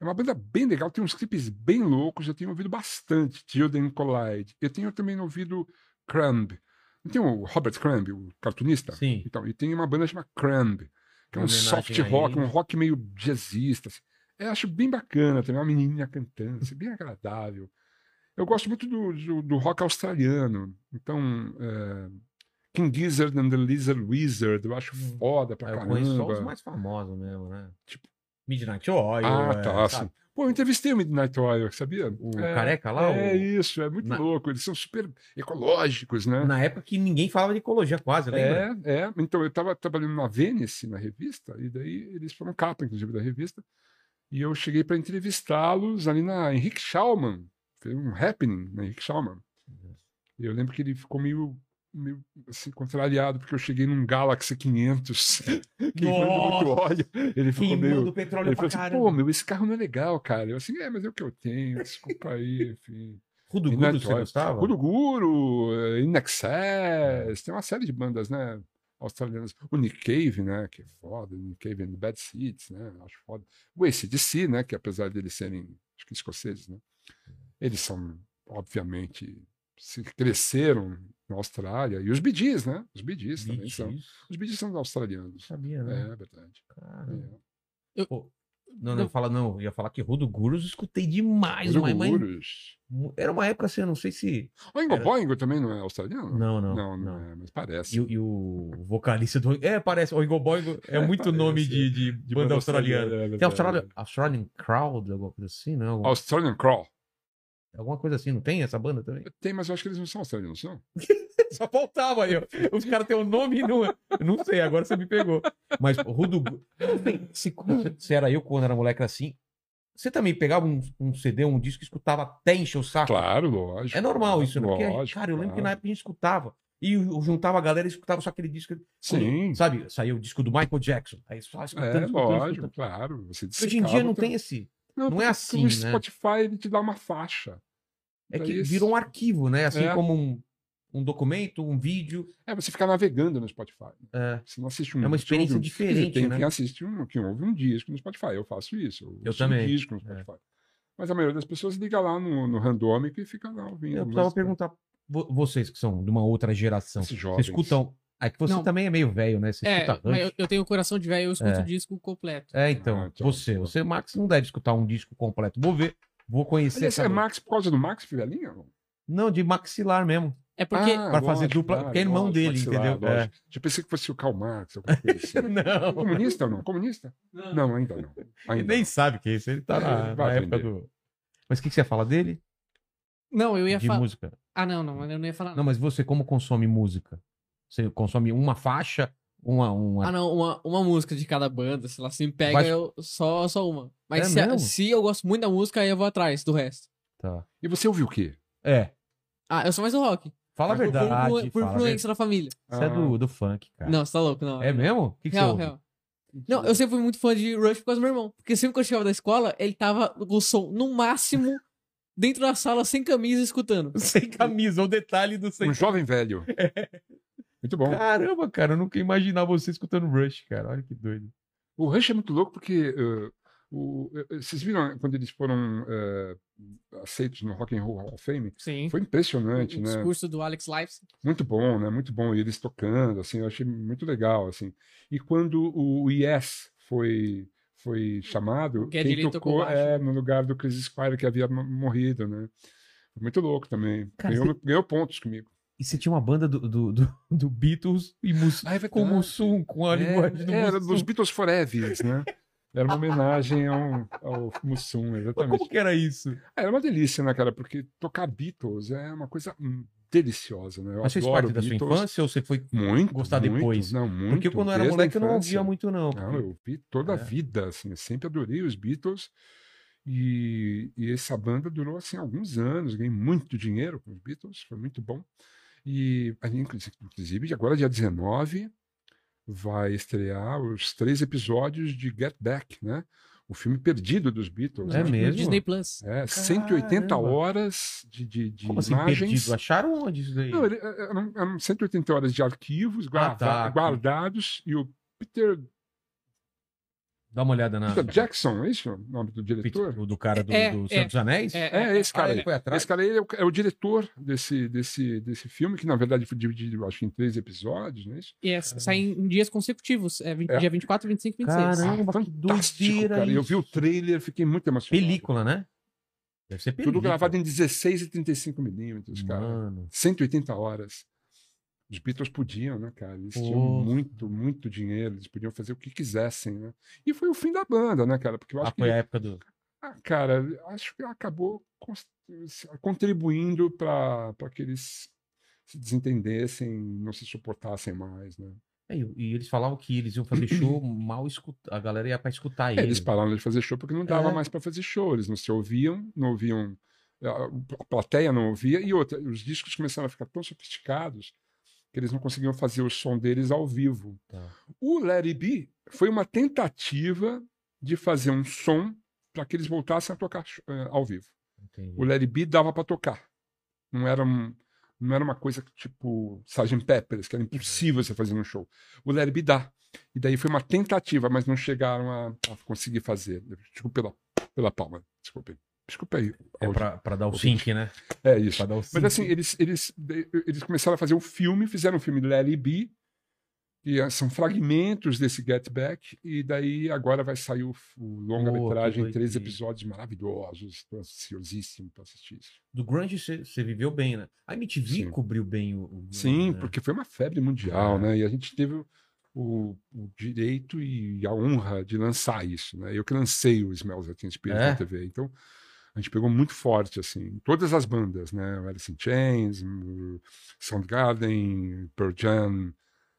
S3: É uma banda bem legal, tem uns clipes bem loucos, eu tenho ouvido bastante Children Collide. Eu tenho também ouvido Crumb. Não tem o Robert Crumb, o cartunista?
S1: Sim.
S3: Então, e tem uma banda chamada Crumb, que é
S1: Uma
S3: um
S1: homenagem
S3: soft
S1: a
S3: rock,
S1: ele.
S3: um rock meio jazzista. assim. É, acho bem bacana também, uma menininha cantando, assim, bem agradável. Eu gosto muito do, do, do rock australiano. Então, é, King Gizzard and the Lizard Wizard, eu acho
S1: Hum.
S3: foda pra
S1: Ah, eu conheço só os
S3: caramba.
S1: mais famosos mesmo, né?
S3: Tipo-
S1: Midnight Oil.
S3: Ah,
S1: é,
S3: tá.
S1: sabe?
S3: sim. Pô, eu entrevistei o Midnight Oil, sabia?
S1: O
S3: É,
S1: careca lá,
S3: É
S1: o-
S3: isso, é muito
S1: na-
S3: louco. Eles são super ecológicos, né?
S1: Na época que ninguém falava de ecologia quase, lembra?
S3: É, é. Então, eu estava trabalhando na Vênice, na revista, e daí eles foram capa, inclusive, da revista. E eu cheguei para entrevistá-los ali na Henrique Schaumann. Foi um happening na Henrique Schaumann.
S1: Uhum.
S3: E eu lembro que ele ficou meio, meio assim, contrariado, porque eu cheguei num Galaxy 500 queimando muito óleo. Ele ficou meio...
S1: Queimando petróleo
S3: Ele
S1: pra
S3: falou assim, pô,
S1: caramba.
S3: meu, esse carro não é legal, cara. Eu assim, é, mas é o que eu tenho, desculpa aí, enfim.
S1: Rudo
S3: Midnight
S1: Gudo, você
S3: Oil.
S1: gostava?
S3: É. Guru Guru, eh, In Excess, tem uma série de bandas, né? australianas. O Nick Cave, né, que é foda, o Nick Cave and the Bad Seeds, né, acho foda. O ACDC, né, que apesar deles serem, acho que escoceses, né, eles são, obviamente, se cresceram na Austrália. E os Bee Gees, né, os Bee Gees também são. Os Bee Gees são australianos.
S1: Sabia, né?
S3: É, verdade.
S1: Cara.
S3: É.
S1: Não, não, eu fala, não, eu ia falar que Rodo Gurus eu escutei demais,
S3: Os
S1: mas, mas-
S3: Ugurus.
S1: era uma época assim, eu não sei se.
S3: Oingo
S1: Era-
S3: Boingo também não é australiano?
S1: Não, não. Não,
S3: Não, não é, mas parece.
S1: E, o- e o vocalista do. É, parece, Oingo Boingo é,
S3: É,
S1: muito
S3: parece,
S1: nome de, de
S3: De
S1: banda australiana.
S3: é
S1: Tem
S3: verdade.
S1: Austrália, Australian Crowd, alguma coisa assim, não? é? Alguma,
S3: Australian Crawl.
S1: alguma coisa assim, não tem essa banda também?
S3: Tem, mas eu acho que eles não são australianos, não?
S1: Só faltava eu. Os caras têm o nome e não. é. Eu não sei, agora você me pegou. Mas Rudo. Se, se era eu quando era moleque era assim, você também pegava um, um CD, um disco e escutava até encher o saco?
S3: Claro, lógico.
S1: Ah, É normal isso, né? Porque,
S3: Lógico,
S1: cara, eu lembro que
S3: claro.
S1: na época a gente escutava. E eu juntava a galera e escutava só aquele disco.
S3: Sim,
S1: Sabe? Saiu o disco do Michael Jackson. Aí só escutando,
S3: é
S1: escutando,
S3: lógico,
S1: escutando.
S3: claro. Você
S1: Hoje em dia
S3: dissecava
S1: não
S3: tudo.
S1: tem esse.
S3: Não,
S1: Não é assim,
S3: o
S1: né?
S3: Spotify ele te dá uma faixa.
S1: É
S3: Daí
S1: que
S3: esse-
S1: virou um arquivo, né? Assim
S3: É.
S1: como um, um documento, um vídeo.
S3: É, você fica navegando no Spotify.
S1: É.
S3: Você não assiste
S1: É
S3: um
S1: uma
S3: você ouve
S1: experiência
S3: um-
S1: diferente,
S3: Tem
S1: né?
S3: quem assiste um, quem ouve um disco no Spotify. Eu faço isso. Eu, ouço
S1: também, É.
S3: Um disco no Spotify. Mas a maioria das pessoas liga lá no, no randômico e fica lá ouvindo.
S1: Eu precisava
S3: música.
S1: perguntar, vo- vocês que são de uma outra geração,
S3: é. Esses
S1: vocês
S3: jovens.
S1: escutam. É que você
S2: Não.
S1: também é meio velho, né? Você
S2: É,
S1: escuta
S2: mas
S1: Rush.
S2: eu, eu tenho coração de velho, eu escuto
S1: É.
S2: o disco completo.
S1: É, então,
S3: Ah, então.
S1: você, você, Max, não deve escutar um disco completo. Vou ver, vou conhecer.
S3: Aliás,
S1: essa
S3: é
S1: banda.
S3: Max por causa do Max Fivelinha?
S1: Não, de maxilar mesmo.
S2: É porque
S3: Ah,
S1: pra fazer dupla, porque é irmão dele,
S3: Max Fivelinha,
S1: entendeu? É.
S3: lógico. Já pensei que fosse o Karl Marx. alguma coisa assim.
S1: Não,
S3: Comunista ou não? Comunista? Não, ainda não.
S1: ele
S3: Ainda
S1: nem
S3: não.
S1: sabe que é isso, ele tá na,
S3: Ele vai
S1: na época
S3: aprender.
S1: do... Mas o que, que você ia falar dele?
S2: Não, eu ia
S1: De
S2: falar.
S1: música.
S2: Ah, não, não, eu não ia falar.
S1: Não, mas você como consome música? Você consome uma faixa, uma... uma...
S2: Ah, não, uma, uma música de cada banda, sei lá, se me pega,
S1: Mas-
S2: eu só, só uma. Mas
S1: É
S2: se,
S1: mesmo?
S2: se eu gosto muito da música, aí eu vou atrás do resto.
S1: Tá.
S3: E você ouviu o quê?
S1: É,
S2: Ah, eu sou mais do rock.
S1: fala a
S3: Mas eu
S2: Por,
S1: verdade.
S2: por, por
S1: fala a
S2: influência da família.
S1: verdade. Você é
S3: Ah,
S1: do, do funk, cara.
S2: Não, você tá louco, não.
S1: É mesmo? O que, que você
S2: Real,
S1: ouve?
S2: real. Não, eu sempre fui muito fã de Rush por causa do meu irmão. Porque sempre que eu chegava da escola, ele tava com o som no máximo dentro da sala, sem camisa, escutando.
S1: Sem camisa, o detalhe do sem
S3: Um jovem velho. Muito bom.
S1: Caramba, cara, eu nunca ia imaginar você escutando Rush, cara. Olha que doido.
S3: O Rush é muito louco porque eh, o- eh, vocês viram quando eles foram eh, aceitos no Rock and Roll Hall of Fame?
S2: Sim.
S3: Foi impressionante,
S2: o
S3: né?
S2: discurso do Alex Lives.
S3: Muito bom, né? Muito bom. E eles tocando, assim, eu achei muito legal, assim. E quando o Yes foi foi chamado,
S2: Geddy
S3: quem
S2: Lee
S3: tocou,
S2: tocou baixo,
S3: é no lugar do Chris Squire que havia mo- morrido, né? Muito louco também.
S1: Cara,
S3: ganhou, ganhou pontos comigo.
S1: E você tinha uma banda do, do, do, do Beatles e Mus
S3: Ah, é
S1: com
S3: verdade.
S1: Mussum, com a linguagem do
S3: É, era dos
S1: Mussum.
S3: Beatles Forever, né? Era uma homenagem ao, ao Mussum,
S1: Mas
S3: exatamente.
S1: como que era isso?
S3: Ah, era uma delícia, né, cara? Porque tocar Beatles é uma coisa hum, deliciosa, né? Eu
S1: Mas fez
S3: adoro
S1: parte da sua
S3: Beatles.
S1: infância ou você foi...
S3: Muito.
S1: Gostar
S3: muito,
S1: depois?
S3: Não, muito.
S1: Porque quando eu era
S3: desde a
S1: moleque eu não
S3: infância.
S1: ouvia muito, não.
S3: Não, eu vi toda a
S1: É.
S3: vida, assim, eu sempre adorei os Beatles. E, e essa banda durou, assim, alguns anos. Ganhei muito dinheiro com os Beatles, foi muito bom. E, ali, inclusive- inclusive, agora dia 19, vai estrear os três episódios de Get Back, né? O filme perdido dos Beatles.
S1: É
S3: né?
S1: mesmo?
S2: No Disney Plus.
S3: É, 180
S1: Caramba.
S3: horas de, de, de
S1: Como assim,
S3: imagens.
S1: perdido? Acharam onde isso daí?
S3: Não, ele- é- é- eram, eram 180 horas de arquivos
S1: Ah, tá.
S3: guarda- guardados e o Peter,
S1: Dá uma olhada na...
S3: Peter Jackson, é isso o nome do diretor?
S1: O do cara do,
S2: É,
S1: do
S2: é,
S1: Senhor dos Anéis?
S2: é,
S3: É, esse
S1: Ah,
S3: cara
S1: ele
S3: aí.
S1: foi atrás?
S3: Esse cara aí é o, é o diretor desse, desse, desse filme, que na verdade foi dividido, eu acho, em três episódios, não é isso?
S2: E é, sai em dias consecutivos. É, 20,
S3: É.
S2: dia 24, 25 e 26.
S1: Caramba, Ah, que
S3: Fantástico,
S1: doideira
S3: cara. Eu vi o
S1: isso.
S3: trailer, fiquei muito
S2: é
S3: emocionado.
S1: Película, né? Deve ser película.
S3: Tudo gravado em 16 e 35 milímetros, cara.
S1: Mano.
S3: 180 horas. Os Beatles podiam, né, cara? Eles tinham
S1: Porra.
S3: muito, muito dinheiro, eles podiam fazer o que quisessem, né? E foi o fim da banda, né, cara? Porque eu acho
S1: Ah, foi
S3: que.
S1: a época do...
S3: Ah, cara, acho que acabou cons- contribuindo para que eles se desentendessem, não se suportassem mais, né?
S1: É, E e eles falavam que eles iam fazer show mal escutar. A galera ia pra escutar
S3: É,
S1: eles.
S3: eles pararam de fazer show porque não dava
S1: É.
S3: mais para fazer show, eles não se ouviam, não ouviam, a a plateia não ouvia, e outra, os discos começaram a ficar tão sofisticados que eles não conseguiam fazer o som deles ao vivo.
S1: Tá.
S3: O Larry B foi uma tentativa de fazer um som para que eles voltassem a tocar eh, ao vivo.
S1: Entendi.
S3: O Larry B dava para tocar. Não era um, Não era uma coisa que, tipo Sgt. Peppers, que era
S4: Uhum.
S3: impossível você fazer num show. O Lerby dá. E daí foi uma tentativa, mas não chegaram a, a conseguir fazer. Desculpa pela, pela palma. Desculpa aí. Desculpa aí.
S4: É
S3: áudio.
S4: pra, pra dar o sync, né?
S3: É isso.
S4: Pra dar o
S3: Mas
S4: sync.
S3: assim, eles, eles, eles começaram a fazer um filme, fizeram um filme Larry B, que ah, são fragmentos desse Get Back, e daí agora vai sair o, o
S4: Oh,
S3: longa-metragem,
S4: que
S3: três
S4: doideira.
S3: episódios maravilhosos, estou ansiosíssimo para assistir isso.
S4: Do grunge você você viveu bem, né? A MTV
S3: Sim.
S4: cobriu bem o... o grunge,
S3: Sim,
S4: né? É.
S3: porque foi uma febre mundial, né? E a gente teve o, o direito e a honra de lançar isso, né? Eu que lancei o Smells Like Teen Spirit
S4: É?
S3: na TV, então a gente pegou muito forte, assim, todas as bandas, né? O Alice in Chains, o Soundgarden, Pearl Jam,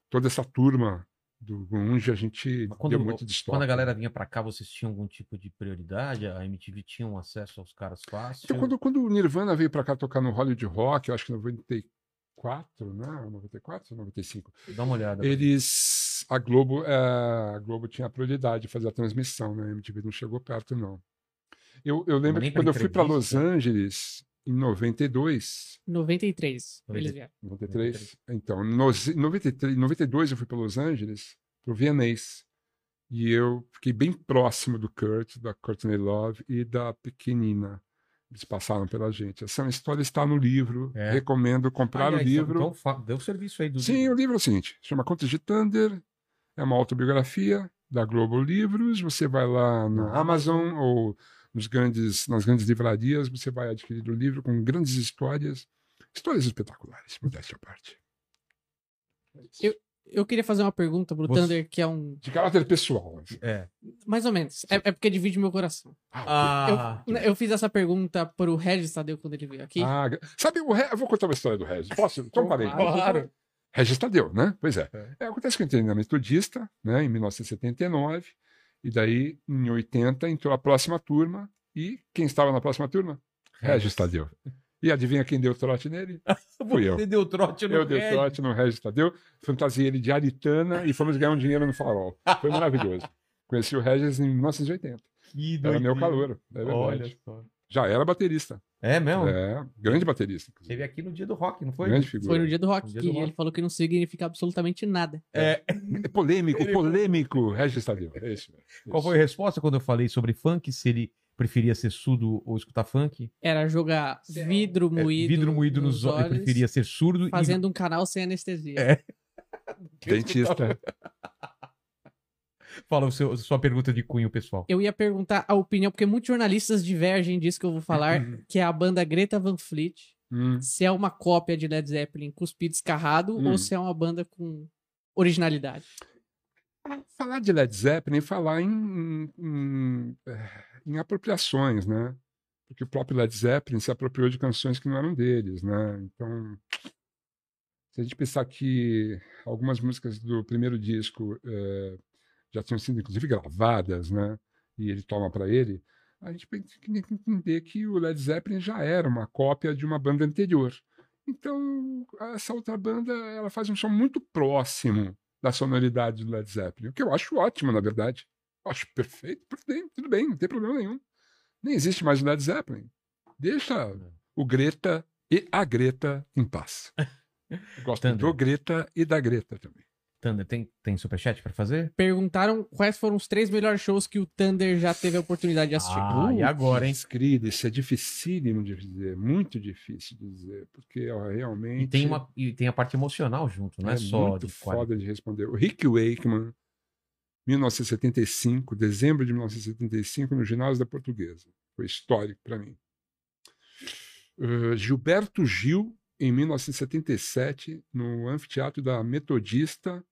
S3: toda essa turma do grunge, a gente
S4: Mas quando-
S3: deu muito de Então,
S4: Quando a galera vinha pra cá, vocês tinham algum tipo de prioridade? A MTV tinha um acesso aos caras fácil?
S3: Então, quando, quando o Nirvana veio pra cá tocar no Hollywood Rock, eu acho que em 94, né? 94 95?
S4: Dá uma olhada.
S3: Eles. A Globo, eh, a Globo tinha a prioridade de fazer a transmissão, né? A MTV não chegou perto, não. Eu, eu lembro
S4: nem
S3: que
S4: pra
S3: quando eu fui para Los
S4: entrevista?
S3: Angeles, em 92,
S2: 93.
S4: 93.
S2: Eles vieram.
S3: 93, então, nos- em 93, em 92 eu fui para Los Angeles, pro Viennese. E eu fiquei bem próximo do Kurt, da Courtney Love e da pequenina. Eles passaram pela gente. Essa história está no livro.
S4: É.
S3: Recomendo comprar
S4: Aliás,
S3: o livro.
S4: Então, fa- deu serviço aí do
S3: Sim, o livro é o seguinte: chama Contos de Thunder, é uma autobiografia da Globo Livros. Você vai lá na Amazon ou nos grandes, nas grandes livrarias, você vai adquirir o livro com grandes histórias, histórias espetaculares, modéstia à parte. É isso.
S2: Eu- Eu queria fazer uma pergunta pro
S4: Você-
S2: Thunder, que é um.
S3: De caráter pessoal. assim.
S4: É.
S2: Mais ou menos. É, é porque divide meu coração.
S3: Ah,
S4: Ah,
S2: eu, eu fiz essa pergunta pro Regis Tadeu quando ele veio aqui.
S3: ah, sabe, o Re... eu vou contar uma história do Regis. Posso? Então, parei.
S4: claro.
S3: Regis Tadeu, né? Pois é. É, acontece que eu entrei na Metodista, né, em 1979, e daí, em 80, entrou a próxima turma, e quem estava na próxima turma? Regis Tadeu. E adivinha quem deu trote nele? Fui eu.
S4: Você deu trote no
S3: Eu dei
S4: Red.
S3: trote no Regis Tadeu, fantasiei ele de Aritana e fomos ganhar um dinheiro no farol. Foi maravilhoso. Conheci o Regis em 1980.
S4: Que
S3: Era meu
S4: doideira.
S3: calor, é verdade.
S4: Olha só.
S3: Já era baterista.
S4: É mesmo?
S3: É, grande baterista. inclusive.
S4: Teve aqui no dia do rock, não foi?
S3: Grande figura.
S2: Foi no dia do rock.
S4: No dia
S2: que
S4: do rock.
S2: ele falou que não significa absolutamente nada.
S3: É polêmico, polêmico, Regis Tadeu. É isso, mesmo.
S4: Qual
S3: Isso.
S4: foi a resposta quando eu falei sobre funk? Se ele preferia ser surdo ou escutar funk?
S2: Era jogar vidro
S4: É,
S2: moído.
S4: vidro moído nos olhos. Ele preferia ser surdo
S2: Fazendo um canal sem anestesia.
S4: É.
S3: Dentista.
S4: e fala o seu- sua pergunta de cunho pessoal.
S2: Eu ia perguntar a opinião, porque muitos jornalistas divergem disso que eu vou falar, que é a banda Greta Van Fleet,
S3: Hum.
S2: se é uma cópia de Led Zeppelin cuspido escarrado
S3: Hum.
S2: ou se é uma banda com originalidade.
S3: Falar de Led Zeppelin é falar em, em- em, eh, em apropriações, né? Porque o próprio Led Zeppelin se apropriou de canções que não eram deles, né? Então, se a gente pensar que algumas músicas do primeiro disco eh, já tinham sido, inclusive, gravadas, né? E ele toma para ele, a gente tem que entender que o Led Zeppelin já era uma cópia de uma banda anterior. Então, essa outra banda, ela faz um som muito próximo da sonoridade do Led Zeppelin, o que eu acho ótimo, na verdade. Eu acho perfeito, tudo bem, tudo bem, não tem problema nenhum. Nem existe mais o Led Zeppelin. Deixa o Greta e a Greta em paz. Eu gosto
S4: Thunder.
S3: do Greta e da Greta também.
S4: Thunder, tem, tem superchat pra fazer?
S2: Perguntaram quais foram os três melhores shows que o Thunder já teve a oportunidade de assistir. Uh,
S4: Ah, e agora, hein?
S3: Querido, isso é dificílimo de dizer, muito difícil de dizer, porque ó, realmente
S4: E tem, uma, e tem a parte emocional junto, não é, só
S3: muito
S4: de qualidade.
S3: foda de responder. O Rick Wakeman, 1975, dezembro de 1975, no ginásio da Portuguesa. Foi histórico para mim. Eh, Gilberto Gil, em 1977, no anfiteatro da Metodista,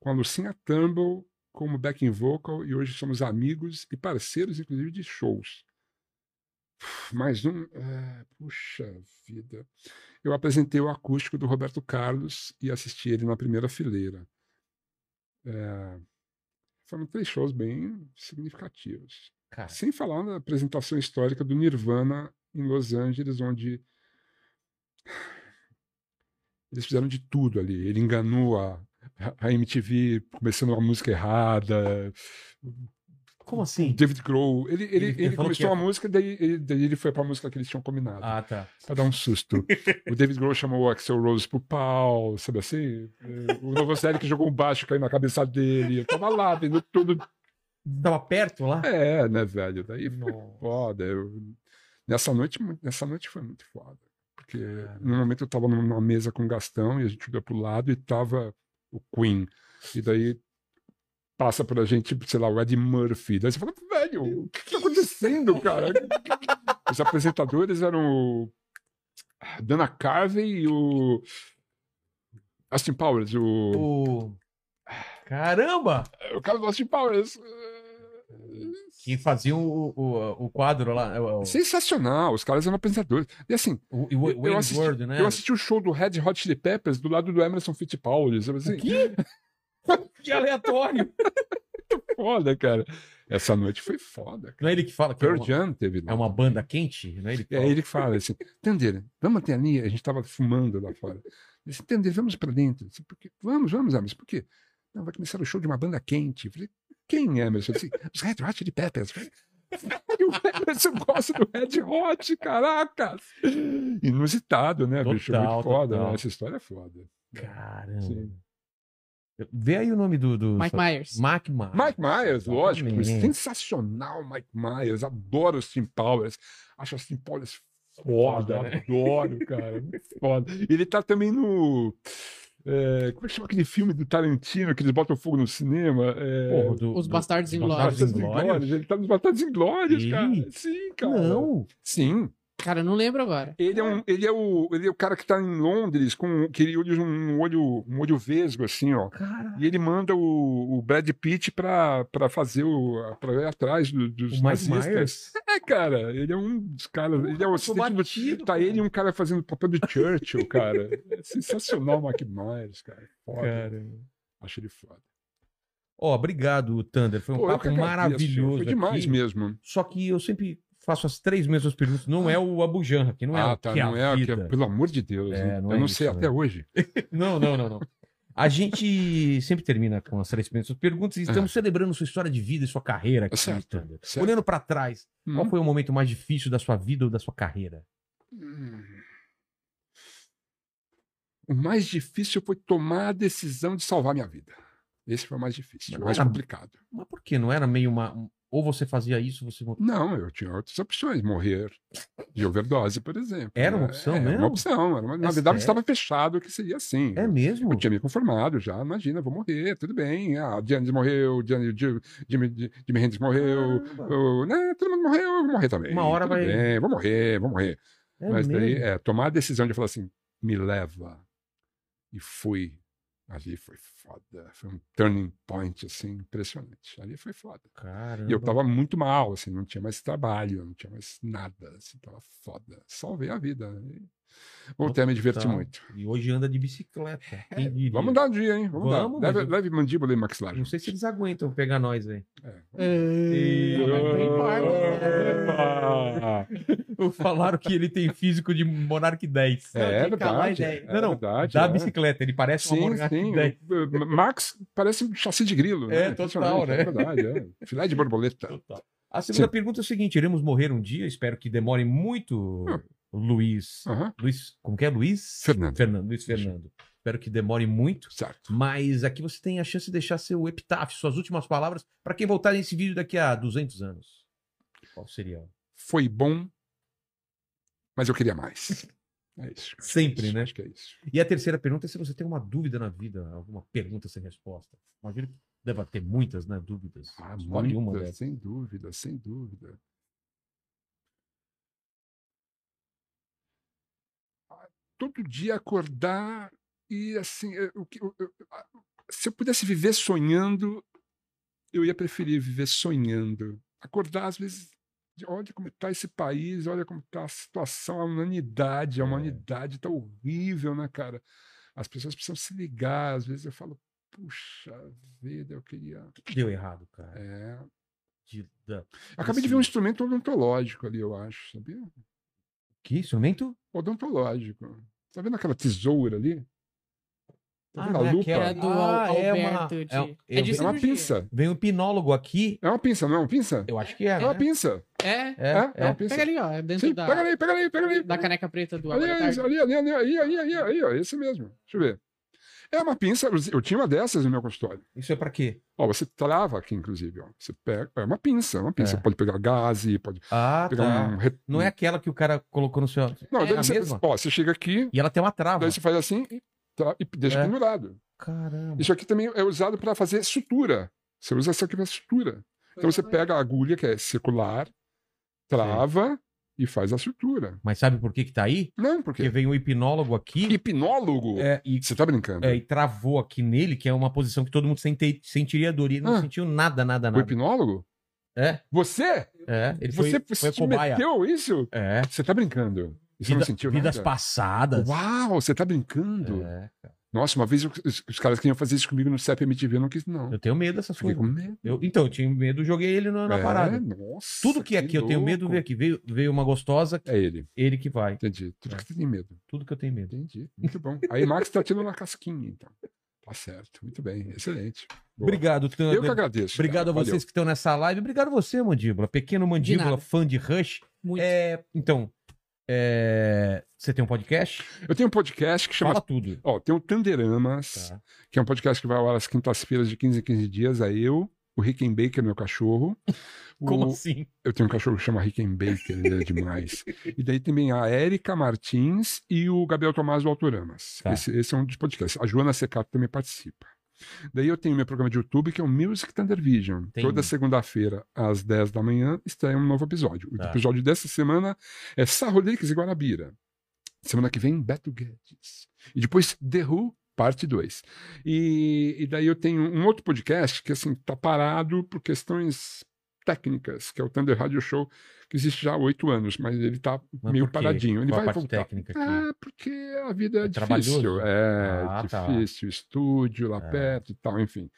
S3: com a Lucinha Tumble como backing vocal, e hoje somos amigos e parceiros, inclusive, de shows. Uf, Mais um. eh, puxa vida eu apresentei o acústico do Roberto Carlos e assisti ele na primeira fileira. É, foram três shows bem significativos.
S1: É.
S4: Cara,
S3: Sem falar na apresentação histórica do Nirvana em Los Angeles, onde eles fizeram de tudo ali. Ele enganou a, a MTV começando uma música errada,
S4: Como assim?
S3: David Crow. Ele, ele,
S4: Ele-
S3: ele
S4: ele falou
S3: começou
S4: que
S3: a
S4: ia-
S3: música, daí ele, daí ele foi pra música que eles tinham combinado.
S4: Ah, tá.
S3: Pra dar um susto. o David Grohl chamou o Axel Rose pro pau, sabe assim? Eh, O Novoselic jogou um baixo caiu na cabeça dele. Eu tava lá, vendo tudo.
S4: Tava perto lá?
S3: É, né, velho? Daí foi
S4: Nossa.
S3: foda. Eu- Nessa, noite, mu- nessa noite foi muito foda. Porque no momento eu tava numa mesa com o Gastão e a gente olhou pro lado e tava o Queen. E daí passa pra gente, sei lá, o Ed Murphy. Daí você fala, velho, o que, que tá acontecendo, cara? Os apresentadores eram o Dana Carvey e o Austin Powers. O, É,
S4: O... Caramba!
S3: o cara do Austin Powers. eh,
S4: Que faziam o, o, o quadro lá. é, O, o,
S3: Sensacional, os caras eram apresentadores. E assim,
S4: o, o
S3: Eu- eu
S4: Wayne's
S3: assisti-
S4: World, né?
S3: Eu assisti o show do Red Hot Chili Peppers do lado do Emerson Fittipaldi. Sabe assim? Que
S4: Que aleatório!
S3: foda, cara. Essa noite foi foda. cara.
S4: Não é ele que fala que é
S3: Pearl
S4: uma,
S3: Jam teve lá.
S4: é uma banda quente? Não é ele que
S3: E aí
S4: fala?
S3: ele fala assim, Tandeira, vamos até ali. A gente tava fumando lá fora. Ele disse, Tandeira, vamos pra dentro. Eu disse, "Por quê? Vamos, vamos, Emerson. Por quê? Não, vai começar o show de uma banda quente. Eu falei, quem, Emerson? Ele disse, Os Red Hot Chili Peppers. Eu falei, "E o Emerson gosta do Red Hot, caracas! Inusitado, né, bicho?
S4: Total,
S3: Muito foda.
S4: total.
S3: né? Essa história é foda.
S4: Caramba.
S3: Sim.
S1: Vê aí o nome do. do
S2: Mike Myers.
S1: Mike Myers.
S3: Mike Myers, lógico,
S1: Exatamente.
S3: sensacional Mike Myers, adoro o Tim Powers, acho o Tim Powers foda,
S4: Foda, né?
S3: adoro, cara, muito foda. Ele tá também no, é, como é que chama aquele filme do Tarantino, que eles botam fogo no cinema? É,
S4: Porra, do-
S2: Os
S4: do-
S2: Bastardos Inglórios.
S3: Bastardos Inglórios, ele tá nos Bastardos Inglórios,
S4: Ih,
S3: cara, sim, cara.
S4: Não.
S3: Sim,
S2: Cara, eu não lembro agora.
S3: ele é, um, ele, é o, ele é o cara que tá em Londres, com, que ele usa um olho, um olho vesgo, assim, ó.
S4: Cara.
S3: E ele manda o, o Brad Pitt pra, pra fazer o. pra ir atrás do-
S4: O
S3: dos
S4: Mike
S3: nazistas.
S4: Myers.
S3: É, cara, ele é um dos caras. Ele é o assistente do.
S4: batido.
S3: Tá ele e um cara fazendo papel de Churchill, cara. É sensacional o Mike Myers, cara. Foda. Acho ele foda.
S1: Ó, obrigado, Thunder. Foi um
S3: Pô, eu que
S1: papo
S3: agradeço,
S1: maravilhoso.
S3: Foi demais
S1: aqui.
S3: mesmo.
S1: Só que eu sempre faço as três mesmas perguntas. Não é o Abujanra, que não é
S3: ah,
S1: o
S3: tá.
S1: que é
S3: não
S1: a
S3: é, que é-
S1: vida.
S3: Pelo amor de Deus.
S1: É,
S3: né?
S1: não
S3: eu
S1: é
S3: não
S1: isso,
S3: sei
S1: né?
S3: até hoje.
S1: Não, não, não, não. A gente sempre termina com as três primeiras perguntas e estamos celebrando sua história de vida e sua carreira aqui,
S3: Ah. Certo,
S1: Thunder.
S3: certo.
S1: Olhando pra trás, qual
S3: Hum.
S1: foi o momento mais difícil da sua vida ou da sua carreira?
S3: Hum. O mais difícil foi tomar a decisão de salvar minha vida. Esse foi o mais difícil, o
S1: Mas
S3: mais
S1: era-
S3: complicado.
S1: Mas por que? Não era meio uma. um, Ou você fazia isso, você.
S3: Não, eu tinha outras opções, morrer de overdose, por exemplo.
S1: Era uma
S3: né?
S1: opção
S3: Era
S1: mesmo?
S3: Uma opção. Era uma- na
S1: É
S3: verdade,
S1: sério?
S3: estava fechado que seria assim.
S1: É mesmo?
S3: Eu tinha me conformado já, imagina, vou morrer, tudo bem. Ah, Janis morreu, Janis, Jim- Jimi Jimi Hendrix morreu,
S1: Caramba.
S3: o- né, todo mundo morreu, eu vou morrer também.
S1: Uma hora
S3: tudo
S1: vai-
S3: bem, vou morrer, vou morrer.
S1: É
S3: Mas daí,
S1: mesmo?
S3: é, tomar a decisão de falar assim, me leva. E fui. Ali foi foda. Foi um turning point, assim, impressionante. Ali foi foda.
S1: Caramba.
S3: E eu tava muito mal, assim, não tinha mais trabalho, não tinha mais nada, assim, tava foda. Salvei a vida. né? Voltei a me divertir
S4: Total.
S3: muito.
S4: E hoje anda de bicicleta. Quem diria?
S3: Vamos dar um dia, hein? Vamos,
S1: Vamos,
S3: dar.
S1: mas
S3: Leve,
S1: eu-
S3: leve mandíbula e maxilar.
S4: Não sei se eles aguentam pegar nós aí.
S2: É,
S1: E-
S2: mas não
S1: né?
S2: importa.
S3: Ah,
S1: Falaram que ele tem físico de Monark 10.
S2: Não,
S3: É,
S2: tem que calar a
S3: verdade.
S2: ideia.
S3: é
S1: Não, não,
S3: verdade,
S1: da
S3: é.
S1: bicicleta. Ele parece uma
S3: Sim,
S1: Monark
S3: sim.
S1: 10.
S3: o- o- Max parece um chassi de grilo.
S1: É,
S3: né?
S1: total,
S3: Impressionante, É verdade, é. Filé de borboleta.
S1: A segunda
S3: Sim.
S1: pergunta é o seguinte: iremos morrer um dia, espero que demore muito,
S3: Hum.
S1: Luiz.
S3: Aham,
S1: Luiz, como que é? Luiz?
S3: Fernando.
S1: Luiz Fernando. Espero que demore muito.
S3: Certo.
S1: Mas aqui você tem a chance de deixar seu epitáfio, suas últimas palavras, para quem voltar nesse vídeo daqui a 200 anos. Qual seria?
S3: Foi bom, mas eu queria mais. É isso. acho que é
S1: Sempre,
S3: isso,
S1: né?
S3: Acho que é isso.
S1: E a terceira pergunta é se você tem uma dúvida na vida, alguma pergunta sem resposta. Imagino que deva ter muitas, né? Dúvidas.
S3: Ah,
S1: Escolhe uma
S3: muitas,
S1: dessas.
S3: sem dúvida, sem dúvida. Ah, Todo dia acordar e assim, eh, o que- o- eu- ah, se eu pudesse viver sonhando, eu ia preferir viver sonhando. Acordar às vezes, de, olha como está esse país, olha como está a situação, a humanidade, a
S1: É.
S3: humanidade está horrível, né, cara? As pessoas precisam se ligar, às vezes eu falo, puxa vida, eu queria.
S1: Deu errado, cara.
S3: É,
S1: De- da-
S3: eu Acabei de ver
S1: Assim.
S3: um instrumento odontológico ali, eu acho, sabia?
S1: Que instrumento?
S3: Odontológico. Tá vendo aquela tesoura ali? Tá vendo a lupa?
S2: Era é do
S1: Ah,
S2: Al-
S1: é uma-
S2: Alberto. de-
S1: é um- eu
S2: de
S1: vi-
S3: É uma
S2: cirurgia.
S3: pinça.
S1: Vem um pinólogo aqui.
S3: É uma pinça, não é uma pinça?
S1: Eu acho que é.
S3: É uma
S1: Né?
S3: pinça.
S2: É.
S1: É,
S3: É, é
S1: é.
S3: uma pinça.
S2: Pega ali, ó. É dentro
S3: Sim,
S2: da,
S3: pega ali, pega ali, pega ali.
S2: da caneca preta do
S3: Ali,
S2: Agora é
S1: tá
S2: Tarde.
S3: ali, ali, ali, ali, ali, ali, ali, ó, esse mesmo. Deixa eu ver. É uma pinça, eu tinha uma dessas no meu consultório.
S1: Isso é pra quê?
S3: Ó, você trava aqui, inclusive, ó. Você pega, é uma pinça, é uma pinça.
S1: É.
S3: Pode pegar gaze, pode
S1: Ah,
S3: pegar
S1: tá.
S3: um... re-
S1: Não é aquela que o cara colocou no seu.
S3: Não,
S2: é
S3: daí
S1: a
S3: você,
S1: mesma?
S3: ó, você chega aqui,
S1: E ela tem uma trava.
S3: daí você faz assim e, tra- e deixa
S1: É.
S3: pendurado.
S1: Caramba.
S3: Isso aqui também é usado para fazer sutura. Você usa isso aqui para sutura. Então você pega a agulha, que é circular, trava e faz a sutura.
S1: Mas sabe por que que tá aí?
S3: Não,
S1: Porque
S3: porque
S1: vem um hipnólogo aqui
S3: hipnólogo...
S1: é, e,
S3: Você tá brincando?
S1: é, e travou aqui nele, que é uma posição que todo mundo sente- sentiria dor. E ele não
S3: Ah.
S1: sentiu nada, nada,
S3: o
S1: nada.
S3: hipnólogo?
S1: É,
S3: Você?
S1: é. Ele foi,
S3: você
S1: foi a
S3: se
S1: cobaia.
S3: meteu isso?
S1: É.
S3: Você tá brincando. E Você não
S1: Vida-
S3: sentiu
S1: vidas
S3: nada?
S1: passadas.
S3: Uau, você tá brincando.
S1: É.
S3: Nossa, uma vez eu- os, os caras queriam fazer isso comigo no CEP MTV, eu não quis, não.
S1: Eu tenho medo dessas
S3: Fiquei
S1: coisas.
S3: com medo.
S1: Eu- então, eu tinha medo, joguei ele na, na
S3: É,
S1: parada.
S3: Nossa,
S1: Tudo que é aqui eu tenho
S3: louco.
S1: medo, veio aqui. Veio, veio uma gostosa,
S3: É ele,
S1: ele que vai.
S3: entendi. Tudo
S1: É.
S3: que você tem medo.
S1: Tudo que eu tenho medo.
S3: Entendi. Muito bom. Aí Max tá tirando uma casquinha, então. Tá certo. Muito bem. Excelente. Boa.
S1: Obrigado,
S3: Eu que
S1: Thunder.
S3: agradeço.
S1: Obrigado a
S3: cara. Valeu.
S1: vocês que estão nessa live. Obrigado a você, Mandíbula. Pequeno Mandíbula,
S2: nada.
S1: fã de Rush.
S2: Muito.
S1: É, então, é, você tem um podcast?
S3: Eu tenho um podcast que chama.
S1: Fala tudo.
S3: Ó, tem o Tanderamas.
S1: Tá.
S3: que é um podcast que vai ao ar às quintas-feiras de 15 em 15 dias, a eu, o Rickenbacker, meu cachorro. O-
S1: Como assim?
S3: Eu tenho um cachorro que chama Rickenbacker, ele é demais. e daí também a Érica Martins e o Gabriel Tomás do Autoramas.
S1: Tá.
S3: Esse, esse é um dos podcasts. A Joana Secato também participa. Daí eu tenho meu programa de YouTube, que é o Music Thunder Vision.
S1: Entendi.
S3: Toda segunda-feira, às 10 da manhã, estreia um novo episódio. O
S1: Tá.
S3: episódio dessa semana é Sá Rodrigues e Guarabira. Semana que vem, Beto Guedes. E depois The Who, parte 2. E, e daí eu tenho um outro podcast que assim tá parado por questões técnicas, que é o Thunder Radio Show, que existe já há oito anos, mas ele tá
S1: Mas
S3: meio
S1: por quê?
S3: paradinho. Ele
S1: Qual a
S3: vai
S1: parte
S3: voltar.
S1: técnica aqui?
S3: É, porque a vida é,
S1: É
S3: difícil.
S1: trabalhoso?
S3: É
S1: Ah, tá.
S3: difícil, estúdio lá
S1: É.
S3: perto e tal, enfim.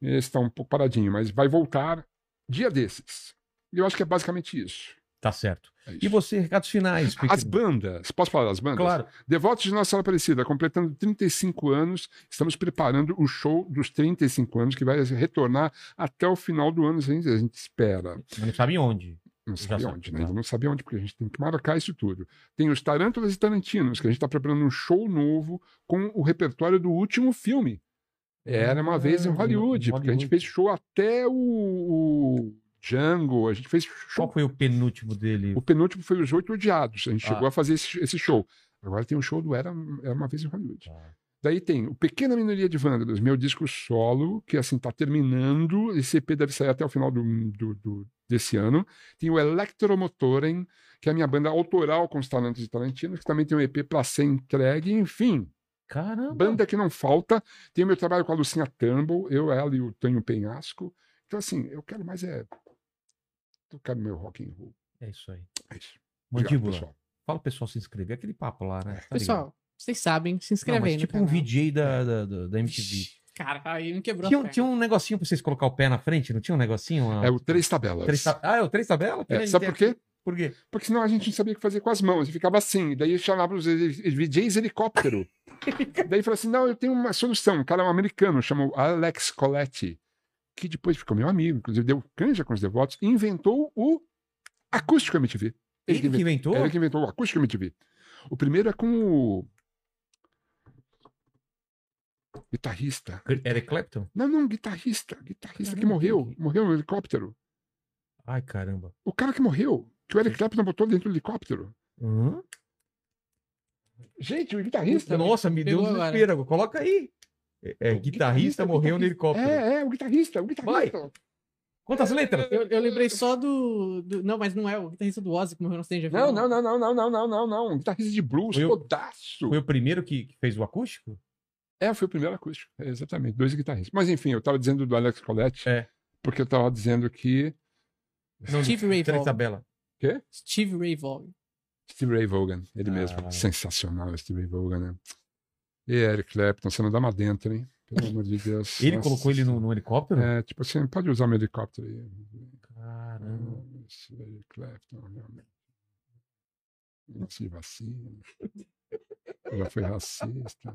S3: Esse tá um pouco paradinho, mas vai voltar dia desses. E eu acho que é basicamente isso.
S1: Tá certo.
S3: É
S1: E
S3: isso.
S1: você, recados finais. Pequeno-
S3: As bandas. Posso falar das bandas?
S1: Claro.
S3: Devotos de Nossa Senhora Aparecida, completando 35 anos, estamos preparando o show dos 35 anos, que vai retornar até o final do ano, a gente, a gente espera.
S1: Mas não sabe onde.
S3: Não
S1: Já
S3: sabe
S1: sabe,
S3: onde, né?
S1: tá.
S3: Ainda Não sabe onde, porque a gente tem que marcar isso tudo. Tem os Tarântulas e Tarantinos, que a gente está preparando um show novo com o repertório do último filme. Era uma
S1: Ah,
S3: vez em
S1: em
S3: Hollywood, porque a gente
S1: Hollywood.
S3: fez show até o, o Django, a gente fez show
S1: Qual foi o penúltimo dele?
S3: o penúltimo foi Os Oito Odiados. A gente
S1: Ah.
S3: chegou a fazer esse, esse show. Agora tem o show do Era, Era Uma Vez em Hollywood.
S1: Tá.
S3: Daí tem o Pequena Minoria de Vândalos, meu disco solo, que assim tá terminando. Esse EP deve sair até o final do, do- do- desse ano. Tem o Electromotoren, que é a minha banda autoral com os talentos e tarantinos, que também tem um EP pra ser entregue. Enfim,
S1: Caramba.
S3: banda que não falta. Tem o meu trabalho com a Lucinha Tumble, eu, ela e o Tanho Penhasco. Então assim, eu quero mais é tocar meu rock and roll.
S1: É isso aí.
S3: É isso. Obrigado,
S1: Mandíbula,
S3: pessoal.
S1: fala pro pessoal se inscrever. Aquele papo lá, né? Tá ligado?
S2: Pessoal, vocês sabem, se
S1: Não,
S2: inscreve
S1: mas
S2: aí no
S1: tipo um
S2: canal.
S1: VJ
S3: É.
S1: da, da, da- da MTV.
S2: Ixi, Cara, aí não quebrou
S1: Tinha
S2: a
S1: um,
S2: perna.
S1: tinha um negocinho pra vocês colocar o pé na frente? Não tinha um negocinho? Uma-
S3: É o Três Tabelas.
S1: Três tab- Ah, é o três tabelas?
S3: É, sabe por quê?
S1: Por quê?
S3: Porque senão a gente não sabia o que fazer com as mãos. E ficava assim. Daí chamava os ele- VJs helicóptero. daí falou assim: não, eu tenho uma solução. Um cara é um americano, chamou Alex Coletti, que depois ficou meu amigo, inclusive deu canja com os devotos, e inventou o acústico MTV.
S1: Ele que
S3: inventou, É,
S1: inventou?
S3: ele que inventou o acústico MTV. O primeiro é com o. Guitarrista.
S1: Eric Clapton?
S3: Não, não, guitarrista. Guitarrista que
S1: Caramba,
S3: morreu.
S1: que-
S3: Morreu no helicóptero.
S1: Ai, caramba.
S3: O cara que morreu, que o Eric Clapton botou dentro do helicóptero.
S1: Hã?
S3: Gente, o guitarrista.
S1: Nossa, me deu
S2: Pegou
S1: um
S2: agora.
S1: desespero. agora. Coloca aí. É, é, guitarrista morreu no helicóptero.
S3: É, é, o guitarrista, o guitarrista.
S1: Quantas letras?
S2: Eu, eu lembrei só do, do- Não, mas não é o guitarrista do Ozzy que morreu no acidente de avião.
S3: Não, não, não, não, não, não, não, não, não. um Guitarrista de blues,
S1: Foi o-
S3: todaço.
S1: Foi o primeiro que, que fez o acústico?
S3: É, foi o primeiro acústico. É, exatamente, dois guitarristas. Mas enfim, eu tava dizendo do Alex Coletti,
S1: É.
S3: porque eu tava dizendo que
S1: Não,
S2: Steve
S1: Ray
S2: Ray
S1: Três
S2: Vaughan.
S1: tabela.
S2: Steve Ray Vaughan.
S3: Steve Ray Vaughan, ele
S1: Ah.
S3: mesmo. Sensacional, Steve Ray Vaughan, né? E Eric Clapton, você não dá uma dentro, hein? Pelo amor de Deus.
S1: Ele
S3: Nossa.
S1: colocou ele no, no helicóptero?
S3: É, tipo assim, pode usar meu helicóptero aí.
S1: Caramba.
S3: Hum, esse Eric Clapton, realmente. Negócio de vacina. Já foi racista.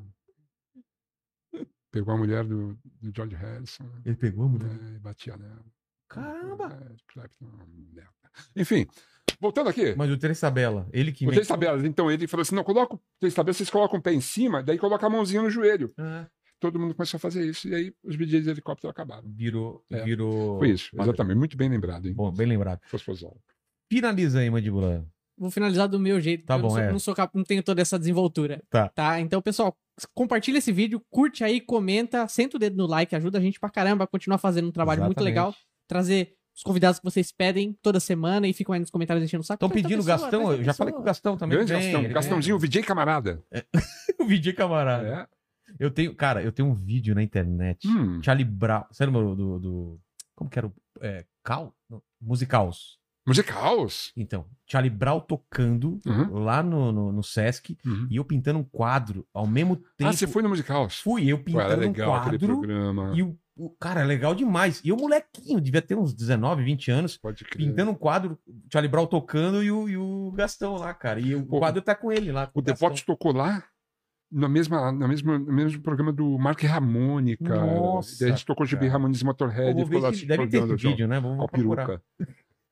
S3: Pegou a mulher do, do George Harrison né,
S1: Ele pegou a mulher.
S3: e batia nela.
S1: Caramba!
S3: É, Clapton, é uma merda. Enfim, voltando aqui.
S1: Mas o Três Tabela, ele que.
S3: O três tabelas, então ele falou assim: não, coloca o três tabelas, vocês colocam o pé em cima, daí coloca a mãozinha no joelho.
S1: Ah,
S3: Todo mundo começou a fazer isso, e aí os BJs de helicóptero acabaram.
S1: virou.
S3: É.
S1: virou...
S3: Foi isso,
S1: padrão.
S3: exatamente. Muito bem lembrado, hein?
S1: Bom, bem lembrado.
S3: Fospozol.
S1: Finaliza aí, mandíbula.
S2: Vou finalizar do meu jeito,
S1: Tá
S2: porque
S1: bom,
S2: eu não, sou,
S1: é.
S2: não, sou cap- não tenho toda essa desenvoltura.
S1: Tá.
S2: Então, pessoal, compartilha esse vídeo, curte aí, comenta, senta o dedo no like, ajuda a gente pra caramba a continuar fazendo um trabalho muito
S1: Exatamente.
S2: legal. Trazer os convidados que vocês pedem toda semana e ficam aí nos comentários enchendo o saco.
S1: Estão
S2: Traz outra
S1: pedindo o
S2: pessoa,
S1: Gastão,
S2: traz outra
S1: eu já falei que o
S2: pessoa.
S1: Gastão também.
S3: Grande
S1: vem,
S3: Gastão.
S1: ele vem.
S3: Gastãozinho, o VJ camarada.
S1: O vídeo, camarada.
S3: É.
S1: Eu tenho, cara, eu tenho um vídeo na internet.
S3: Hum,
S1: Charlie Brown. Você lembra do. do- do- como que era o. É, Cal? Não, Musicals.
S3: musicals.
S1: Então, Charlie Brown tocando
S3: Uhum.
S1: lá no, no, no Sesc
S3: Uhum.
S1: e eu pintando um quadro ao mesmo tempo.
S3: Ah, você foi no musicals?
S1: Fui eu
S3: Pô, era
S1: pintando um
S3: legal aquele
S1: quadro.
S3: programa.
S1: E o, o- Cara, é legal demais. E o molequinho, devia ter uns 19, 20 anos.
S3: Pode crer.
S1: Pintando um quadro, Charlie Brown tocando e o, e o Gastão lá, cara. E o
S3: Pô,
S1: quadro tá com ele lá. com
S3: O The
S1: Gastão.
S3: Vox tocou lá na mesma, na mesma, no mesmo programa do Mark Ramone, cara.
S1: Nossa,
S3: Daí a gente tocou o GB
S1: cara.
S3: Ramones
S1: Pô,
S3: Motorhead.
S1: vou
S3: e ficou
S1: ver
S3: lá
S1: se- deve ter
S3: jogando,
S1: esse
S3: jogando.
S1: vídeo, né? Vou,
S3: Com
S1: vou
S3: a
S1: procurar.
S3: peruca.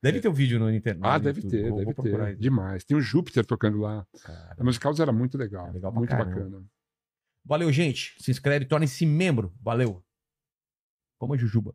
S1: Deve ter o vídeo no internet.
S3: Ah, deve ter, deve ter. Demais. Tem o Júpiter tocando lá. A Musicals era muito legal.
S1: Tá. É legal pra
S3: muito
S1: caramba.
S3: bacana.
S1: Valeu, gente. Se inscreve, torne-se membro. Valeu. Como a Jujuba.